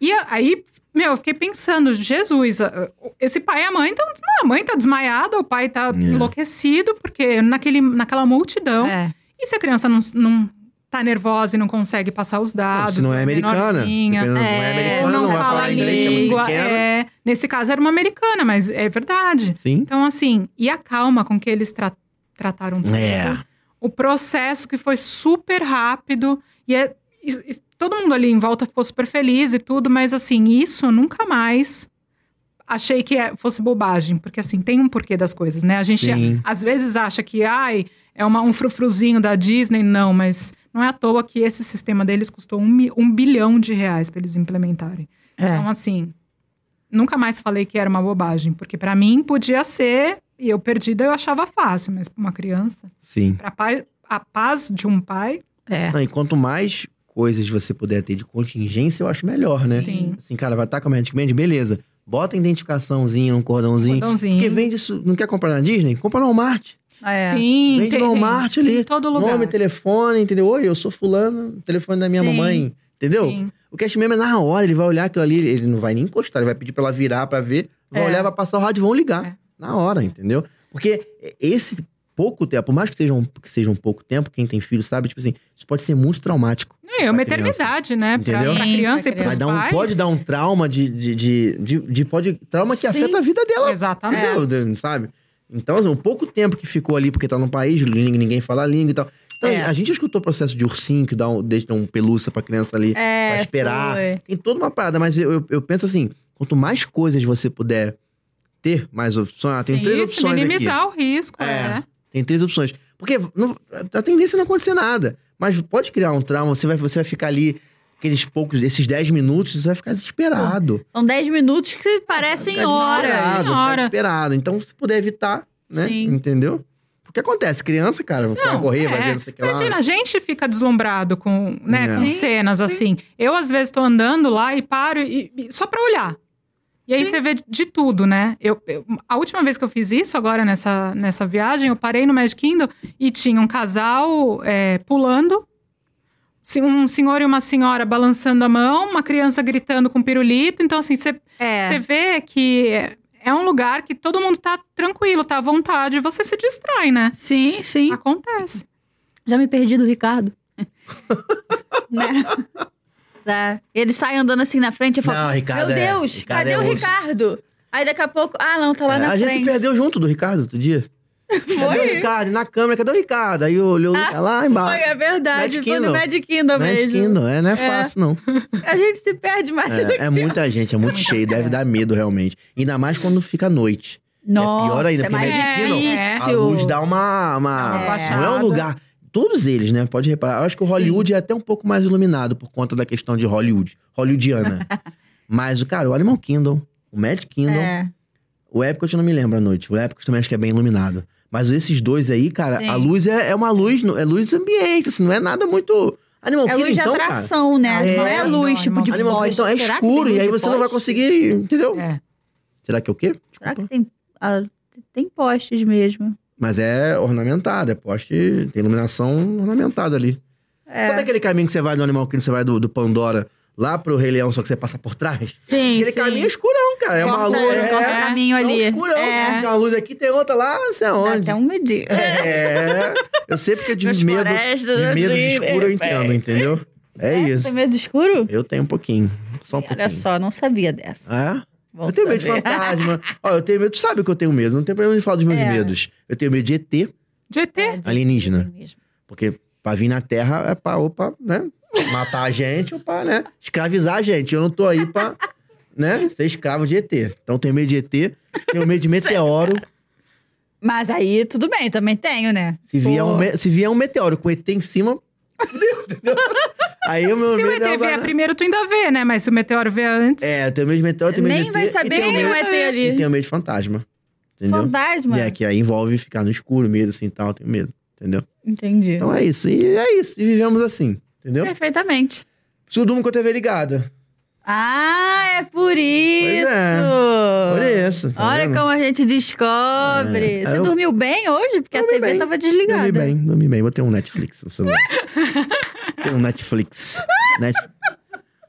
Speaker 3: E a- aí, meu, eu fiquei pensando, Jesus, a- esse pai e a mãe, então, a mãe tá desmaiada, o pai tá
Speaker 2: É.
Speaker 3: enlouquecido, porque naquele, naquela multidão.
Speaker 1: É.
Speaker 3: E se a criança não, não tá nervosa e não consegue passar os
Speaker 2: Não,
Speaker 3: dados?
Speaker 2: se não é americana.
Speaker 3: menorzinha,
Speaker 2: Dependendo, não é
Speaker 1: É,
Speaker 2: americana, não, vai falar inglês, que é muito
Speaker 3: língua.
Speaker 2: pequeno.
Speaker 3: é. Nesse caso era uma americana, mas é verdade.
Speaker 2: Sim.
Speaker 3: Então, assim, e a calma com que eles tra- trataram tudo.
Speaker 2: É.
Speaker 3: O processo que foi super rápido. E, é- e- e todo mundo ali em volta ficou super feliz e tudo, mas assim, isso eu nunca mais achei que é- fosse bobagem. Porque assim, tem um porquê das coisas, né? A gente
Speaker 2: Sim.
Speaker 3: às vezes acha que, ai, é uma- um frufruzinho da Disney. Não, mas não é à toa que esse sistema deles custou um, mi- um bilhão de reais para eles implementarem. Então, assim, nunca mais falei que era uma bobagem, porque pra mim podia ser, e eu perdida eu achava fácil, mas pra uma criança,
Speaker 2: Sim.
Speaker 3: pra pai, a paz de um pai,
Speaker 1: É.
Speaker 2: Não, e quanto mais coisas você puder ter de contingência, eu acho melhor, né?
Speaker 3: Sim.
Speaker 2: Assim, cara, vai estar com a Magic Band, beleza. Bota a identificações, um cordãozinho.
Speaker 3: cordãozinho.
Speaker 2: Porque vende isso, não quer comprar na Disney? Compra no Walmart.
Speaker 1: É.
Speaker 3: Sim,
Speaker 2: Vende
Speaker 3: tem-
Speaker 2: no Walmart
Speaker 3: tem
Speaker 2: ali.
Speaker 3: Em todo lugar.
Speaker 2: Nome, telefone, entendeu? Oi, eu sou fulano, telefone da minha
Speaker 1: Sim.
Speaker 2: mamãe, entendeu?
Speaker 3: Sim.
Speaker 2: O cast member, na hora, ele vai olhar aquilo ali, ele não vai nem encostar, ele vai pedir pra ela virar pra ver, vai
Speaker 1: É.
Speaker 2: olhar, vai passar o rádio e vão ligar.
Speaker 3: É.
Speaker 2: Na hora, entendeu? Porque esse pouco tempo, por mais que seja, um, que seja um pouco tempo, quem tem filho sabe, tipo assim, isso pode ser muito traumático.
Speaker 3: É, uma
Speaker 2: pra criança.
Speaker 3: eternidade, né? Pra,
Speaker 2: Entendeu?
Speaker 3: pra
Speaker 1: Sim,
Speaker 3: criança
Speaker 1: pra
Speaker 3: e
Speaker 2: Vai
Speaker 3: pros pais.
Speaker 2: dar um, pode dar um trauma de. de, de, de, de- pode, trauma que
Speaker 1: Sim.
Speaker 2: afeta a vida dela.
Speaker 3: Exatamente.
Speaker 2: Entendeu? De- Sabe? Então, assim, o pouco tempo que ficou ali, porque tá num país, ninguém ninguém fala a língua e tal. Então,
Speaker 1: É.
Speaker 2: a gente escutou o processo de ursinho que dá um, deixa um pelúcia pra criança ali.
Speaker 1: É,
Speaker 2: Vai esperar.
Speaker 1: foi.
Speaker 2: Tem toda uma parada, mas eu, eu, eu penso assim: quanto mais coisas você puder ter, mais opções. Ah, tem
Speaker 1: Sim,
Speaker 2: três
Speaker 3: Isso,
Speaker 2: opções. Aqui.
Speaker 3: minimizar o risco,
Speaker 2: É.
Speaker 3: é.
Speaker 2: Tem três opções. Porque não, a tendência é não acontecer nada. Mas pode criar um trauma, você vai, você vai ficar ali aqueles poucos, esses 10 minutos, você vai ficar desesperado.
Speaker 1: São 10 minutos que parecem
Speaker 2: Ficar
Speaker 1: horas.
Speaker 2: desesperado, ficar
Speaker 3: Senhora.
Speaker 2: desesperado. Então, se puder evitar, né?
Speaker 1: Sim.
Speaker 2: Entendeu? O que acontece? Criança, cara, vai correr, vai
Speaker 3: é.
Speaker 2: ver, não sei o que lá.
Speaker 3: Imagina, a gente fica deslumbrado com, né,
Speaker 2: É.
Speaker 3: com
Speaker 1: Sim,
Speaker 3: cenas assim. Eu, às vezes, tô andando lá e paro e- e- só pra olhar. E aí você vê de tudo, né? Eu, eu- a última vez que eu fiz isso, agora nessa, nessa viagem, eu parei no Magic Kingdom e tinha um casal é, pulando. se- Um senhor e uma senhora balançando a mão, uma criança gritando com pirulito. Então, assim, você
Speaker 1: É.
Speaker 3: você vê que é- é um lugar que todo mundo tá tranquilo, tá à vontade. Você se distrai, né?
Speaker 1: Sim, sim.
Speaker 3: Acontece.
Speaker 1: Já me perdi do Ricardo. (laughs) né? Tá. Ele sai andando assim na frente e fala:
Speaker 2: Não, Ricardo
Speaker 1: Meu
Speaker 2: é-
Speaker 1: Deus,
Speaker 2: Ricardo
Speaker 1: cadê
Speaker 2: é
Speaker 1: o
Speaker 2: osso."
Speaker 1: Ricardo? Aí daqui a pouco, ah, não, tá lá
Speaker 2: É,
Speaker 1: na
Speaker 2: a
Speaker 1: frente.
Speaker 2: gente se perdeu junto do Ricardo outro dia. Cadê o Ricardo? E Na câmera, cadê o Ricardo? Aí olhou ah, lá
Speaker 1: Foi,
Speaker 2: embaixo.
Speaker 1: é verdade.
Speaker 2: Magic
Speaker 1: Foi no
Speaker 2: Kingdom.
Speaker 1: Magic Kingdom
Speaker 2: Magic
Speaker 1: mesmo.
Speaker 2: Kingdom, é, não é,
Speaker 1: É. (laughs)
Speaker 2: fácil, não.
Speaker 1: A gente se perde mais do que.
Speaker 2: É, é muita gente, é muito cheio, deve dar medo realmente. Ainda mais quando fica à noite.
Speaker 1: Nossa,
Speaker 2: pior ainda,
Speaker 1: é
Speaker 2: porque
Speaker 1: mais
Speaker 3: Magic Kingdom,
Speaker 2: A
Speaker 1: difícil.
Speaker 2: luz dá uma. uma-
Speaker 1: É. Dá uma
Speaker 2: não é
Speaker 3: baixada.
Speaker 2: um lugar. Todos eles, né? Pode reparar. Eu acho que o
Speaker 1: Sim.
Speaker 2: Hollywood é até um pouco mais iluminado por conta da questão de Hollywood,
Speaker 1: (laughs)
Speaker 2: hollywoodiana. Mas, o cara, o Animal Kingdom, o Magic Kingdom,
Speaker 1: É.
Speaker 2: o Epcot eu não me lembro à noite. O Epcot também acho que é bem iluminado. Mas esses dois aí, cara,
Speaker 1: Sim.
Speaker 2: a luz é, é uma luz, é luz ambiente, assim, não é nada muito. Animal
Speaker 1: É
Speaker 2: Kingdom,
Speaker 1: luz de
Speaker 2: então, cara.
Speaker 1: atração, né?
Speaker 2: É.
Speaker 1: Não é luz, tipo, de
Speaker 2: Animal
Speaker 1: bosta.
Speaker 2: Kingdom é
Speaker 1: Será que tem
Speaker 2: escuro
Speaker 1: luz
Speaker 2: e aí
Speaker 1: de
Speaker 2: você não vai
Speaker 1: poste?
Speaker 2: conseguir, entendeu?
Speaker 3: É.
Speaker 2: Será que é o quê?
Speaker 1: Será que
Speaker 2: Desculpa.
Speaker 1: tem. ah, tem postes mesmo.
Speaker 2: Mas é ornamentado, é poste, tem iluminação ornamentada ali.
Speaker 1: É.
Speaker 2: Sabe aquele caminho que você vai do Animal Kingdom, você vai do, do Pandora lá pro Rei Leão, só que você passa por trás?
Speaker 1: Sim,
Speaker 2: aquele
Speaker 1: sim.
Speaker 2: caminho é escurão, cara. É uma
Speaker 1: Corta-
Speaker 2: luz. É,
Speaker 1: corta o
Speaker 2: é,
Speaker 1: caminho ali.
Speaker 2: um escurão.
Speaker 1: É.
Speaker 2: Tem uma luz aqui, tem outra lá, não sei
Speaker 1: Dá
Speaker 2: aonde.
Speaker 1: até um medinho. (laughs)
Speaker 2: É. Eu sei porque de
Speaker 1: Nas
Speaker 2: medo,
Speaker 1: florestas,
Speaker 2: de medo de
Speaker 1: assim,
Speaker 2: escuro eu
Speaker 1: é,
Speaker 2: entendo,
Speaker 1: é.
Speaker 2: entendeu? É isso.
Speaker 1: Tem medo de escuro?
Speaker 2: Eu tenho um pouquinho. Só um pouquinho.
Speaker 1: Olha só, não sabia dessa.
Speaker 2: É?
Speaker 1: Bom
Speaker 2: eu tenho medo de
Speaker 1: saber.
Speaker 2: fantasma. Ó, eu tenho medo, tu sabe que eu tenho medo. Não tem problema de falar dos meus
Speaker 1: É.
Speaker 2: medos. Eu tenho medo de ET,
Speaker 3: De ET.
Speaker 2: alienígena.
Speaker 1: Mesmo.
Speaker 2: Porque pra vir na Terra é pra, ou pra, né? Matar a gente ou pra, né? Escravizar a gente. Eu não tô aí pra, né? Ser escravo de ET. Então eu tenho medo de ET, tenho medo de meteoro.
Speaker 1: Mas aí, tudo bem, também tenho, né?
Speaker 2: Se vier,
Speaker 1: Pô.
Speaker 2: um, me- se vier um meteoro com ET em cima, fudeu, entendeu? Aí o meu
Speaker 3: Se o
Speaker 2: medo
Speaker 3: ET
Speaker 2: é,
Speaker 3: vier
Speaker 2: agora-
Speaker 3: primeiro, tu ainda vê, né? Mas se o meteoro vier antes,
Speaker 2: é, eu tenho medo de meteoro, eu tenho medo de
Speaker 1: Nem
Speaker 2: ET,
Speaker 1: vai
Speaker 2: e
Speaker 1: saber
Speaker 2: tenho
Speaker 1: que tem
Speaker 2: medo-
Speaker 1: um ET ali.
Speaker 2: E tenho medo de fantasma. Entendeu?
Speaker 1: Fantasma.
Speaker 2: É, que aí envolve ficar no escuro, medo assim e tal, tenho medo, entendeu?
Speaker 1: Entendi.
Speaker 2: Então é isso, e é isso, e vivemos assim, Entendeu?
Speaker 1: Perfeitamente.
Speaker 2: Por isso eu durmo com a TV ligada.
Speaker 1: Ah, é por isso!
Speaker 2: Por isso. tá
Speaker 1: Ah. Olha
Speaker 2: vendo?
Speaker 1: como a gente descobre.
Speaker 2: É.
Speaker 1: Você
Speaker 2: Eu-
Speaker 1: dormiu bem hoje? Porque a
Speaker 2: Dormi
Speaker 1: TV
Speaker 2: bem.
Speaker 1: tava desligada.
Speaker 2: Dormi bem, dormi bem. Vou ter um Netflix no
Speaker 1: (laughs)
Speaker 2: celular. Tem um Netflix. Net-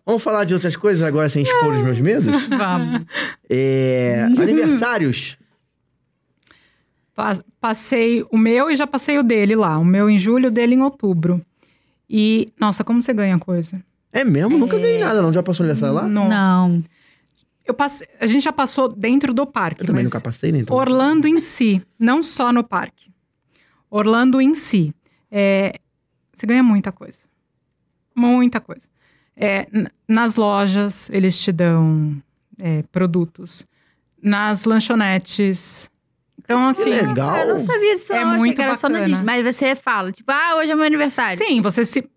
Speaker 2: Vamos falar de outras coisas agora sem expor os meus medos?
Speaker 1: Vamos.
Speaker 2: É, aniversários.
Speaker 3: Pa- Passei o meu e já passei o dele lá. O meu em julho, o dele em outubro. E, nossa, como você ganha coisa.
Speaker 2: É mesmo? Nunca ganhei nada, não. Já passou aniversário lá?
Speaker 3: Nossa.
Speaker 1: Não.
Speaker 3: Eu passe... A gente já passou dentro do
Speaker 2: Eu
Speaker 3: parque,
Speaker 2: também
Speaker 3: mas
Speaker 2: nunca passei, né? Então.
Speaker 3: Orlando em si, não só no parque. Orlando em si. É, você ganha muita coisa. Muita coisa. É, n- nas lojas, eles te dão é, produtos. Nas lanchonetes. Então, assim.
Speaker 2: Que legal.
Speaker 1: Eu não sabia disso.
Speaker 3: É
Speaker 1: não. Achei
Speaker 3: muito
Speaker 1: que era só no
Speaker 3: bacana.
Speaker 1: Disney. Mas você fala, tipo, ah, hoje é meu aniversário.
Speaker 3: Sim, você se.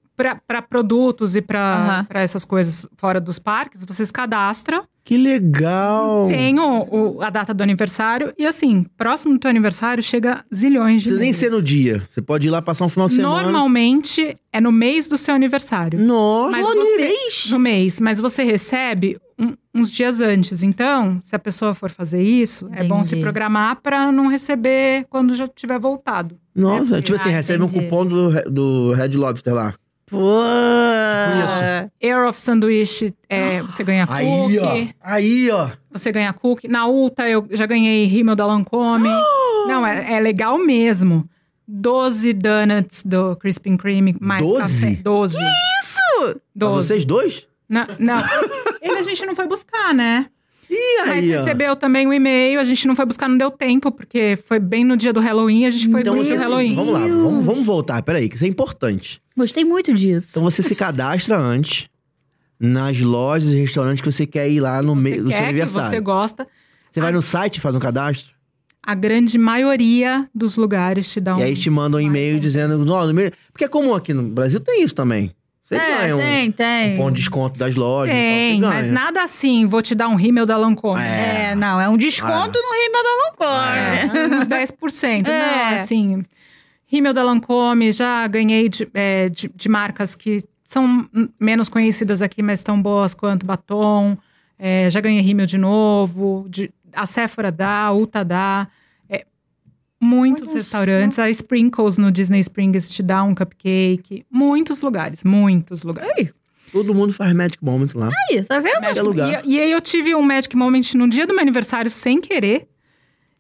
Speaker 3: Para produtos e para
Speaker 1: Aham.
Speaker 3: essas coisas fora dos parques, você se cadastra.
Speaker 2: Que legal!
Speaker 3: Tem o, o- a data do aniversário. E assim, próximo do teu aniversário chega zilhões de
Speaker 2: Precisa nem
Speaker 3: livros.
Speaker 2: ser no dia. Você pode ir lá passar um final de semana.
Speaker 3: Normalmente é no mês do seu aniversário.
Speaker 2: Nossa!
Speaker 3: Mas
Speaker 1: no
Speaker 3: você-
Speaker 1: mês?
Speaker 3: No mês, mas você recebe um- uns dias antes. Então, se a pessoa for fazer isso, é bom se
Speaker 1: Entendi.
Speaker 3: programar para não receber quando já tiver voltado.
Speaker 2: Nossa,
Speaker 3: É,
Speaker 2: tipo assim,
Speaker 1: Ah,
Speaker 2: recebe um
Speaker 1: entendi.
Speaker 2: cupom do, do Red Lobster lá.
Speaker 1: Pô!
Speaker 2: Isso.
Speaker 3: Air of Sanduíche, é, você ganha
Speaker 2: Ah, Aí, ó.
Speaker 3: cookie.
Speaker 2: Aí, ó.
Speaker 3: Você ganha cookie. Na Ulta, eu já ganhei rímel
Speaker 2: (gasps)
Speaker 3: da Lancome. não, é, é legal mesmo. 12 donuts do Krispy Kreme, mais
Speaker 2: Doze?
Speaker 3: café. 12. Que isso?
Speaker 2: Pra
Speaker 3: 12.
Speaker 2: Vocês dois?
Speaker 3: Não, não. Ele a gente não foi buscar, né?
Speaker 2: E aí,
Speaker 3: (laughs) Mas
Speaker 2: ó.
Speaker 3: recebeu também um e-mail, a gente não foi buscar, não deu tempo, porque foi bem no dia do Halloween, a gente foi
Speaker 2: Então
Speaker 3: no
Speaker 2: você.
Speaker 3: dia do Halloween.
Speaker 2: Vamos lá, vamos, vamos voltar. Peraí, que isso é importante.
Speaker 1: Gostei muito disso.
Speaker 2: Então você se cadastra antes nas lojas e restaurantes que você quer ir lá no
Speaker 3: Você
Speaker 2: meio do seu
Speaker 3: quer que você Ah.
Speaker 2: aniversário. Você,
Speaker 3: gosta.
Speaker 2: vai no site, faz um cadastro,
Speaker 3: A grande maioria dos lugares te dá um.
Speaker 2: e aí te mandam um
Speaker 3: vai,
Speaker 2: e-mail
Speaker 3: vai.
Speaker 2: dizendo. Não, no meio... Porque é comum aqui no Brasil, tem isso também. Você
Speaker 1: é,
Speaker 2: ganha um,
Speaker 1: tem,
Speaker 2: um
Speaker 1: tem.
Speaker 2: ponto de desconto das lojas.
Speaker 3: Tem,
Speaker 2: então você ganha.
Speaker 3: mas nada assim, vou te dar um rímel da Lancôme.
Speaker 2: É. Ah,
Speaker 1: É, não, é um desconto no rímel da Lancôme.
Speaker 3: Ah, uns 10%.
Speaker 1: É.
Speaker 3: Não, assim, rímel da Lancôme, já ganhei de, é, de- de marcas que são hum, menos conhecidas aqui, mas tão boas quanto Batom. É, já ganhei rímel de novo. De, a Sephora dá, a Ulta dá. É, muitos
Speaker 1: Olha
Speaker 3: restaurantes. A Sprinkles no Disney Springs te dá um cupcake. Muitos lugares, muitos lugares.
Speaker 2: Todo mundo faz Magic Moment lá.
Speaker 1: Aí, tá vendo?
Speaker 2: qualquer lugar.
Speaker 3: E, e aí eu tive um Magic Moment no dia do meu aniversário, sem querer.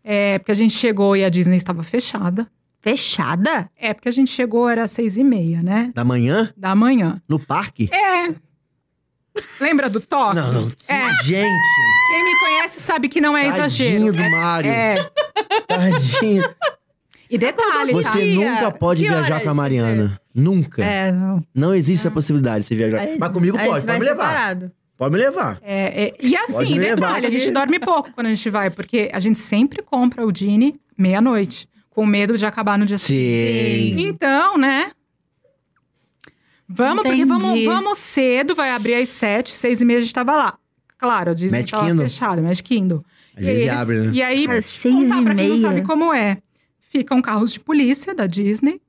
Speaker 3: É, porque a gente chegou e a Disney estava fechada.
Speaker 1: Fechada?
Speaker 3: É, porque a gente chegou, era seis e meia, né?
Speaker 2: Da manhã,
Speaker 3: Da manhã.
Speaker 2: no parque?
Speaker 3: É. Lembra do toque?
Speaker 2: Não, não. Que
Speaker 3: É.
Speaker 2: Gente,
Speaker 3: Quem me conhece sabe que não é
Speaker 2: tadinho
Speaker 3: exagero.
Speaker 2: do Mário.
Speaker 3: É.
Speaker 2: Tadinho.
Speaker 3: E detalhe, tá?
Speaker 2: Você
Speaker 1: Dia.
Speaker 2: nunca pode
Speaker 1: Que
Speaker 2: viajar
Speaker 1: horas
Speaker 2: com a Mariana. Nunca.
Speaker 1: É, não.
Speaker 2: Não existe essa possibilidade de você viajar.
Speaker 1: Aí-
Speaker 2: Mas comigo
Speaker 1: aí a
Speaker 2: pode,
Speaker 1: gente vai
Speaker 2: pode me levar.
Speaker 1: separado.
Speaker 2: Pode me levar.
Speaker 3: É, é, e
Speaker 2: Pode
Speaker 3: assim,
Speaker 2: me levar
Speaker 3: detalhe, a
Speaker 2: que-
Speaker 3: gente dorme pouco quando a gente vai, porque a gente sempre compra o Dini meia-noite, com medo de acabar no dia
Speaker 2: Sim.
Speaker 3: Então, né? Vamos, porque vamos,
Speaker 1: Entendi.
Speaker 3: vamos cedo, vai abrir às sete, seis e meia a gente tava lá. Claro, a Disney
Speaker 2: Magic
Speaker 3: tava
Speaker 2: Kingdom.
Speaker 3: fechada, Magic Kingdom.
Speaker 2: Às vezes
Speaker 3: e, aí
Speaker 2: abre, né?
Speaker 3: e aí,
Speaker 1: Cara, seis
Speaker 3: contar
Speaker 1: e
Speaker 3: pra quem não
Speaker 1: meia.
Speaker 3: sabe como é. Ficam carros de polícia da Disney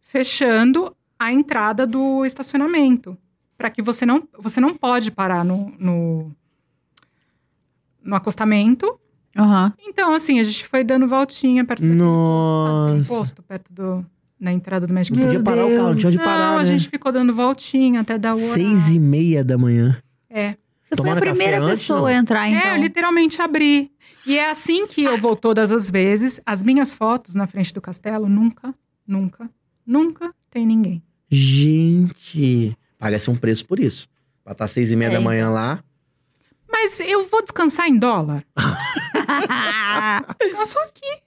Speaker 3: fechando a entrada do estacionamento. Pra que você não, você não pode parar no, no, no acostamento.
Speaker 1: Aham.
Speaker 3: Então, assim, a gente foi dando voltinha perto daquele posto, sabe?
Speaker 2: Nossa.
Speaker 3: Aquele posto perto do, na entrada do Magic
Speaker 2: Não podia
Speaker 1: Meu
Speaker 2: parar o
Speaker 1: Deus.
Speaker 2: carro, não tinha onde
Speaker 3: não,
Speaker 2: parar,
Speaker 3: a
Speaker 2: né?
Speaker 3: gente ficou dando voltinha até dar o
Speaker 2: Seis e meia da manhã.
Speaker 3: É.
Speaker 1: Você
Speaker 2: Tomando
Speaker 1: foi
Speaker 2: café
Speaker 1: a primeira
Speaker 2: antes,
Speaker 1: pessoa
Speaker 2: não?
Speaker 1: a entrar, então.
Speaker 3: É, eu literalmente abri. E é assim que eu vou todas as vezes. As minhas fotos na frente do castelo, nunca, nunca, nunca tem ninguém.
Speaker 2: Gente, paga-se um preço por isso. Pra estar seis e meia
Speaker 1: É,
Speaker 2: da manhã lá.
Speaker 3: Mas eu vou descansar em dólar.
Speaker 1: Ah,
Speaker 3: Descanso aqui.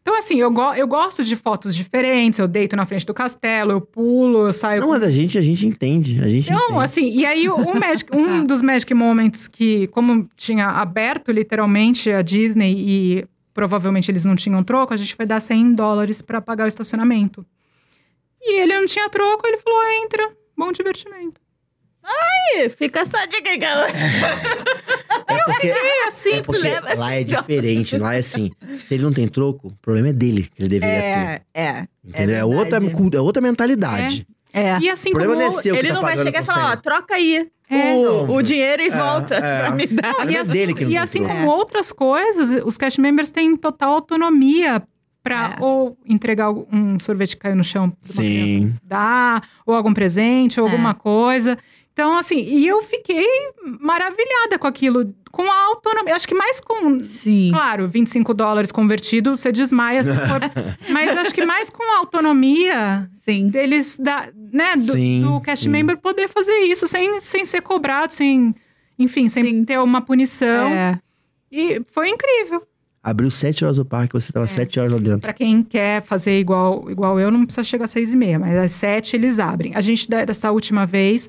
Speaker 3: Então, assim, eu, go- eu gosto de fotos diferentes. Eu deito na frente do castelo, eu pulo, eu saio.
Speaker 2: Não,
Speaker 3: com-
Speaker 2: mas a gente, a gente entende. A gente
Speaker 3: Então,
Speaker 2: entende.
Speaker 3: assim, e aí o- o Magic-
Speaker 2: (laughs) Ah.
Speaker 3: um dos Magic Moments que, como tinha aberto literalmente a Disney e provavelmente eles não tinham troco, a gente foi dar 100 dólares pra pagar o estacionamento. E ele não tinha troco, ele falou: "Ah, entra, bom divertimento.
Speaker 1: Ih, Fica só de dica, galera.
Speaker 2: é porque,
Speaker 3: É assim,
Speaker 2: é porque
Speaker 1: leva
Speaker 2: lá
Speaker 1: assim,
Speaker 2: é diferente. Lá é assim, se ele não tem troco, o problema é dele, que ele deveria ter.
Speaker 1: É, é.
Speaker 2: Entendeu? É, outra,
Speaker 1: verdade.
Speaker 2: cu- é outra mentalidade.
Speaker 1: É.
Speaker 3: E assim
Speaker 2: O problema
Speaker 3: como.
Speaker 2: não é seu que
Speaker 4: Ele
Speaker 2: tá
Speaker 4: não vai
Speaker 2: pagando
Speaker 4: chegar e
Speaker 2: com
Speaker 4: falar, ó,
Speaker 2: senha.
Speaker 4: troca aí
Speaker 3: É.
Speaker 4: o,
Speaker 2: Não,
Speaker 4: o dinheiro e
Speaker 2: é,
Speaker 4: volta
Speaker 2: é.
Speaker 4: pra me dar.
Speaker 2: Não,
Speaker 3: e
Speaker 2: é
Speaker 3: assim,
Speaker 2: dele que não
Speaker 3: e
Speaker 2: tem
Speaker 3: assim
Speaker 2: problema.
Speaker 3: como outras coisas, os cash members têm total autonomia para
Speaker 4: É.
Speaker 3: ou entregar um sorvete que caiu no chão pra uma criança
Speaker 2: Sim.
Speaker 3: dar, ou algum presente, ou alguma coisa. Então, assim, e eu fiquei maravilhada com aquilo, com a autonomia. Acho que mais com.
Speaker 4: Sim.
Speaker 3: Claro, 25 dólares convertido, você desmaia se for. mas acho que mais com a autonomia
Speaker 1: Sim.
Speaker 3: deles, da, né, do,
Speaker 2: Sim,
Speaker 3: do cast
Speaker 2: sim.
Speaker 3: member poder fazer isso sem, sem ser cobrado, sem. Enfim, sem
Speaker 1: Sim.
Speaker 3: ter uma punição.
Speaker 4: É.
Speaker 3: E foi incrível.
Speaker 2: Abriu sete horas o parque, você tava sete horas lá dentro.
Speaker 3: É. Pra quem quer fazer igual, igual eu, não precisa chegar às seis e meia, mas às sete eles abrem. A gente, da- dessa última vez,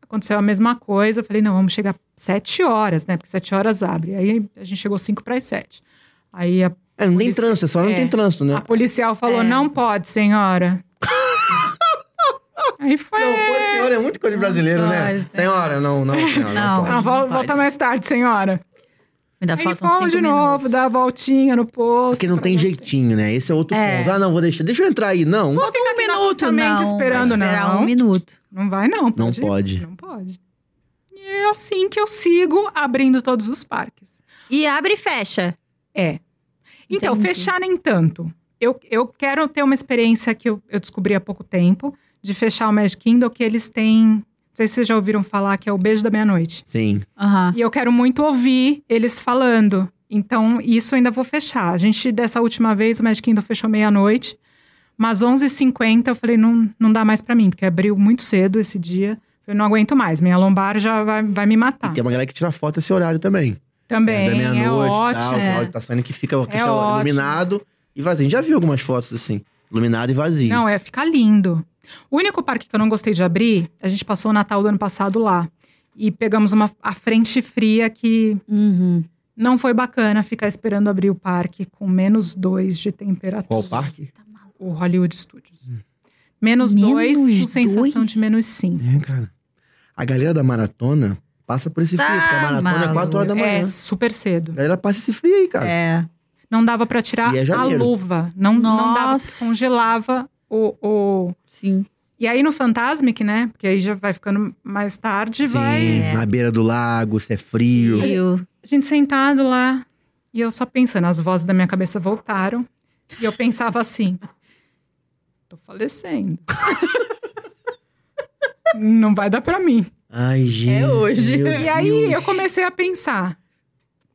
Speaker 3: aconteceu a mesma coisa. Eu falei, não, vamos chegar sete horas, né? Porque sete horas abre. Aí a gente chegou cinco para as sete. Aí a,
Speaker 2: É, não tem
Speaker 3: Polícia-
Speaker 2: trânsito, essa hora não
Speaker 3: é.
Speaker 2: tem trânsito,
Speaker 3: a
Speaker 1: Ah,
Speaker 2: né?
Speaker 3: policial
Speaker 1: é.
Speaker 3: falou, não
Speaker 1: (laughs)
Speaker 3: pode, senhora. Aí foi.
Speaker 2: Não, pô, senhora é muito coisa de brasileiro, né?
Speaker 4: Nossa.
Speaker 2: Senhora, não, não, senhora, não,
Speaker 1: Não.
Speaker 3: "Ah,
Speaker 2: pode.
Speaker 3: vol-
Speaker 4: não pode.
Speaker 3: volta mais tarde, senhora.
Speaker 1: Tá
Speaker 4: Ainda
Speaker 3: Aí
Speaker 4: faltam
Speaker 3: fomos
Speaker 4: cinco
Speaker 3: de novo,
Speaker 4: minutos.
Speaker 3: dá a voltinha no posto.
Speaker 2: Porque não
Speaker 3: pra
Speaker 2: tem
Speaker 3: voltar.
Speaker 2: jeitinho, né? Esse é outro
Speaker 4: É.
Speaker 2: ponto. Ah, não, vou deixar. Deixa eu entrar aí. Não,
Speaker 3: Vou ficar
Speaker 1: Um
Speaker 3: aqui no
Speaker 1: minuto,
Speaker 3: apartamento
Speaker 1: não.
Speaker 3: esperando,
Speaker 1: vai esperar
Speaker 3: não.
Speaker 1: um minuto.
Speaker 3: Não vai, não.
Speaker 2: Não
Speaker 3: ir?
Speaker 2: pode.
Speaker 3: Não pode. E é assim que eu sigo abrindo todos os parques.
Speaker 1: E abre e fecha.
Speaker 3: É. Então,
Speaker 1: Entendi.
Speaker 3: fechar nem tanto. Eu, eu quero ter uma experiência que eu, eu descobri há pouco tempo, de fechar o Magic Kingdom, que eles têm. Não sei se vocês já ouviram falar, que é o beijo da meia-noite.
Speaker 2: Sim.
Speaker 1: Aham.
Speaker 3: E eu quero muito ouvir eles falando. Então, isso eu ainda vou fechar. A gente, dessa última vez, o Magic Kingdom fechou meia-noite. Mas 11h50, eu falei, não, não dá mais pra mim. Porque abriu muito cedo esse dia. Eu não aguento mais. Minha lombar já vai, vai me matar.
Speaker 2: E tem uma galera que tira foto esse horário também.
Speaker 3: Também,
Speaker 2: Então, da
Speaker 3: é,
Speaker 2: meia-noite,
Speaker 3: ótimo.
Speaker 2: tal,
Speaker 1: é.
Speaker 2: tal, que tá saindo que fica o
Speaker 3: É
Speaker 2: cristal
Speaker 3: ótimo.
Speaker 2: iluminado e vazio. A gente já viu algumas fotos assim, iluminado e vazio.
Speaker 3: Não, é ficar lindo. O único parque que eu não gostei de abrir, a gente passou o Natal do ano passado lá. E pegamos uma, a frente fria que
Speaker 1: Uhum.
Speaker 3: não foi bacana ficar esperando abrir o parque com menos dois de temperatura.
Speaker 2: Qual parque?
Speaker 3: o Hollywood Studios.
Speaker 2: Hum.
Speaker 3: Menos,
Speaker 1: Menos
Speaker 3: dois, com
Speaker 1: dois?
Speaker 3: sensação de menos cinco.
Speaker 2: É, cara. A galera da maratona passa por esse frio,
Speaker 1: Tá
Speaker 2: porque a maratona é 4 horas da manhã.
Speaker 3: Ah, É super cedo.
Speaker 2: A galera passa esse frio aí, cara.
Speaker 4: É.
Speaker 3: Não dava pra tirar
Speaker 2: E é
Speaker 3: a
Speaker 2: janeiro.
Speaker 3: luva. Não, não dava,
Speaker 4: Nossa.
Speaker 3: congelava o, o-
Speaker 4: Sim.
Speaker 3: E aí no Fantasmic, né? Porque aí já vai ficando mais tarde, vai. é.
Speaker 2: Sim, na beira do lago, se é frio.
Speaker 1: E o-
Speaker 3: A gente sentado lá e eu só pensando, as vozes da minha cabeça voltaram. E eu pensava assim: tô falecendo. (laughs) não vai dar pra mim.
Speaker 2: Ai, gente.
Speaker 4: hoje.
Speaker 2: meu
Speaker 3: (laughs) E aí
Speaker 2: Deus. (laughs)
Speaker 3: eu comecei a pensar: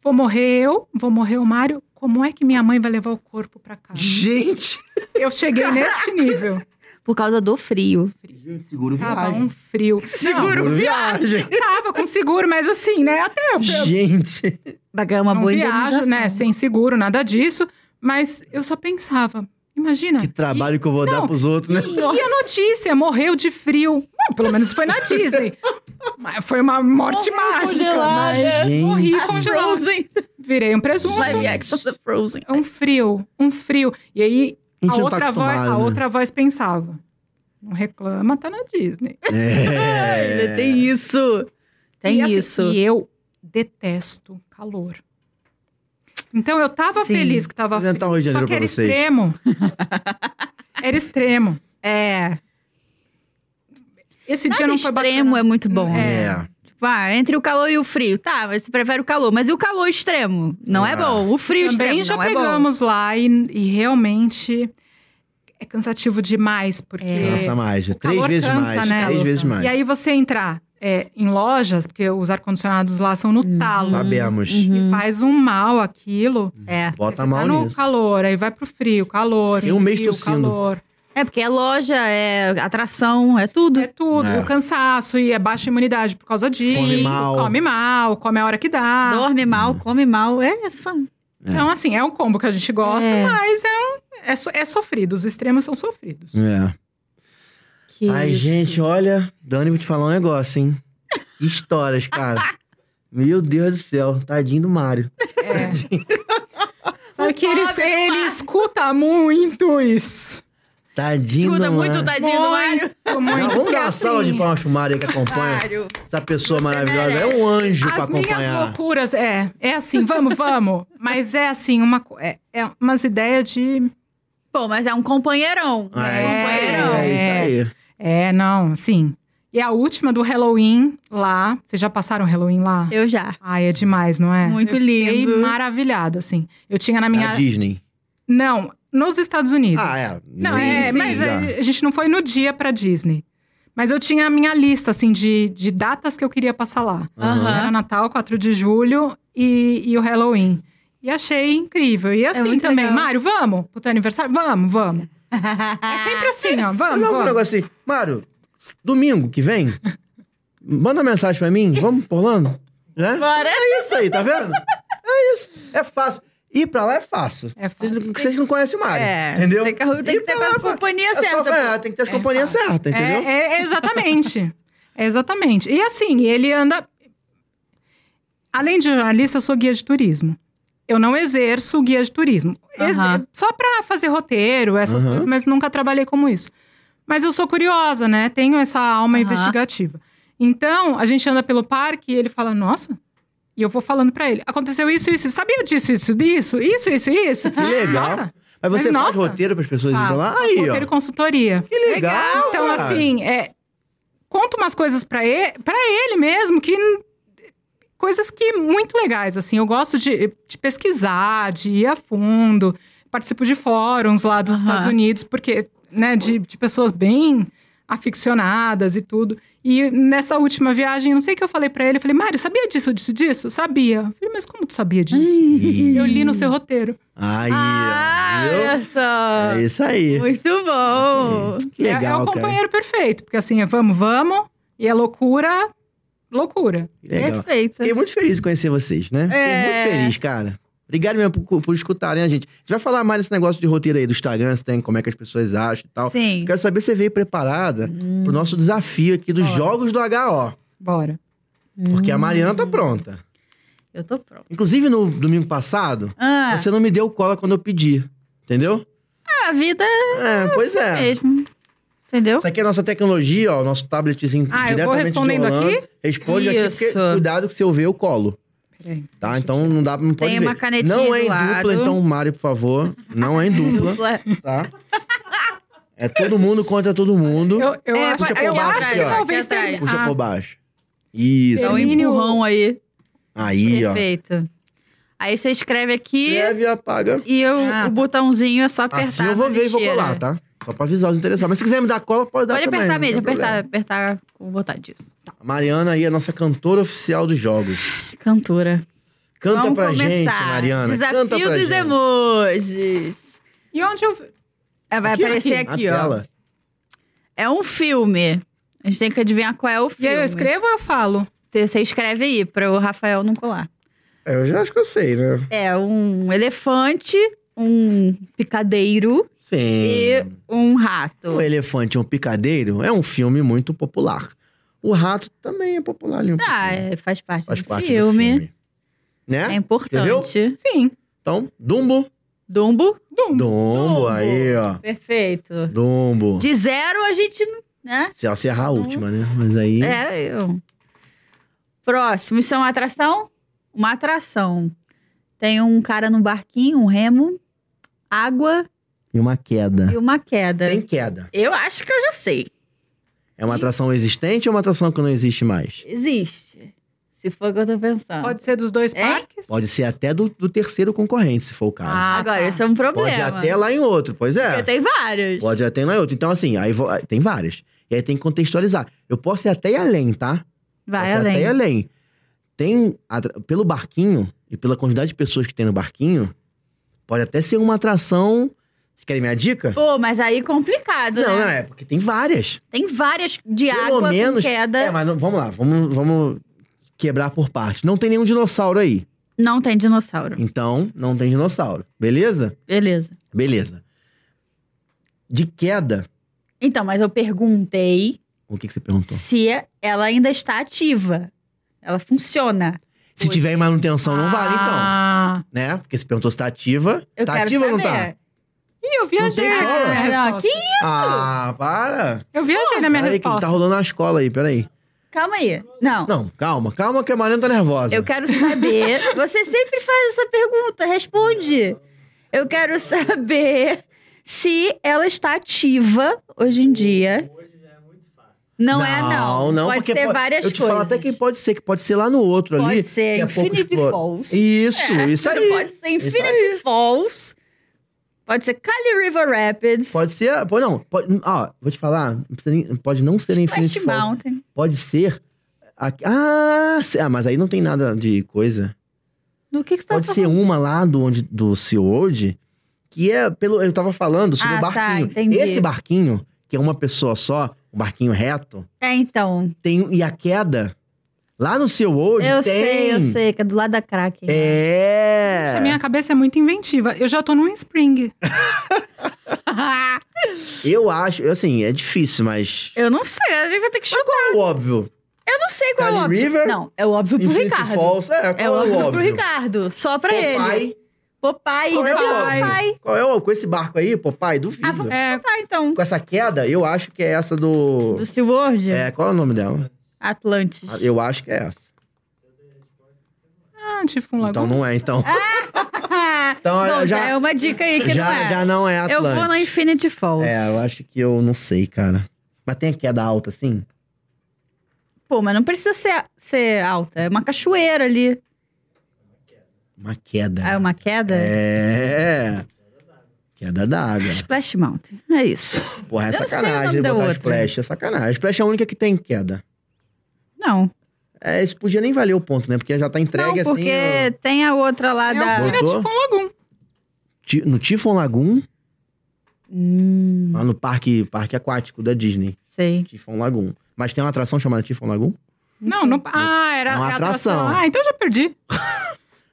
Speaker 3: vou morrer eu, vou morrer o Mário, como é que minha mãe vai levar o corpo
Speaker 2: (laughs)
Speaker 3: pra casa?
Speaker 2: Gente!
Speaker 3: Eu cheguei neste nível.
Speaker 1: Por causa do frio.
Speaker 2: Gente, seguro
Speaker 3: Tava
Speaker 2: viagem.
Speaker 3: um frio.
Speaker 2: Seguro viagem.
Speaker 3: Não, tava com seguro, mas assim, né? Até eu. eu
Speaker 2: Gente.
Speaker 1: Pagar uma
Speaker 3: não
Speaker 1: boa
Speaker 3: viajo,
Speaker 1: indenização.
Speaker 3: né? Sem seguro, nada disso. Mas eu só pensava: imagina.
Speaker 2: Que trabalho que eu vou dar
Speaker 3: Não,
Speaker 2: pros outros, né?
Speaker 3: E, e a notícia, morreu de frio. Não, pelo menos foi na
Speaker 2: (laughs)
Speaker 3: Disney. Mas foi uma morte
Speaker 4: Morreu
Speaker 3: mágica.
Speaker 4: congelada.
Speaker 3: Mas
Speaker 2: Gente.
Speaker 3: morri congelado.
Speaker 4: Tá Frozen.
Speaker 3: Virei um presunto.
Speaker 4: Live action da Frozen.
Speaker 3: É um frio, um frio. E aí,
Speaker 2: A gente
Speaker 3: a
Speaker 2: não tá
Speaker 3: outra, voz,
Speaker 2: acostumado,
Speaker 3: a
Speaker 2: né?
Speaker 3: outra voz pensava: não reclama, tá na Disney.
Speaker 2: É.
Speaker 4: Ainda tem isso. Tem
Speaker 3: e, assim,
Speaker 4: isso.
Speaker 3: E eu detesto calor. Então eu tava
Speaker 4: Sim.
Speaker 3: feliz que tava
Speaker 2: Vou inventar um Rio de
Speaker 3: frio. Só
Speaker 2: Janeiro
Speaker 3: que era
Speaker 2: pra vocês.
Speaker 1: (laughs)
Speaker 3: extremo. era extremo.
Speaker 1: É.
Speaker 3: Esse dia
Speaker 1: Nada
Speaker 3: não foi
Speaker 1: extremo
Speaker 3: bacana.
Speaker 1: é muito bom.
Speaker 3: É.
Speaker 4: né?
Speaker 2: É.
Speaker 1: Tipo, ah, entre o calor e o frio. Tá, mas você prefere o calor. Mas e o calor extremo? Não é
Speaker 2: Ah.
Speaker 1: bom. O frio
Speaker 3: Também
Speaker 1: extremo
Speaker 3: já
Speaker 1: não é bom.
Speaker 3: pegamos lá e, e realmente é cansativo demais, porque
Speaker 1: É.
Speaker 2: Cansa mais.
Speaker 3: É, O
Speaker 2: Três
Speaker 3: calor
Speaker 2: vezes
Speaker 3: cansa,
Speaker 2: mais.
Speaker 3: né?
Speaker 2: Três
Speaker 3: O
Speaker 2: vezes
Speaker 3: E
Speaker 2: mais.
Speaker 3: aí você entrar é, em lojas, porque os ar-condicionados lá são no
Speaker 1: Uhum.
Speaker 3: talo.
Speaker 2: Sabemos.
Speaker 3: E faz um mal aquilo.
Speaker 1: É.
Speaker 3: Aí
Speaker 2: Bota
Speaker 3: você tá
Speaker 2: mal
Speaker 3: no
Speaker 2: nisso.
Speaker 3: calor, aí vai pro frio, calor,
Speaker 2: Tem um mês
Speaker 3: frio,
Speaker 2: tossindo.
Speaker 3: calor.
Speaker 1: É porque é loja, é atração, é tudo.
Speaker 3: É tudo,
Speaker 2: É.
Speaker 3: o cansaço e é baixa imunidade por causa disso.
Speaker 2: Come mal.
Speaker 3: Come mal, come a hora que dá.
Speaker 2: Ah.
Speaker 1: Dorme mal, come mal. É essa.
Speaker 3: Então, assim, é um combo que a gente gosta,
Speaker 1: É.
Speaker 3: mas é, um, é, so- é sofrido. Os extremos são sofridos.
Speaker 2: É.
Speaker 1: Que
Speaker 2: Ai,
Speaker 1: isso.
Speaker 2: gente, olha. Dani, vou te falar um negócio, hein? Que Histórias,
Speaker 3: (laughs)
Speaker 2: cara. Meu Deus do céu. Tadinho do Mário.
Speaker 3: É. Sabe que ele,
Speaker 1: pobre do
Speaker 3: ele
Speaker 1: Mário.
Speaker 3: escuta muito isso.
Speaker 2: Tadinho
Speaker 4: Escuta
Speaker 2: do
Speaker 4: muito
Speaker 2: Mário.
Speaker 4: o tadinho do Mário.
Speaker 3: Muito, muito.
Speaker 2: Não, vamos
Speaker 3: porque,
Speaker 2: dar uma salva de
Speaker 3: assim,
Speaker 2: palmas pro Mário aí que acompanha
Speaker 4: Mário.
Speaker 2: essa pessoa maravilhosa. É um anjo pra
Speaker 3: As minhas
Speaker 2: acompanhar.
Speaker 3: loucuras, é. É assim, vamos, vamos. Mas é assim, uma, co- é, é umas ideias de.
Speaker 1: Bom, mas é um companheirão.
Speaker 2: Ah,
Speaker 1: né?
Speaker 2: é, isso aí,
Speaker 1: companheirão.
Speaker 2: é isso aí.
Speaker 3: É, não, sim. E a última do Halloween lá. Vocês já passaram o Halloween lá?
Speaker 5: Eu já.
Speaker 3: Ai, é demais, não é?
Speaker 1: Muito
Speaker 3: Eu fiquei
Speaker 1: lindo.
Speaker 3: maravilhada, assim. Eu tinha na minha.
Speaker 2: Na Disney.
Speaker 3: Não, nos Estados Unidos.
Speaker 2: Ah, é.
Speaker 3: Não,
Speaker 2: Sim,
Speaker 3: é,
Speaker 2: sim.
Speaker 3: mas
Speaker 2: Já.
Speaker 3: a gente não foi no dia pra Disney. Mas eu tinha a minha lista, assim, de, de datas que eu queria passar lá.
Speaker 2: Aham.
Speaker 3: Era Natal, 4 de julho e, e o Halloween. E achei incrível. E assim
Speaker 1: É muito
Speaker 3: também,
Speaker 1: legal.
Speaker 3: Mário, vamos pro teu aniversário?
Speaker 1: (laughs)
Speaker 3: Vamos, vamos. É sempre assim, ó,
Speaker 2: Mas
Speaker 3: vamos,
Speaker 2: não, um
Speaker 3: vamos.
Speaker 2: negócio assim. Mário, domingo que vem, manda uma mensagem pra mim. Vamos pro Orlando? Né?
Speaker 1: Bora.
Speaker 2: É isso aí, tá vendo? É isso. É fácil. Ir pra lá é fácil.
Speaker 3: É
Speaker 2: Vocês
Speaker 3: fácil.
Speaker 2: não- Vocês não conhecem o Mário.
Speaker 1: É,
Speaker 2: entendeu?
Speaker 1: tem que- tem
Speaker 2: Ir
Speaker 1: que ter
Speaker 2: pra lá,
Speaker 1: a companhia
Speaker 2: é só-
Speaker 1: certa,
Speaker 2: é, tem que ter as companhias certas, entendeu?
Speaker 3: É, é- é exatamente. (laughs) É exatamente. E assim, ele anda. Além de jornalista, eu sou guia de turismo. Eu não exerço guia de turismo. Ex-
Speaker 1: Aham.
Speaker 3: Só pra fazer roteiro, essas
Speaker 2: Aham.
Speaker 3: coisas, mas nunca trabalhei como isso. Mas eu sou curiosa, né? Tenho essa alma
Speaker 1: Aham.
Speaker 3: investigativa. Então, a gente anda pelo parque e ele fala: Nossa. E eu vou falando pra ele: Aconteceu isso, isso, isso. sabia disso, isso, disso, isso, isso,
Speaker 2: (laughs)
Speaker 3: isso.
Speaker 2: Que legal.
Speaker 3: Nossa.
Speaker 2: Mas você
Speaker 3: Mas,
Speaker 2: faz
Speaker 3: nossa.
Speaker 2: roteiro pras pessoas irem pra
Speaker 3: faço,
Speaker 2: lá?
Speaker 3: faço
Speaker 2: Aí, ó.
Speaker 3: roteiro e consultoria.
Speaker 2: Que legal.
Speaker 3: Então,
Speaker 2: cara.
Speaker 3: assim, é, conta umas coisas pra ele, pra ele mesmo, que n- coisas que muito legais, assim. Eu gosto de, de pesquisar, de ir a fundo, participo de fóruns lá dos
Speaker 1: Aham.
Speaker 3: Estados Unidos, porque, né, de, de pessoas bem aficionadas e tudo. E nessa última viagem, não sei o que eu falei pra ele, eu falei, Mário, sabia disso, disso, disso? Sabia. Eu falei, mas como tu sabia disso?
Speaker 2: Ih.
Speaker 3: Eu li no seu roteiro.
Speaker 2: Aí, ó,
Speaker 1: Ah,
Speaker 2: viu?
Speaker 1: olha só.
Speaker 2: É isso aí. Assim,
Speaker 1: Muito bom.
Speaker 2: Que
Speaker 3: É- é,
Speaker 2: legal,
Speaker 3: o
Speaker 2: cara.
Speaker 3: companheiro perfeito, porque assim, é vamos, vamos, e é loucura, loucura.
Speaker 2: Que Legal.
Speaker 1: Perfeito.
Speaker 2: Fiquei muito feliz em conhecer vocês, né?
Speaker 1: É.
Speaker 2: Fiquei muito feliz, cara. Obrigado mesmo por, por escutarem a gente. A gente vai falar mais desse negócio de roteiro aí do Instagram, se tem, como é que as pessoas acham e tal.
Speaker 5: Sim.
Speaker 2: Quero saber se você veio preparada
Speaker 1: Hum.
Speaker 2: pro nosso desafio aqui dos
Speaker 3: Bora.
Speaker 2: jogos do HO.
Speaker 3: Bora.
Speaker 2: Porque a Mariana
Speaker 1: Hum.
Speaker 2: tá pronta.
Speaker 1: Eu tô pronta.
Speaker 2: Inclusive, no domingo passado,
Speaker 1: Ah,
Speaker 2: você não me deu cola quando eu pedi. Entendeu?
Speaker 1: a vida
Speaker 2: É, pois
Speaker 1: é
Speaker 2: é.
Speaker 1: mesmo. Entendeu?
Speaker 2: Isso aqui é a nossa tecnologia, ó, o nosso tabletzinho
Speaker 3: Ah, eu vou
Speaker 2: diretamente
Speaker 3: respondendo
Speaker 2: de Holanda.
Speaker 3: aqui?
Speaker 2: Responde aqui, porque
Speaker 1: Isso.
Speaker 2: cuidado que se eu ver, eu colo.
Speaker 3: Peraí.
Speaker 2: Tá? Então não dá, não pode
Speaker 1: Tem
Speaker 2: ver.
Speaker 1: uma canetinha
Speaker 2: Não é em
Speaker 1: do lado.
Speaker 2: dupla, então, Mário, por favor. Não é em
Speaker 1: (laughs)
Speaker 2: dupla, tá? É todo mundo contra todo mundo.
Speaker 3: Eu, eu
Speaker 1: É,
Speaker 3: acho,
Speaker 2: puxa por
Speaker 3: eu
Speaker 2: baixo
Speaker 3: acho
Speaker 2: aqui,
Speaker 3: que
Speaker 2: ó.
Speaker 3: talvez
Speaker 1: Aqui atrás.
Speaker 3: tenha.
Speaker 2: Puxa
Speaker 3: Ah,
Speaker 2: por baixo. Isso.
Speaker 1: É um
Speaker 3: Termine o-
Speaker 1: empurrão aí.
Speaker 2: Aí, ó.
Speaker 1: Perfeito. Aí você escreve aqui
Speaker 2: Escreve e apaga.
Speaker 1: e eu-
Speaker 3: Ah,
Speaker 1: o
Speaker 3: tá.
Speaker 1: botãozinho é só apertar.
Speaker 2: Assim eu vou
Speaker 1: na
Speaker 2: ver e vou
Speaker 1: lixeira.
Speaker 2: colar, tá? Só pra avisar os interessados. Mas se quiser me dar cola, pode dar
Speaker 1: Pode
Speaker 2: também.
Speaker 1: apertar
Speaker 2: não tem
Speaker 1: mesmo, apertar,
Speaker 2: problema.
Speaker 1: apertar com vontade disso.
Speaker 2: A Mariana aí é a nossa cantora oficial dos jogos.
Speaker 1: Cantora.
Speaker 2: Canta
Speaker 1: Vamos
Speaker 2: pra
Speaker 1: começar.
Speaker 2: gente, Mariana.
Speaker 1: Desafio
Speaker 2: Canta pra
Speaker 1: dos
Speaker 2: gente.
Speaker 1: emojis.
Speaker 3: E onde eu.
Speaker 1: É, vai
Speaker 2: Aqui,
Speaker 1: aparecer
Speaker 2: na
Speaker 1: aqui, ó.
Speaker 2: tela.
Speaker 1: É um filme. A gente tem que adivinhar qual é o
Speaker 3: E
Speaker 1: filme.
Speaker 3: aí eu escrevo ou eu falo?
Speaker 1: Você escreve aí, pra o Rafael não colar.
Speaker 2: É, Eu já acho que eu sei, né?
Speaker 1: É um elefante, um picadeiro
Speaker 2: Sim.
Speaker 1: e
Speaker 2: Hum.
Speaker 1: um rato.
Speaker 2: O Elefante é um Picadeiro é um filme muito popular. O Rato também é popular ali um
Speaker 1: Ah,
Speaker 2: pouquinho.
Speaker 1: é, faz parte,
Speaker 2: Faz
Speaker 1: do,
Speaker 2: parte
Speaker 1: filme.
Speaker 2: do filme.
Speaker 1: É
Speaker 2: Né?
Speaker 1: importante.
Speaker 3: Sim.
Speaker 2: Então, Dumbo.
Speaker 1: Dumbo.
Speaker 2: Dumbo.
Speaker 1: Dumbo.
Speaker 2: aí, ó.
Speaker 1: Perfeito.
Speaker 2: Dumbo.
Speaker 1: De zero a gente, não- né?
Speaker 2: Se ela se errar a última, né? Mas aí...
Speaker 1: É, eu. Próximo, isso é uma atração? Uma atração. Tem um cara num barquinho, um remo, água
Speaker 2: E uma queda.
Speaker 1: e uma queda.
Speaker 2: Tem queda.
Speaker 1: Eu acho que eu já sei.
Speaker 2: É uma atração existente ou uma atração que não existe mais?
Speaker 1: Existe. Se for o que eu tô pensando.
Speaker 3: Pode ser dos dois
Speaker 1: É?
Speaker 3: parques?
Speaker 2: Pode ser até do, do terceiro concorrente, se for o caso.
Speaker 3: Ah,
Speaker 1: Agora,
Speaker 3: tá.
Speaker 1: isso é um
Speaker 2: Pode
Speaker 1: problema.
Speaker 2: até lá em outro, pois é.
Speaker 1: Porque tem vários.
Speaker 2: Pode até ir lá em outro. Então, assim, aí vo- tem várias. E aí tem que contextualizar. Eu posso ir até ir além, tá?
Speaker 1: Vai
Speaker 2: Posso ir
Speaker 1: além.
Speaker 2: Até ir além. Tem, atra- pelo barquinho, e pela quantidade de pessoas que tem no barquinho, pode até ser uma atração... Vocês querem minha dica?
Speaker 1: Pô, mas aí é complicado,
Speaker 2: Não,
Speaker 1: né?
Speaker 2: não, é porque tem várias.
Speaker 1: Tem várias de
Speaker 2: Pelo
Speaker 1: água com
Speaker 2: menos-
Speaker 1: queda.
Speaker 2: É, mas não- vamos lá, vamos, vamos quebrar por parte. Não tem nenhum dinossauro aí.
Speaker 1: Não tem dinossauro.
Speaker 2: Então, não tem dinossauro. Beleza?
Speaker 1: Beleza.
Speaker 2: Beleza. De queda,
Speaker 1: Então, mas eu perguntei
Speaker 2: o que, que você perguntou?
Speaker 1: se ela ainda está ativa. Ela funciona.
Speaker 2: Se tiver em manutenção, não vale, então.
Speaker 3: Ah,
Speaker 2: Né? Porque você perguntou se tá ativa.
Speaker 1: Eu
Speaker 2: tá
Speaker 1: quero
Speaker 2: ativa ou
Speaker 1: saber.
Speaker 2: não tá?
Speaker 3: Ih, eu viajei
Speaker 2: Não tem
Speaker 3: aqui
Speaker 2: cola.
Speaker 3: na minha
Speaker 1: Ah,
Speaker 3: resposta.
Speaker 1: que
Speaker 2: Ah, para!
Speaker 3: Eu viajei na minha
Speaker 2: Peraí, que tá
Speaker 3: resposta.
Speaker 2: rolando na escola aí, peraí.
Speaker 1: Calma aí. Não.
Speaker 2: Não, calma, calma que a Mariana tá nervosa.
Speaker 1: Eu quero saber. Você sempre faz essa pergunta, responde. Eu quero saber se ela está ativa hoje em dia. Não, é, não. pode
Speaker 2: porque
Speaker 1: ser
Speaker 2: pode-
Speaker 1: várias
Speaker 2: Eu te
Speaker 1: coisas.
Speaker 2: falo até que pode ser, que pode ser lá no outro
Speaker 1: Pode
Speaker 2: ali.
Speaker 1: ser
Speaker 2: que é pouco
Speaker 1: Infinity
Speaker 2: explora-
Speaker 1: Falls.
Speaker 2: Isso,
Speaker 1: É,
Speaker 2: isso aí.
Speaker 1: Pode ser
Speaker 2: Isso
Speaker 1: Infinity Falls. Pode ser Cali River Rapids.
Speaker 2: Pode ser. Pode, não, pode, ó, vou te falar, não precisa nem- pode não ser Infinity
Speaker 1: West
Speaker 2: Falls.
Speaker 1: Mountain.
Speaker 2: Pode ser. a- ah, se- ah, mas aí não tem nada de coisa.
Speaker 1: Do que que você tá
Speaker 2: Pode
Speaker 1: falando?
Speaker 2: ser uma lá do, onde, do SeaWorld, que é pelo. Eu tava falando sobre
Speaker 1: Ah,
Speaker 2: o
Speaker 1: tá,
Speaker 2: barquinho.
Speaker 1: entendi.
Speaker 2: Esse barquinho, que é uma pessoa só, um barquinho reto,
Speaker 1: É, então.
Speaker 2: tem. um, E a queda. Lá no SeaWorld
Speaker 1: Eu
Speaker 2: tem.
Speaker 1: sei, eu sei, que é do lado da Kraken.
Speaker 2: É.
Speaker 3: A minha cabeça é muito inventiva. Eu já tô num spring.
Speaker 2: Eu acho, assim, é difícil, mas.
Speaker 1: (laughs) Eu não sei, a gente vai ter que chutar.
Speaker 2: É óbvio.
Speaker 1: Eu não sei qual é o
Speaker 2: Cali
Speaker 1: óbvio.
Speaker 2: River,
Speaker 1: Não, é o óbvio Tá. pro
Speaker 2: Infinity
Speaker 1: Ricardo.
Speaker 2: Falls, é,
Speaker 1: É o
Speaker 2: qual
Speaker 1: óbvio,
Speaker 2: é o
Speaker 1: pro
Speaker 2: óbvio?
Speaker 1: Ricardo. Só pra ele.
Speaker 2: Popeye, é
Speaker 1: Papai,
Speaker 2: Qual é
Speaker 1: ainda
Speaker 2: o
Speaker 1: tem o
Speaker 2: óbvio?
Speaker 1: papai.
Speaker 2: qual é o Com esse barco aí, Popeye, duvido.
Speaker 1: Ah, vamos
Speaker 3: É.
Speaker 1: chutar então.
Speaker 2: Com essa queda, eu acho que é essa do.
Speaker 1: Do SeaWorld?
Speaker 2: É, qual é o nome dela?
Speaker 1: Atlantis. (laughs)
Speaker 2: Eu acho que é essa.
Speaker 3: Ah, tipo um lago.
Speaker 2: Então não é, então. Então,
Speaker 1: Bom, já,
Speaker 2: já-
Speaker 1: é uma dica aí Ah, que
Speaker 2: (laughs) já,
Speaker 1: não é.
Speaker 2: já não é
Speaker 1: eu
Speaker 2: Atlântico.
Speaker 1: vou na Infinity Falls.
Speaker 2: É, eu acho que eu não sei, cara. Mas tem a queda alta, assim?
Speaker 1: Pô, mas não precisa ser, ser alta. É uma cachoeira ali.
Speaker 2: Uma queda.
Speaker 1: Ah, é uma queda?
Speaker 2: É. Queda d'água.
Speaker 1: Splash Mountain. É isso.
Speaker 2: Porra, é
Speaker 1: Eu não sei o
Speaker 2: sacanagem
Speaker 1: nome da
Speaker 2: botar
Speaker 1: outra.
Speaker 2: Splash. É sacanagem. Splash é a única que tem queda.
Speaker 1: Não.
Speaker 2: É, isso podia nem valer o ponto, né? Porque já tá
Speaker 1: não,
Speaker 2: entregue
Speaker 1: porque
Speaker 2: assim.
Speaker 1: tem a outra lá
Speaker 3: É
Speaker 1: da.
Speaker 3: o Fira
Speaker 2: Voltou?
Speaker 3: tipo um lago.
Speaker 2: ó, ti- No Tifon Lagoon,
Speaker 1: Hum,
Speaker 2: lá no parque, parque aquático da Disney.
Speaker 1: sei.
Speaker 2: Tifon Lagoon. Mas tem uma atração chamada Tifon Lagoon?
Speaker 3: Não, não. Ah, era
Speaker 2: É uma
Speaker 3: é atração.
Speaker 2: atração.
Speaker 3: Ah, então eu já perdi.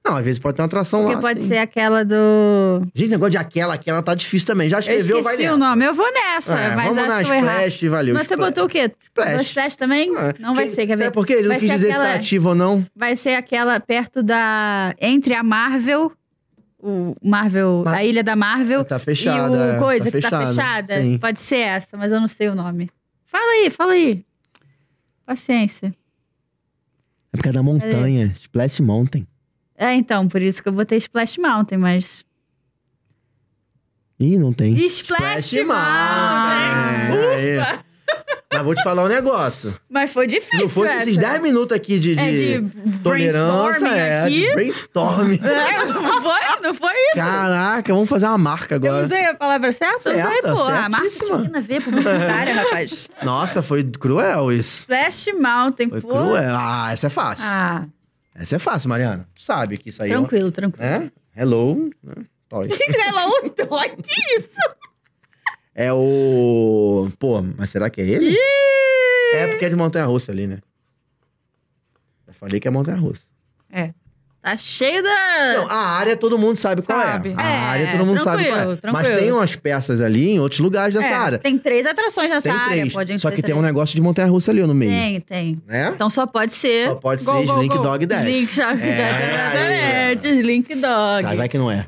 Speaker 2: Não, às vezes pode ter uma atração
Speaker 1: Porque
Speaker 2: lá.
Speaker 1: pode
Speaker 2: sim.
Speaker 1: ser aquela do.
Speaker 2: Gente, negócio de aquela, aquela tá difícil também. Já
Speaker 1: Eu
Speaker 2: escreveu, vai
Speaker 1: esqueci
Speaker 2: nessa.
Speaker 1: o nome. Eu vou nessa,
Speaker 2: É,
Speaker 1: mas
Speaker 2: vamos
Speaker 1: acho
Speaker 2: na
Speaker 1: que eu vou errar.
Speaker 2: Splash, valeu.
Speaker 1: Mas você
Speaker 2: Splash.
Speaker 1: botou o quê?
Speaker 2: Splash.
Speaker 1: Botou Splash também?
Speaker 2: Ah,
Speaker 1: Não vai
Speaker 2: que-
Speaker 1: ser, quer ver?
Speaker 2: Sabe por quê? Ele não
Speaker 1: Vai
Speaker 2: quis
Speaker 1: ser
Speaker 2: dizer se
Speaker 1: aquela-
Speaker 2: tá ativo ou não.
Speaker 1: Vai ser aquela perto da. Entre a Marvel. O Marvel.
Speaker 2: Mas-
Speaker 1: A ilha da Marvel.
Speaker 2: Tá fechada.
Speaker 1: e
Speaker 2: é,
Speaker 1: o coisa que tá
Speaker 2: fechada,
Speaker 1: fechada.
Speaker 2: Sim.
Speaker 1: Pode ser essa, mas eu não sei o nome. Fala aí, fala aí. Paciência.
Speaker 2: É por causa da montanha. Splash Mountain.
Speaker 1: É, então, por isso que eu botei Splash Mountain, mas.
Speaker 2: Ih, não tem.
Speaker 1: Splash, Mountain!
Speaker 2: É, aí. Mas vou te falar um negócio.
Speaker 1: Mas foi
Speaker 2: Se
Speaker 1: difícil,
Speaker 2: não assim, fosse esses
Speaker 1: essa.
Speaker 2: 10 minutos aqui de, de
Speaker 1: É de
Speaker 2: tolerância,
Speaker 1: brainstorming
Speaker 2: é,
Speaker 1: aqui.
Speaker 2: de
Speaker 1: (laughs)
Speaker 2: brainstorming.
Speaker 1: É, (laughs) não foi? Não foi isso?
Speaker 2: Caraca, vamos fazer uma marca
Speaker 1: Eu
Speaker 2: agora.
Speaker 1: usei a palavra certa? Eu usei,
Speaker 2: Certa,
Speaker 1: pô. Ah, A marketing
Speaker 2: certíssima.
Speaker 1: tem nada a ver,
Speaker 2: (laughs)
Speaker 1: publicitária, rapaz.
Speaker 2: Nossa, foi cruel isso.
Speaker 1: Splash Mountain,
Speaker 2: Foi
Speaker 1: pô.
Speaker 2: cruel. Ah, essa é fácil.
Speaker 3: Ah.
Speaker 2: Essa é fácil, Mariana. Tu sabe que isso aí é um-
Speaker 1: Tranquilo, tranquilo. (laughs)
Speaker 2: né? Hello. né? Toy.
Speaker 1: Ela outra, olha que isso?
Speaker 2: É o. Pô, mas será que é ele? É porque é de Montanha Russa ali, né? Eu falei que é Montanha Russa.
Speaker 1: Tá cheio da.
Speaker 2: Não, a área todo mundo sabe,
Speaker 3: Sabe.
Speaker 2: qual é. A
Speaker 1: É,
Speaker 2: área todo mundo sabe qual é.
Speaker 1: tranquilo,
Speaker 2: Mas
Speaker 1: tranquilo.
Speaker 2: tem umas peças ali em outros lugares dessa
Speaker 1: É,
Speaker 2: área.
Speaker 1: Tem três atrações nessa
Speaker 2: Tem
Speaker 1: área,
Speaker 2: três.
Speaker 1: podem
Speaker 2: Só
Speaker 1: ser
Speaker 2: que tem
Speaker 1: três.
Speaker 2: um negócio de Montanha Russa ali no meio.
Speaker 1: Tem, tem.
Speaker 2: Né?
Speaker 1: Então só pode ser.
Speaker 2: Só pode
Speaker 3: Go,
Speaker 2: ser
Speaker 3: go,
Speaker 2: Slink
Speaker 3: go.
Speaker 2: Dog 10.
Speaker 1: Slink Dog.
Speaker 2: É,
Speaker 1: Exatamente, Slink Dog.
Speaker 2: Sabe, vai que não é.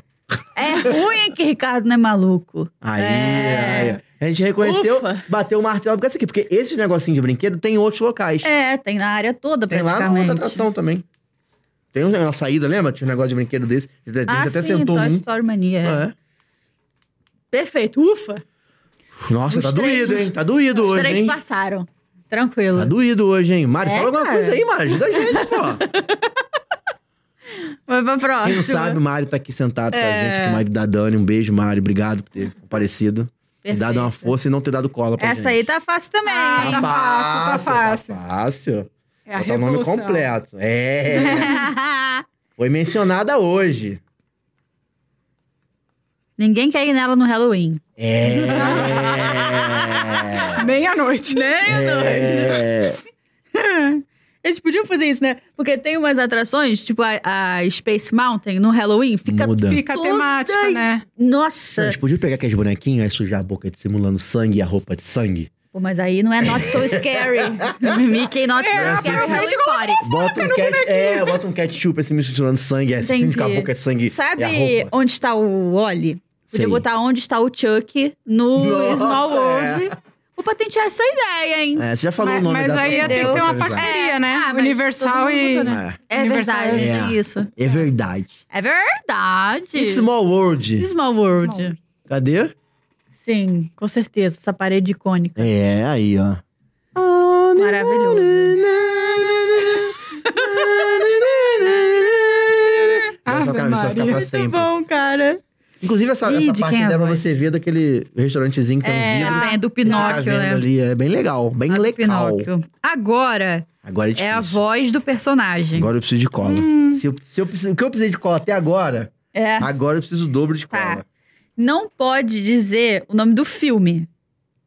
Speaker 1: É ruim é que Ricardo não é maluco.
Speaker 2: Aí,
Speaker 1: É.
Speaker 2: aí. A gente reconheceu,
Speaker 1: Ufa.
Speaker 2: bateu o martelo com essa aqui. Porque esse negocinho de brinquedo tem em outros locais.
Speaker 1: É, tem na área toda
Speaker 2: Tem lá na
Speaker 1: praticamente.
Speaker 2: outra atração também. Tem uma saída, lembra? Tinha um negócio de brinquedo desse. A gente
Speaker 1: Ah,
Speaker 2: até
Speaker 1: sim,
Speaker 2: sentou
Speaker 1: Toy
Speaker 2: um.
Speaker 1: Story Mania. é.
Speaker 2: É.
Speaker 1: Perfeito, ufa.
Speaker 2: Nossa,
Speaker 1: Os
Speaker 2: tá
Speaker 1: três-
Speaker 2: doído, hein? Tá doído
Speaker 1: Os
Speaker 2: hoje,
Speaker 1: três
Speaker 2: hein?
Speaker 1: passaram. Tranquilo.
Speaker 2: Tá doído hoje, hein? Mari,
Speaker 1: É,
Speaker 2: fala alguma
Speaker 1: cara.
Speaker 2: coisa aí, Mari. Ajuda a gente,
Speaker 1: (laughs)
Speaker 2: pô.
Speaker 1: Vai pra próxima.
Speaker 2: Quem não sabe, o Mário tá aqui sentado com
Speaker 1: É.
Speaker 2: a gente. Que o marido da Dani. Um beijo, Mário. Obrigado por ter comparecido. Ter
Speaker 1: Perfeito.
Speaker 2: dado uma força e não ter dado cola pra
Speaker 1: Essa
Speaker 2: gente.
Speaker 1: aí tá fácil também.
Speaker 3: Ah,
Speaker 1: hein?
Speaker 3: tá fácil, tá fácil.
Speaker 2: Tá fácil.
Speaker 3: É a
Speaker 2: Botar o nome
Speaker 3: revolução.
Speaker 2: completo.
Speaker 1: (laughs)
Speaker 2: É. Foi mencionada hoje.
Speaker 1: Ninguém quer ir nela no Halloween. (laughs)
Speaker 2: É.
Speaker 3: Meia-noite.
Speaker 1: Tá
Speaker 2: é.
Speaker 1: Eles podiam fazer isso, né? Porque tem umas atrações, tipo a, a Space Mountain no Halloween, fica.
Speaker 2: Muda.
Speaker 3: Fica
Speaker 1: Tudo
Speaker 3: temática,
Speaker 1: aí.
Speaker 3: né?
Speaker 2: A
Speaker 1: Nossa!
Speaker 2: gente podia pegar aqueles bonequinhos e sujar a boca de simulando sangue e a roupa de sangue?
Speaker 1: Pô, mas aí não é Not So Scary. Mickey Not So
Speaker 2: É,
Speaker 1: Scary
Speaker 2: aproveita
Speaker 1: Halloween Party.
Speaker 2: Bota um, cat, é, bota um ketchup assim misturando sangue, assim
Speaker 1: Entendi.
Speaker 2: com a boca de sangue. e a
Speaker 1: Sabe
Speaker 2: roupa.
Speaker 1: onde está o Oli? Podia
Speaker 2: Sei.
Speaker 1: botar onde está o Chuck no
Speaker 2: Nossa,
Speaker 1: Small
Speaker 2: é.
Speaker 1: World. Vou patentear essa ideia, hein?
Speaker 2: É, você já falou
Speaker 3: um- Mas,
Speaker 2: o nome
Speaker 3: mas
Speaker 2: da
Speaker 3: aí
Speaker 2: atração,
Speaker 3: tem que ser
Speaker 2: vou
Speaker 3: uma
Speaker 2: te avisar.
Speaker 3: parceria, né?
Speaker 1: Ah, mas todo
Speaker 3: Universal
Speaker 1: mundo
Speaker 3: e.
Speaker 1: botou, né? É
Speaker 3: Universal.
Speaker 1: verdade,
Speaker 2: É.
Speaker 1: tem isso.
Speaker 2: É verdade.
Speaker 1: É verdade.
Speaker 2: It's Small World.
Speaker 1: Small World.
Speaker 3: Small.
Speaker 2: Cadê?
Speaker 1: Sim, com certeza. Essa parede icônica.
Speaker 2: É, aí, ó.
Speaker 3: Olha
Speaker 1: Maravilhoso.
Speaker 2: Vai tocar, isso vai ficar pra
Speaker 3: Muito
Speaker 2: sempre.
Speaker 3: bom, cara.
Speaker 2: Inclusive, essa,
Speaker 1: Ih,
Speaker 2: essa
Speaker 1: de
Speaker 2: parte
Speaker 1: quem é a
Speaker 2: dá pra
Speaker 1: voz?
Speaker 2: você ver daquele restaurantezinho que tem um
Speaker 1: É,
Speaker 2: vidro.
Speaker 1: tem a do
Speaker 2: Você fica
Speaker 1: Pinóquio,
Speaker 2: vendo
Speaker 1: né?
Speaker 2: ali, é bem legal, bem
Speaker 1: A do
Speaker 2: legal.
Speaker 1: Pinóquio. Agora
Speaker 2: Agora é difícil.
Speaker 1: é a voz do personagem.
Speaker 2: Agora eu preciso de cola. Se eu, se eu preciso, o que eu precisei de cola até agora,
Speaker 1: É.
Speaker 2: agora eu preciso o dobro de
Speaker 1: Tá.
Speaker 2: cola.
Speaker 1: Não pode dizer o nome do filme.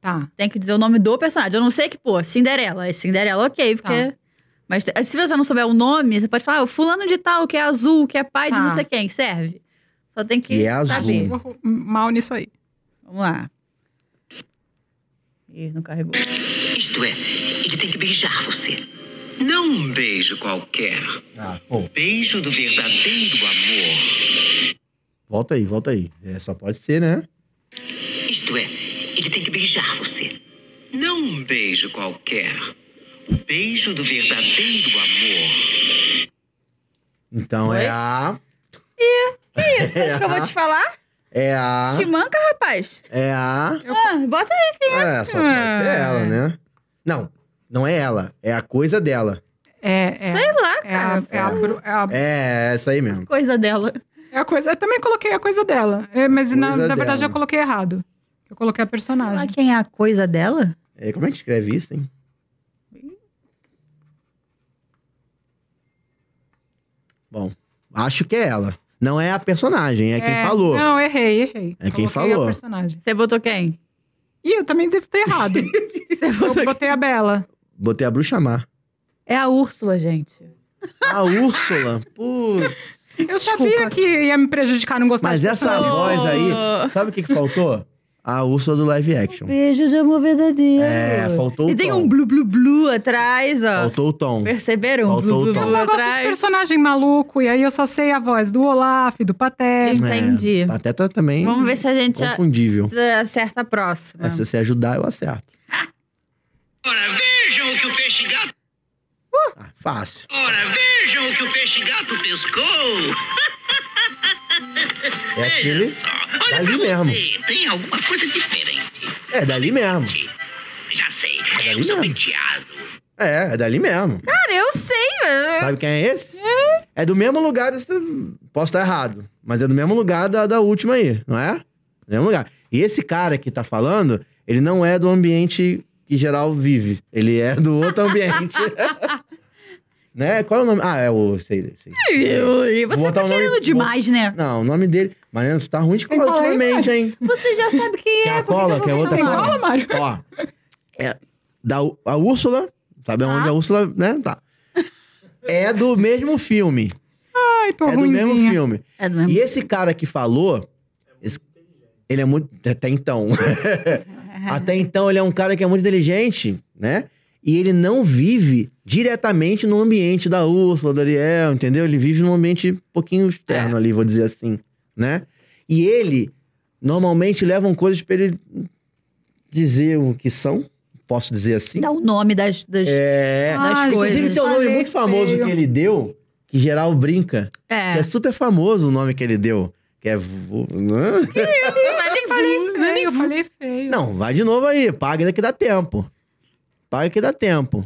Speaker 3: Tá.
Speaker 1: Tem que dizer o nome do personagem. Eu não sei que, pô, Cinderela. É Cinderela, ok, porque. Mas te- se você não souber o nome, você pode falar, ah, o fulano de tal, que é azul, que é pai de
Speaker 3: Tá.
Speaker 1: não sei quem, serve. Só tem que
Speaker 2: Que é azul.
Speaker 1: saber.
Speaker 2: Boa.
Speaker 3: Vou mal nisso aí.
Speaker 1: Vamos lá. Ih, não carregou.
Speaker 6: Isto é, ele tem que beijar você. Não um beijo qualquer.
Speaker 2: Ah, pô,
Speaker 6: Beijo do verdadeiro amor.
Speaker 2: volta aí, volta aí. É, só pode ser, né?
Speaker 6: Isto é, ele tem que beijar você. Não um beijo qualquer. O beijo do verdadeiro amor.
Speaker 2: Então
Speaker 1: Foi?
Speaker 2: é a.
Speaker 1: Que isso? Acho que
Speaker 2: (laughs)
Speaker 1: eu vou te falar.
Speaker 2: É a.
Speaker 1: Te manca, rapaz.
Speaker 2: É a.
Speaker 1: Ah, bota aí.
Speaker 2: É, só pode ser ela, né? Não, não é ela. É a coisa dela.
Speaker 3: É, é.
Speaker 1: Sei lá,
Speaker 3: É a,
Speaker 1: cara.
Speaker 3: é a bru- é a-
Speaker 2: É, é essa aí mesmo.
Speaker 1: Coisa dela.
Speaker 3: é a coisa. Eu também coloquei a coisa dela. É, mas na,
Speaker 2: coisa
Speaker 3: na verdade
Speaker 2: dela.
Speaker 3: eu coloquei errado. Eu coloquei a
Speaker 1: Sei lá
Speaker 3: personagem.
Speaker 1: quem é a coisa dela?
Speaker 2: É, como é que escreve isso, hein? Bom, acho que é ela. Não é a personagem, é, quem falou.
Speaker 3: Não, errei, errei.
Speaker 2: É quem
Speaker 3: Coloquei
Speaker 2: falou.
Speaker 3: A personagem.
Speaker 1: Você botou quem?
Speaker 3: Ih, eu também devo ter
Speaker 2: (laughs)
Speaker 3: errado.
Speaker 1: Você botou
Speaker 2: é
Speaker 3: eu botei a Bela.
Speaker 2: Botei a bruxa má.
Speaker 1: É a Úrsula, gente.
Speaker 2: A Úrsula,
Speaker 1: (laughs)
Speaker 2: putz.
Speaker 3: Eu sabia que ia me prejudicar não gostar
Speaker 2: Mas é
Speaker 1: Tá
Speaker 3: de
Speaker 2: essa
Speaker 3: personagem.
Speaker 2: voz aí, sabe o que, que faltou? A Úrsula do live action.
Speaker 1: Beijo de amor verdadeiro.
Speaker 2: É, faltou o
Speaker 1: E
Speaker 2: tom.
Speaker 1: tem um blu blu blu atrás, ó.
Speaker 2: Faltou o tom.
Speaker 1: Perceberam? Um
Speaker 2: Faltou
Speaker 1: blu
Speaker 2: o
Speaker 1: blu
Speaker 2: tom.
Speaker 3: Eu
Speaker 1: blu
Speaker 3: só gosto de
Speaker 1: atrás.
Speaker 3: personagem maluco, e aí eu só sei a voz do Olaf, do Paté.
Speaker 1: Entendi.
Speaker 2: É, Pateta também.
Speaker 1: Vamos ver se a gente a-
Speaker 2: Confundível.
Speaker 1: se acerta a próxima.
Speaker 2: É, se você ajudar, eu acerto.
Speaker 6: Ora, vejam o que o peixe gato.
Speaker 2: Ah, fácil.
Speaker 6: Ora, vejam o que o peixe gato pescou.
Speaker 2: É aquele.
Speaker 6: Veja só. Olha
Speaker 2: Dali
Speaker 6: pra
Speaker 2: mesmo.
Speaker 6: você. Tem alguma coisa diferente.
Speaker 2: É dali mesmo.
Speaker 6: Já sei. É
Speaker 2: Dali
Speaker 6: o seu
Speaker 2: mesmo.
Speaker 6: penteado.
Speaker 2: É, é dali mesmo.
Speaker 1: Cara, eu sei. eu-
Speaker 2: Sabe quem é esse? É do mesmo lugar desse... Posso estar errado, mas é do mesmo lugar da, da última aí, não é? Do mesmo lugar. E esse cara que tá falando, ele não é do ambiente que geral vive. Ele é do outro
Speaker 1: (laughs)
Speaker 2: ambiente. né? Qual é o nome? Ah, é o... Sei, sei.
Speaker 1: eu- E
Speaker 2: Vou
Speaker 1: você
Speaker 2: botar
Speaker 1: tá
Speaker 2: o nome-
Speaker 1: querendo demais, né?
Speaker 2: Não, o nome dele... Mariana, tu tá ruim de
Speaker 3: Tem
Speaker 2: cola
Speaker 3: cola aí,
Speaker 2: ultimamente, hein?
Speaker 1: (laughs) Você já sabe quem
Speaker 2: Quer
Speaker 1: é.
Speaker 2: a
Speaker 1: por que
Speaker 2: cola?
Speaker 1: que eu
Speaker 2: Quer
Speaker 1: vou
Speaker 2: outra
Speaker 1: falar?
Speaker 2: cola?
Speaker 3: Fala, Mário.
Speaker 2: Ó, é, da, U- a Úrsula, sabe onde a Úrsula, né? Tá. É do mesmo filme.
Speaker 3: Ai, tô
Speaker 2: é do
Speaker 3: ruimzinha.
Speaker 2: mesmo filme.
Speaker 1: É do mesmo.
Speaker 2: E esse cara que falou, esse- ele é muito.
Speaker 1: (laughs)
Speaker 2: Até então. até então, ele é um cara que é muito inteligente, né? E ele não vive diretamente no ambiente da Úrsula, da Ariel, entendeu? Ele vive num ambiente um pouquinho externo
Speaker 1: É.
Speaker 2: ali, vou dizer assim, né? E ele, normalmente, levam coisas pra ele dizer o que são, posso dizer assim.
Speaker 1: Dá o nome das. das... É.
Speaker 2: É.
Speaker 1: das
Speaker 3: Ai,
Speaker 1: coisas.
Speaker 2: Inclusive, tem um nome
Speaker 3: Ah, falei
Speaker 2: muito famoso
Speaker 3: feio.
Speaker 2: que ele deu, que geral brinca. Que é super famoso o nome que ele deu. Que é. vo-
Speaker 1: (laughs)
Speaker 2: Hã?
Speaker 1: Tá
Speaker 3: Eu falei
Speaker 1: né?
Speaker 3: feio, eu falei feio.
Speaker 2: Não, vai de novo aí. Paga que dá tempo. Paga que dá tempo.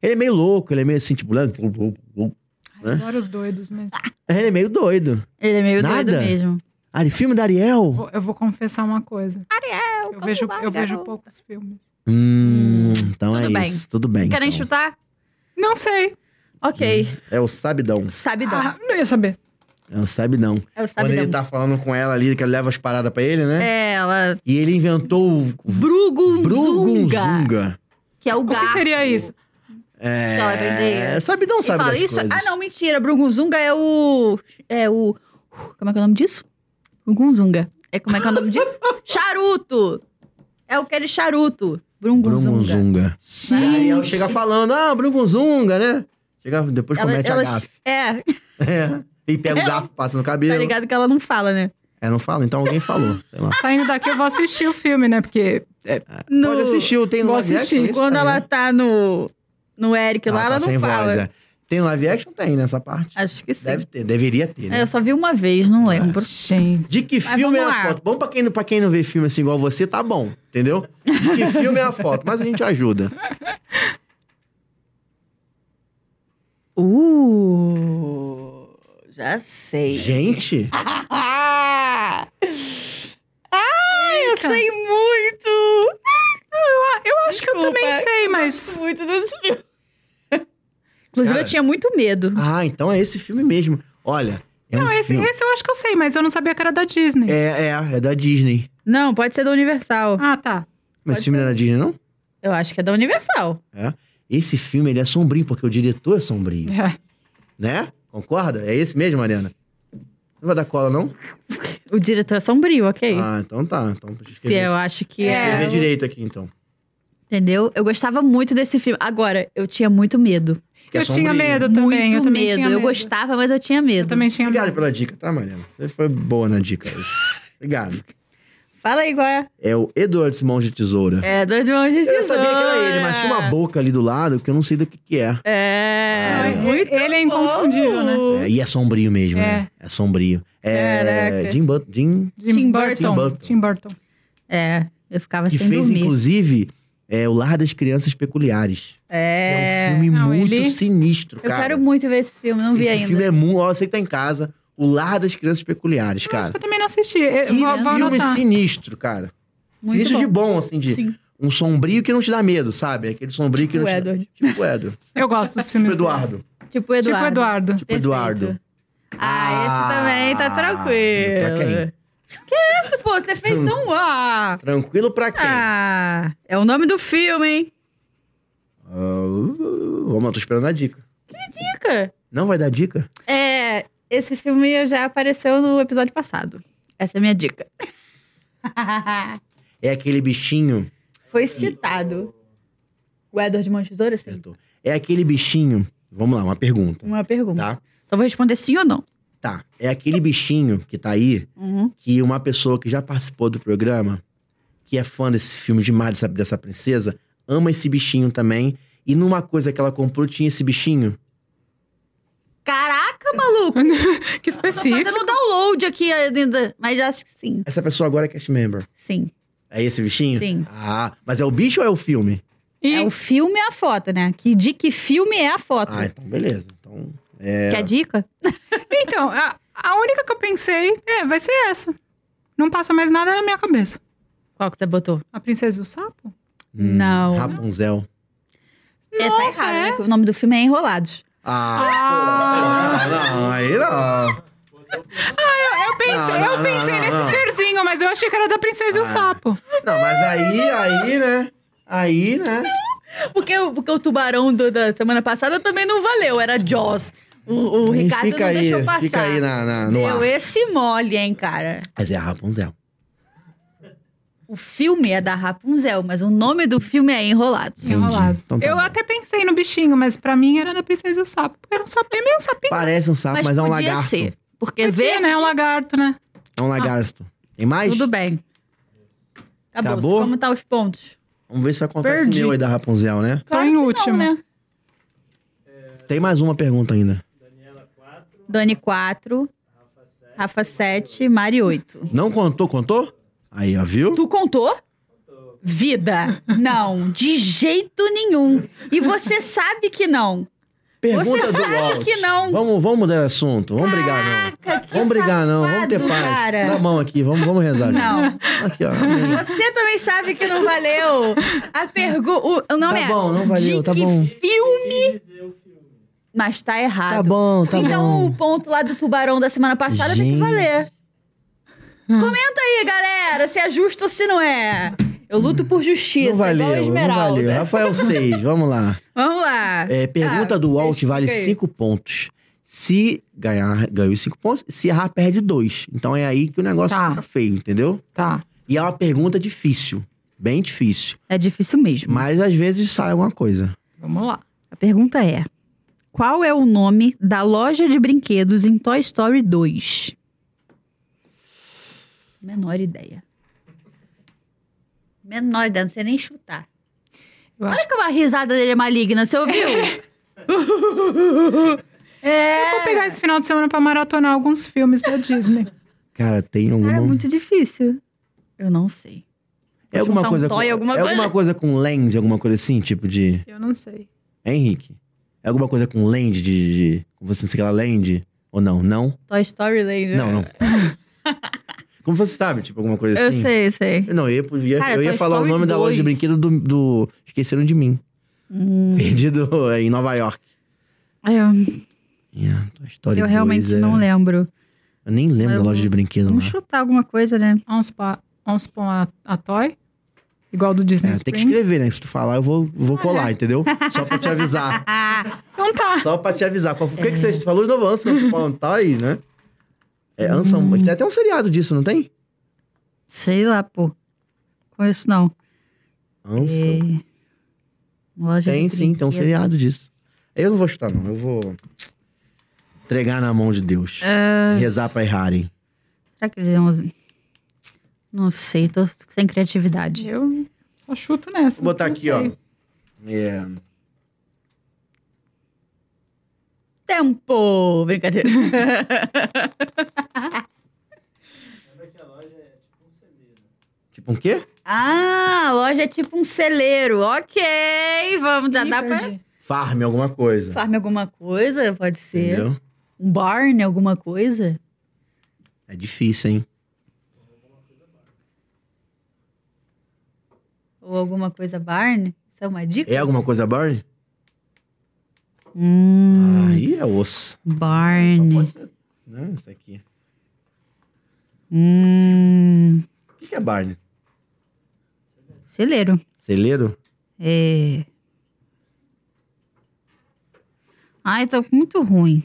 Speaker 2: Ele é meio louco, ele é meio assim, tipo. blá, blá, blá, blá.
Speaker 3: Ai,
Speaker 2: né?
Speaker 3: Adoro os doidos, mas...
Speaker 2: Ele é meio doido.
Speaker 1: Ele é meio doido
Speaker 2: Nada?
Speaker 1: mesmo.
Speaker 2: Ah, filme da Ariel?
Speaker 3: Vou- eu vou confessar uma coisa. Ariel, eu vejo, eu vejo poucos filmes.
Speaker 2: Hum, então
Speaker 1: Tudo
Speaker 2: é
Speaker 1: bem.
Speaker 2: isso. Tudo bem.
Speaker 1: Querem
Speaker 2: então.
Speaker 1: chutar?
Speaker 3: Não sei.
Speaker 1: Ok.
Speaker 2: É o Sabidão.
Speaker 1: Sabe
Speaker 3: Ah,
Speaker 1: dar.
Speaker 3: não ia saber.
Speaker 2: É o Sabidão.
Speaker 1: É o
Speaker 2: Quando
Speaker 1: sabe
Speaker 2: ele
Speaker 1: dar.
Speaker 2: tá falando com ela ali, que ela leva as paradas pra ele, né?
Speaker 1: É, ela.
Speaker 2: E ele inventou o.
Speaker 1: Brugunzunga.
Speaker 2: Brugunzunga.
Speaker 1: Que é o
Speaker 3: O que
Speaker 1: gato.
Speaker 3: seria isso?
Speaker 2: É.
Speaker 1: Ela vendia.
Speaker 2: Sabidão
Speaker 1: E
Speaker 2: sabe
Speaker 1: fala
Speaker 2: das
Speaker 1: isso?
Speaker 2: coisas.
Speaker 1: Ah, não, mentira. Brugunzunga é o. É o. Como é que é o nome disso? Brugunzunga. É como é que é o nome
Speaker 2: (laughs)
Speaker 1: disso? charuto! É aquele charuto. Brugunzunga.
Speaker 2: Brugunzunga. Aí a Ariel chega falando, ah, Brugunzunga, né? Chega, depois
Speaker 1: Ela-
Speaker 2: comete
Speaker 1: ela-
Speaker 2: a gafe. (laughs)
Speaker 1: É,
Speaker 2: É. E pega o
Speaker 1: Ela-
Speaker 2: garfo, passa no
Speaker 1: tá
Speaker 2: cabelo.
Speaker 1: ligado que ela não fala, né?
Speaker 2: é, não fala? Então alguém falou. Sei lá.
Speaker 3: Saindo daqui eu vou assistir o filme, né? Porque é,
Speaker 1: No-
Speaker 2: Pode assistir, tem no
Speaker 3: Vou
Speaker 2: live action
Speaker 3: assistir.
Speaker 2: isso?
Speaker 1: Quando
Speaker 2: É,
Speaker 1: ela
Speaker 2: né?
Speaker 1: tá no. No Eric lá,
Speaker 2: tá
Speaker 1: ela
Speaker 2: sem
Speaker 1: não fala.
Speaker 2: voz, é. Tem live action? Tem nessa parte.
Speaker 1: Acho que sim.
Speaker 2: Deve ter, deveria ter,
Speaker 1: É,
Speaker 2: né?
Speaker 1: eu só vi uma vez, não lembro.
Speaker 3: Gente.
Speaker 2: De que
Speaker 1: Mas
Speaker 2: filme é
Speaker 1: vamos
Speaker 2: a
Speaker 1: lá.
Speaker 2: foto? Bom pra quem, pra quem não vê filme assim igual você, tá bom, entendeu? De que filme é a foto? Mas a gente ajuda.
Speaker 1: Uh, já sei.
Speaker 2: Gente,
Speaker 1: Ah! Ai, eu sei muito!
Speaker 3: Eu acho que eu
Speaker 1: Desculpa,
Speaker 3: também sei, mas.
Speaker 1: gosto Muito desse filme. Inclusive, eu tinha muito medo.
Speaker 2: ah, então é esse filme mesmo. Olha, é um
Speaker 3: Não, esse,
Speaker 2: filme.
Speaker 3: esse eu acho que eu sei, mas eu não sabia que era da Disney.
Speaker 2: É, é, é da Disney.
Speaker 1: Não, pode ser da Universal.
Speaker 3: Ah, tá.
Speaker 2: Mas
Speaker 1: Pode
Speaker 2: esse filme não é da Disney, não?
Speaker 1: Eu acho que é da Universal.
Speaker 2: É? Esse filme, ele é sombrio, porque o diretor é sombrio,
Speaker 3: É.
Speaker 2: né? Concorda? É esse mesmo, Mariana? Não vai dar cola, não?
Speaker 1: O diretor é sombrio, ok?
Speaker 2: Ah, então tá. Então, deixa eu
Speaker 1: Se
Speaker 2: escrever,
Speaker 1: eu acho que
Speaker 2: deixa eu
Speaker 1: é.
Speaker 2: escrever direito aqui, então.
Speaker 1: Entendeu? Eu gostava muito desse filme. Agora, eu tinha muito medo.
Speaker 2: Porque é
Speaker 3: Eu tinha
Speaker 2: sombrio.
Speaker 3: medo
Speaker 1: muito
Speaker 3: também. eu também
Speaker 1: medo.
Speaker 3: Tinha
Speaker 1: Eu gostava, mas eu tinha medo.
Speaker 3: Eu também tinha medo.
Speaker 2: Obrigado pela dica, tá, Mariana? Você foi boa na dica hoje. Obrigado.
Speaker 1: Fala aí, qual é?
Speaker 2: É o Eduardo Simão de Tesoura.
Speaker 1: É, dois mãos de
Speaker 2: Eu não sabia que era ele, mas tinha uma
Speaker 1: Tesoura.
Speaker 2: boca ali do lado que eu não sei do que que é.
Speaker 1: É,
Speaker 2: Ah,
Speaker 1: muito
Speaker 3: ele é inconfundível, né?
Speaker 1: bom.
Speaker 2: É, e é sombrio mesmo, né? É sombrio. É
Speaker 1: Caraca.
Speaker 2: Jim Burton, Jim,
Speaker 3: Tim Burton.
Speaker 2: Tim Burton.
Speaker 3: Tim Burton.
Speaker 1: É, eu ficava
Speaker 2: que
Speaker 1: sem
Speaker 2: fez,
Speaker 1: dormir.
Speaker 2: inclusive, é, O Lar das Crianças Peculiares. É,
Speaker 1: É.
Speaker 2: um filme
Speaker 3: Não,
Speaker 2: muito
Speaker 3: ele-
Speaker 2: sinistro,
Speaker 1: Eu
Speaker 2: cara.
Speaker 1: quero muito ver esse filme, não vi
Speaker 2: Esse
Speaker 1: ainda.
Speaker 2: filme é muito... Ó, você que tá em casa, O Lar das Crianças Peculiares,
Speaker 3: Acho
Speaker 2: cara.
Speaker 3: que eu também não assisti. Eu
Speaker 2: Que
Speaker 3: vou, vou
Speaker 2: filme
Speaker 3: anotar.
Speaker 2: sinistro, cara.
Speaker 1: Muito
Speaker 2: sinistro
Speaker 1: bom.
Speaker 2: de bom, assim, de...
Speaker 1: Sim.
Speaker 2: Um sombrio que não te dá medo, sabe? Aquele sombrio que
Speaker 1: Tipo
Speaker 2: não te
Speaker 1: Edward.
Speaker 2: dá... (laughs) Tipo o Edward.
Speaker 3: Eu gosto dos
Speaker 2: tipo
Speaker 3: filmes.
Speaker 2: Eduardo.
Speaker 1: Tipo o
Speaker 3: dele.
Speaker 1: Eduardo.
Speaker 2: Tipo
Speaker 3: Tipo Eduardo.
Speaker 2: Eduardo.
Speaker 1: Ah, esse também tá
Speaker 2: Pra quem?
Speaker 1: tranquilo. Esse, pô, você fez um ah.
Speaker 2: Tranquilo pra quem?
Speaker 1: Ah, é o nome do filme, hein?
Speaker 2: Ah, uh, Vamos lá, tô esperando a dica.
Speaker 1: Dica.
Speaker 2: Não vai dar dica?
Speaker 1: É, esse filme já apareceu no episódio passado. Essa é a minha dica.
Speaker 2: É aquele bichinho.
Speaker 1: Foi citado. O Edward Mão de Tesoura, sim?
Speaker 2: Acertou. É aquele bichinho. Vamos lá, uma pergunta.
Speaker 1: Uma pergunta.
Speaker 2: Tá?
Speaker 1: Só vou responder sim ou não.
Speaker 2: Tá. É aquele bichinho que tá aí,
Speaker 1: Uhum.
Speaker 2: que uma pessoa que já participou do programa, que é fã desse filme demais, dessa, dessa princesa, ama esse bichinho também. E numa coisa que ela comprou, tinha esse bichinho.
Speaker 1: Caraca, maluco!
Speaker 3: (laughs)
Speaker 1: tá
Speaker 3: Que específico.
Speaker 1: Fazendo download aqui ainda. Mas já acho que sim.
Speaker 2: Essa pessoa agora é cast member.
Speaker 1: Sim.
Speaker 2: É esse bichinho?
Speaker 1: Sim.
Speaker 2: Ah, mas é o bicho ou é o filme?
Speaker 3: E
Speaker 1: É o filme e a foto, né? Que, de que filme é a foto?
Speaker 2: Ah, então beleza. Então,
Speaker 1: Quer dica?
Speaker 3: Então, a, a única que eu pensei é, vai ser essa. Não passa mais nada na minha cabeça.
Speaker 1: Qual que você botou?
Speaker 3: A Princesa e o Sapo?
Speaker 2: hum,
Speaker 1: Não.
Speaker 2: Rapunzel.
Speaker 1: é, tá
Speaker 3: Nossa,
Speaker 1: errado,
Speaker 3: é?
Speaker 1: né? Que O nome do filme é Enrolados.
Speaker 2: Ah, pô, (laughs) não, não, aí não.
Speaker 3: Eu pensei,
Speaker 2: Não, não,
Speaker 3: eu pensei
Speaker 2: não, não,
Speaker 3: nesse
Speaker 2: não.
Speaker 3: serzinho, mas eu achei que era da Princesa e
Speaker 2: Ah.
Speaker 3: o Sapo.
Speaker 2: Não, mas aí, aí, né? Aí, né?
Speaker 1: Porque, o- porque o tubarão do- da semana passada também não valeu, era Jaws. O, o
Speaker 2: Aí
Speaker 1: Ricardo
Speaker 2: Hum, fica
Speaker 1: não
Speaker 2: aí,
Speaker 1: deixou passar.
Speaker 2: Fica aí na, na, no
Speaker 1: Deu
Speaker 2: ar.
Speaker 1: esse mole, hein, cara.
Speaker 2: Mas é a Rapunzel.
Speaker 1: O filme é da Rapunzel, mas o nome do filme é Enrolados.
Speaker 2: Entendi.
Speaker 3: Enrolado.
Speaker 2: Então tá
Speaker 3: eu
Speaker 2: bom.
Speaker 3: até pensei no bichinho, mas pra mim era da Princesa e o Sapo. Porque era um sapo, é meio um sapinho.
Speaker 2: Parece um sapo, mas, é um
Speaker 1: podia
Speaker 2: lagarto.
Speaker 1: ser. Porque
Speaker 3: Podia,
Speaker 1: vê,
Speaker 3: né? Um lagarto, né?
Speaker 2: É um lagarto. Tem mais?
Speaker 1: tudo bem. Acabou.
Speaker 2: Acabou?
Speaker 1: Como tá os pontos?
Speaker 2: Vamos ver se vai contar esse
Speaker 3: Perdi.
Speaker 2: meu aí da Rapunzel, né?
Speaker 3: Tô em último.
Speaker 1: Não, né?
Speaker 2: Tem mais uma pergunta ainda.
Speaker 1: Dani 4, Rafa 7, Mari 8.
Speaker 2: Não contou? Contou? Aí, ó, viu?
Speaker 1: Tu contou? Vida, não, de jeito nenhum. E você sabe que não.
Speaker 2: Pergunta
Speaker 1: Você
Speaker 2: do
Speaker 1: sabe
Speaker 2: Walt.
Speaker 1: que não.
Speaker 2: Vamos, vamos mudar de assunto. Vamos brigar, não.
Speaker 1: Caraca, que
Speaker 2: Vamos brigar, não. Vamos ter
Speaker 1: safado,
Speaker 2: paz.
Speaker 1: cara.
Speaker 2: Dá a mão aqui. Vamos, vamos rezar. aqui.
Speaker 1: Não.
Speaker 2: Aqui, ó. Amém.
Speaker 1: Você também sabe que não valeu. A pergunta. O nome
Speaker 2: Tá
Speaker 1: é.
Speaker 2: bom, não valeu,
Speaker 1: de
Speaker 2: tá
Speaker 1: que
Speaker 2: bom.
Speaker 1: filme. Mas tá errado.
Speaker 2: Tá bom, tá
Speaker 1: então
Speaker 2: bom.
Speaker 1: o ponto lá do tubarão da semana passada tem
Speaker 2: Gente.
Speaker 1: que valer. Comenta aí, galera, se é justo ou se não é. Eu luto por justiça,
Speaker 2: Não valeu,
Speaker 1: igual a
Speaker 2: não
Speaker 1: Esmeralda.
Speaker 2: valeu. Rafael 6, vamos lá.
Speaker 1: Vamos lá.
Speaker 2: É, pergunta
Speaker 1: Ah,
Speaker 2: do Walt
Speaker 1: explica
Speaker 2: vale
Speaker 1: aí.
Speaker 2: 5 pontos. Se ganhar, ganhou os 5 pontos. Se errar, perde 2. Então é aí que o negócio
Speaker 3: Tá.
Speaker 2: fica feio, entendeu?
Speaker 3: Tá.
Speaker 2: E é uma pergunta difícil. Bem difícil.
Speaker 1: É difícil mesmo.
Speaker 2: Mas às vezes sai alguma coisa.
Speaker 3: Vamos lá.
Speaker 1: A pergunta é: Qual é o nome da loja de brinquedos em Toy Story 2? Menor ideia. Menor ideia, não sei nem chutar.
Speaker 3: Eu
Speaker 1: Olha como a risada dele é maligna, você ouviu? É.
Speaker 3: Eu vou pegar esse final de semana pra maratonar alguns filmes
Speaker 1: (laughs)
Speaker 3: da Disney.
Speaker 2: Cara,
Speaker 1: (laughs)
Speaker 2: tem
Speaker 1: Cara,
Speaker 2: alguma.
Speaker 1: é muito difícil. Eu não sei.
Speaker 2: É alguma
Speaker 1: juntar um
Speaker 2: coisa com.
Speaker 1: toy, alguma
Speaker 2: é
Speaker 1: coisa.
Speaker 2: alguma coisa com land, alguma coisa assim, tipo de.
Speaker 3: Eu não sei.
Speaker 2: Hein, Henrique? É alguma coisa com land de. de como você não sei lá, land? Ou não? Não?
Speaker 1: Toy Story né? Land.
Speaker 2: Não,
Speaker 1: (laughs)
Speaker 2: não. Como você sabe, tipo, alguma coisa
Speaker 1: Eu
Speaker 2: assim?
Speaker 1: sei, eu sei.
Speaker 2: Não, eu ia,
Speaker 1: Cara,
Speaker 2: eu ia
Speaker 1: Toy
Speaker 2: falar o
Speaker 1: Story
Speaker 2: nome da loja de
Speaker 1: 2.
Speaker 2: brinquedo do, do- Esqueceram de mim.
Speaker 1: Hum.
Speaker 2: Perdido é, em Nova York.
Speaker 1: Ai, eu-
Speaker 2: Yeah, Toy Story
Speaker 1: eu
Speaker 2: 2,
Speaker 1: realmente
Speaker 2: é. Uhum.
Speaker 1: não lembro.
Speaker 2: Eu nem lembro
Speaker 1: Eu-
Speaker 2: da loja de brinquedo lá.
Speaker 1: Vamos chutar alguma coisa, né?
Speaker 3: Vamos pôr vamos pôr a, a Toy, igual do Disney
Speaker 2: É, tem que
Speaker 3: Springs.
Speaker 2: escrever, né? Se tu falar, eu vou, vou colar, entendeu? Só pra
Speaker 1: (laughs)
Speaker 2: te avisar.
Speaker 3: Então tá.
Speaker 2: Só pra te avisar. Qual- O
Speaker 1: É.
Speaker 2: que, que você falou de novo? Anson Spawn, tá aí, né? É, Anson...
Speaker 1: Uhum.
Speaker 2: Tem até um seriado disso, não tem?
Speaker 1: Sei lá, pô. Conheço não.
Speaker 2: Anson...
Speaker 1: É. Loja de
Speaker 2: Tem sim, tem um
Speaker 1: brinquedo.
Speaker 2: seriado disso. Eu não vou chutar, não. Eu vou entregar na mão de Deus.
Speaker 1: Ah.
Speaker 2: E Rezar pra errarem.
Speaker 1: Será que eles iam... us- Não sei, tô sem criatividade.
Speaker 3: Eu só chuto nessa.
Speaker 2: Vou botar
Speaker 3: não
Speaker 2: aqui,
Speaker 3: sei.
Speaker 2: ó. É,
Speaker 1: Tempo! Brincadeira.
Speaker 2: tipo um quê?
Speaker 1: (laughs) ah, a loja é tipo um celeiro. Ok, vamos já
Speaker 3: Ih,
Speaker 1: Ah, dá pra...
Speaker 3: perdi.
Speaker 2: Farm, alguma coisa.
Speaker 1: Farm alguma coisa, pode ser.
Speaker 2: Entendeu?
Speaker 1: Um barn, alguma coisa.
Speaker 2: É difícil, hein?
Speaker 1: Ou alguma coisa barn. Isso é uma dica?
Speaker 2: É alguma coisa Barney?
Speaker 1: Hum,
Speaker 2: Aí é osso. Só
Speaker 3: Né.
Speaker 1: barn.
Speaker 2: pode ser. Não, isso aqui.
Speaker 1: Hum,
Speaker 2: O que que é Barney?
Speaker 1: celeiro.
Speaker 2: Celeiro?
Speaker 1: É. Ai, tô muito ruim.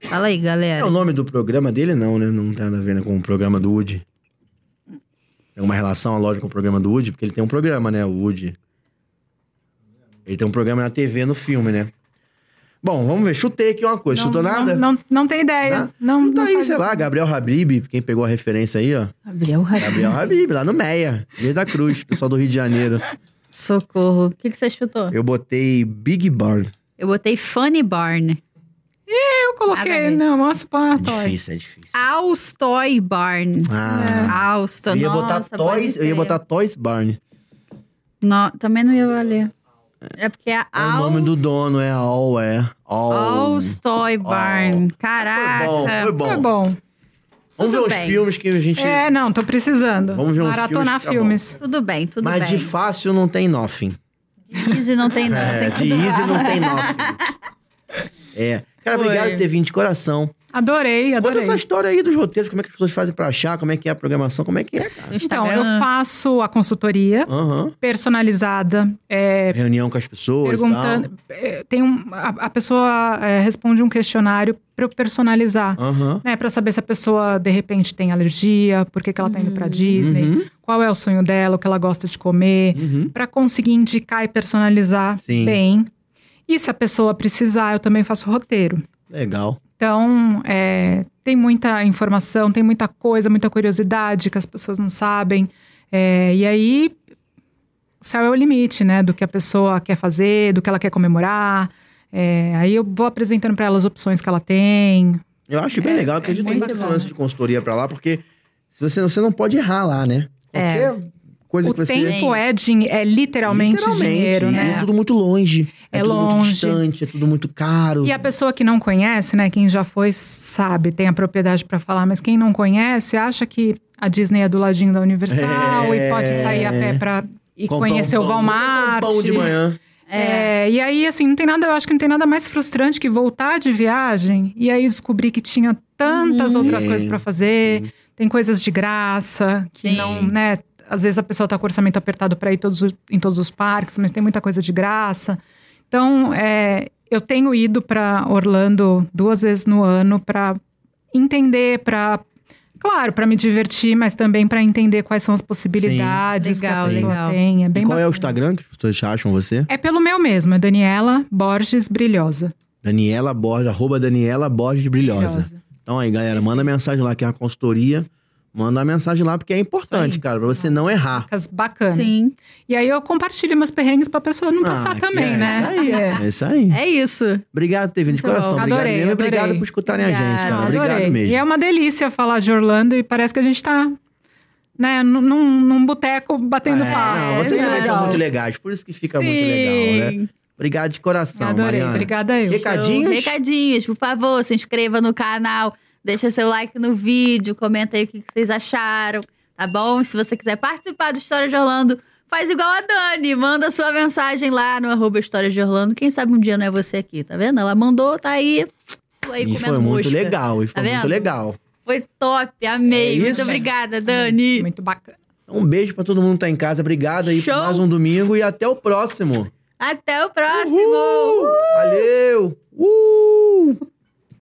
Speaker 1: Fala aí,
Speaker 2: É.
Speaker 1: galera.
Speaker 2: o nome do programa dele, não, né? Não tem nada a ver né, com o programa do Woody. Tem alguma relação, a loja, com o programa do Woody? Porque ele tem um programa, né? O Woody. Ele tem um programa na TV, no filme, né? Bom, vamos ver. Chutei aqui uma coisa.
Speaker 3: Não,
Speaker 2: Chutou nada?
Speaker 3: Não, não, não tem ideia.
Speaker 2: Nada?
Speaker 3: É, Não,
Speaker 2: Tá
Speaker 3: não
Speaker 2: aí,
Speaker 3: faz-
Speaker 2: sei lá, Gabriel Habib, quem pegou a referência aí, ó.
Speaker 1: Gabriel Rabin.
Speaker 2: Gabriel Habib, lá no Meia, Rio da Cruz, pessoal do Rio de Janeiro.
Speaker 1: Socorro. O que, que você chutou?
Speaker 2: Eu botei Big Barn.
Speaker 1: Eu botei Funny Barn.
Speaker 3: Eu
Speaker 1: Nada a
Speaker 3: coloquei,
Speaker 1: ver.
Speaker 3: não, nossa, pôr a Toy.
Speaker 2: Difícil, é difícil.
Speaker 1: Austoy Barn.
Speaker 2: Ah,
Speaker 1: Austo,
Speaker 2: eu ia
Speaker 1: nossa,
Speaker 2: botar Toys,
Speaker 1: pode
Speaker 2: eu
Speaker 1: crer.
Speaker 2: ia botar Toys Barn.
Speaker 1: No- também não ia valer. É porque é,
Speaker 2: É o nome do
Speaker 1: Aus-
Speaker 2: dono, é All, é. All.
Speaker 1: Austoy Barn. Caraca.
Speaker 2: Foi bom,
Speaker 3: Foi
Speaker 2: foi bom.
Speaker 3: Tá bom.
Speaker 2: Vamos ver
Speaker 1: tudo
Speaker 2: os
Speaker 1: bem.
Speaker 2: filmes que a gente...
Speaker 3: É, não, tô precisando.
Speaker 2: Vamos ver uns
Speaker 3: Maratonar
Speaker 2: filmes tá
Speaker 3: filmes.
Speaker 1: Tudo bem, tudo
Speaker 2: Mas
Speaker 1: bem.
Speaker 2: de fácil não tem nothing.
Speaker 1: Easy não tem nada.
Speaker 2: (laughs) É, de easy não tem nothing. É. Cara,
Speaker 1: Foi.
Speaker 2: obrigado por ter vindo de coração.
Speaker 3: Adorei,
Speaker 2: Conta
Speaker 3: adorei.
Speaker 2: essa história aí dos roteiros, como é que as pessoas fazem pra achar, como é que é a programação, como é que é, cara.
Speaker 3: Então, eu faço a consultoria
Speaker 2: Aham.
Speaker 3: personalizada, é,
Speaker 2: Reunião com as pessoas e tal.
Speaker 3: perguntando. é, Tem um, a, a pessoa é, responde um questionário para eu personalizar.
Speaker 2: Aham.
Speaker 3: Né, para saber se a pessoa de repente tem alergia, por que, que ela tá indo pra Disney,
Speaker 2: Uhum.
Speaker 3: qual é o sonho dela, o que ela gosta de comer,
Speaker 2: Uhum.
Speaker 3: para conseguir indicar e personalizar
Speaker 2: Sim.
Speaker 3: bem. E se a pessoa precisar, eu também faço roteiro.
Speaker 2: Legal.
Speaker 3: Então, é, tem muita informação, tem muita coisa, muita curiosidade que as pessoas não sabem. É, e aí, o céu é o limite, né? Do que a pessoa quer fazer, do que ela quer comemorar. É, aí eu vou apresentando para elas opções que ela tem.
Speaker 2: Eu acho bem legal, acredito muito
Speaker 3: É, muito
Speaker 2: nesse
Speaker 3: bom.
Speaker 2: lance de consultoria pra lá, porque se você, você não pode errar lá, né?
Speaker 1: É.
Speaker 2: Qualquer coisa
Speaker 3: O
Speaker 2: que você...
Speaker 3: tempo é, din- é literalmente, dinheiro,
Speaker 2: e
Speaker 3: né?
Speaker 2: É tudo muito longe. É,
Speaker 3: É
Speaker 2: tudo muito
Speaker 3: longe.
Speaker 2: distante, é tudo muito caro.
Speaker 3: E a pessoa que não conhece, né? Quem já foi sabe, tem a propriedade para falar, mas quem não conhece acha que a Disney é do ladinho da Universal
Speaker 2: É.
Speaker 3: e pode sair a pé para e
Speaker 2: Comprar um
Speaker 3: conhecer o
Speaker 2: pão,
Speaker 3: Walmart.
Speaker 2: comprar um pão de manhã.
Speaker 3: É, e aí, assim, não tem nada, eu acho que não tem nada mais frustrante que voltar de viagem e aí descobrir que tinha tantas outras
Speaker 2: Uhum. Sim,
Speaker 3: coisas para fazer, tem coisas de graça, que
Speaker 1: Sim.
Speaker 3: não, né? Às vezes a pessoa tá com orçamento apertado para ir todos, os- em todos os parques, mas tem muita coisa de graça. Então, é, eu tenho ido para Orlando duas vezes no ano para entender, para claro, para me divertir, mas também para entender quais são as possibilidades
Speaker 1: Legal,
Speaker 3: que a pessoa
Speaker 1: legal.
Speaker 3: tem. É
Speaker 2: E
Speaker 3: bem
Speaker 2: qual é o
Speaker 3: bacana.
Speaker 2: Instagram que as pessoas acham você?
Speaker 3: É pelo meu mesmo, é Daniela Borges Brilhosa.
Speaker 2: Daniela Borges, arroba Daniela Borges Brilhosa.
Speaker 3: Brilhosa.
Speaker 2: Então aí, galera, manda mensagem lá que é a consultoria. Manda uma mensagem lá, porque é importante,
Speaker 3: Isso aí.
Speaker 2: cara, pra você não errar.
Speaker 3: Dicas
Speaker 1: é,
Speaker 3: bacanas.
Speaker 1: Sim.
Speaker 3: E aí eu compartilho meus perrengues pra pessoa não
Speaker 2: Ah,
Speaker 3: passar
Speaker 2: que
Speaker 3: também,
Speaker 2: é
Speaker 3: né?
Speaker 2: Isso aí.
Speaker 3: (laughs)
Speaker 2: É isso aí.
Speaker 1: É isso.
Speaker 2: Obrigado por ter vindo de
Speaker 1: Muito
Speaker 2: coração.
Speaker 3: bom.
Speaker 2: Obrigado
Speaker 3: Adorei,
Speaker 2: mesmo. e
Speaker 3: adorei.
Speaker 2: Obrigado por escutarem a gente,
Speaker 3: Eu
Speaker 2: cara.
Speaker 3: adorei.
Speaker 2: Obrigado mesmo.
Speaker 3: E é uma delícia falar de Orlando e parece que a gente tá, né, num, num- num boteco batendo
Speaker 2: É,
Speaker 3: papo.
Speaker 2: Não, vocês
Speaker 3: é
Speaker 2: também são
Speaker 3: legal.
Speaker 2: muito legais, por isso que fica muito legal, né? Obrigado de coração,
Speaker 3: Adorei,
Speaker 2: Mariana.
Speaker 3: obrigada eu.
Speaker 2: Recadinhos?
Speaker 1: Recadinhos, por favor, se inscreva no canal, deixa seu like no vídeo, comenta aí o que que vocês acharam, tá bom? Se você quiser participar do História de Orlando, faz igual a Dani, manda sua mensagem lá no arroba História de Orlando. Quem sabe um dia não é você aqui, tá vendo? Ela mandou, tá aí, tô aí
Speaker 2: E
Speaker 1: comendo
Speaker 2: foi muito
Speaker 1: mosca.
Speaker 2: legal, e foi
Speaker 1: Tá
Speaker 2: muito
Speaker 1: vendo?
Speaker 2: legal.
Speaker 1: Foi top, amei.
Speaker 2: É
Speaker 1: muito
Speaker 2: isso.
Speaker 1: obrigada, Dani.
Speaker 3: Muito bacana.
Speaker 2: Então, um beijo pra todo mundo que tá em casa. Obrigado aí por
Speaker 1: Show.
Speaker 2: mais um domingo e até o próximo.
Speaker 1: Até o próximo!
Speaker 2: Valeu! Uh!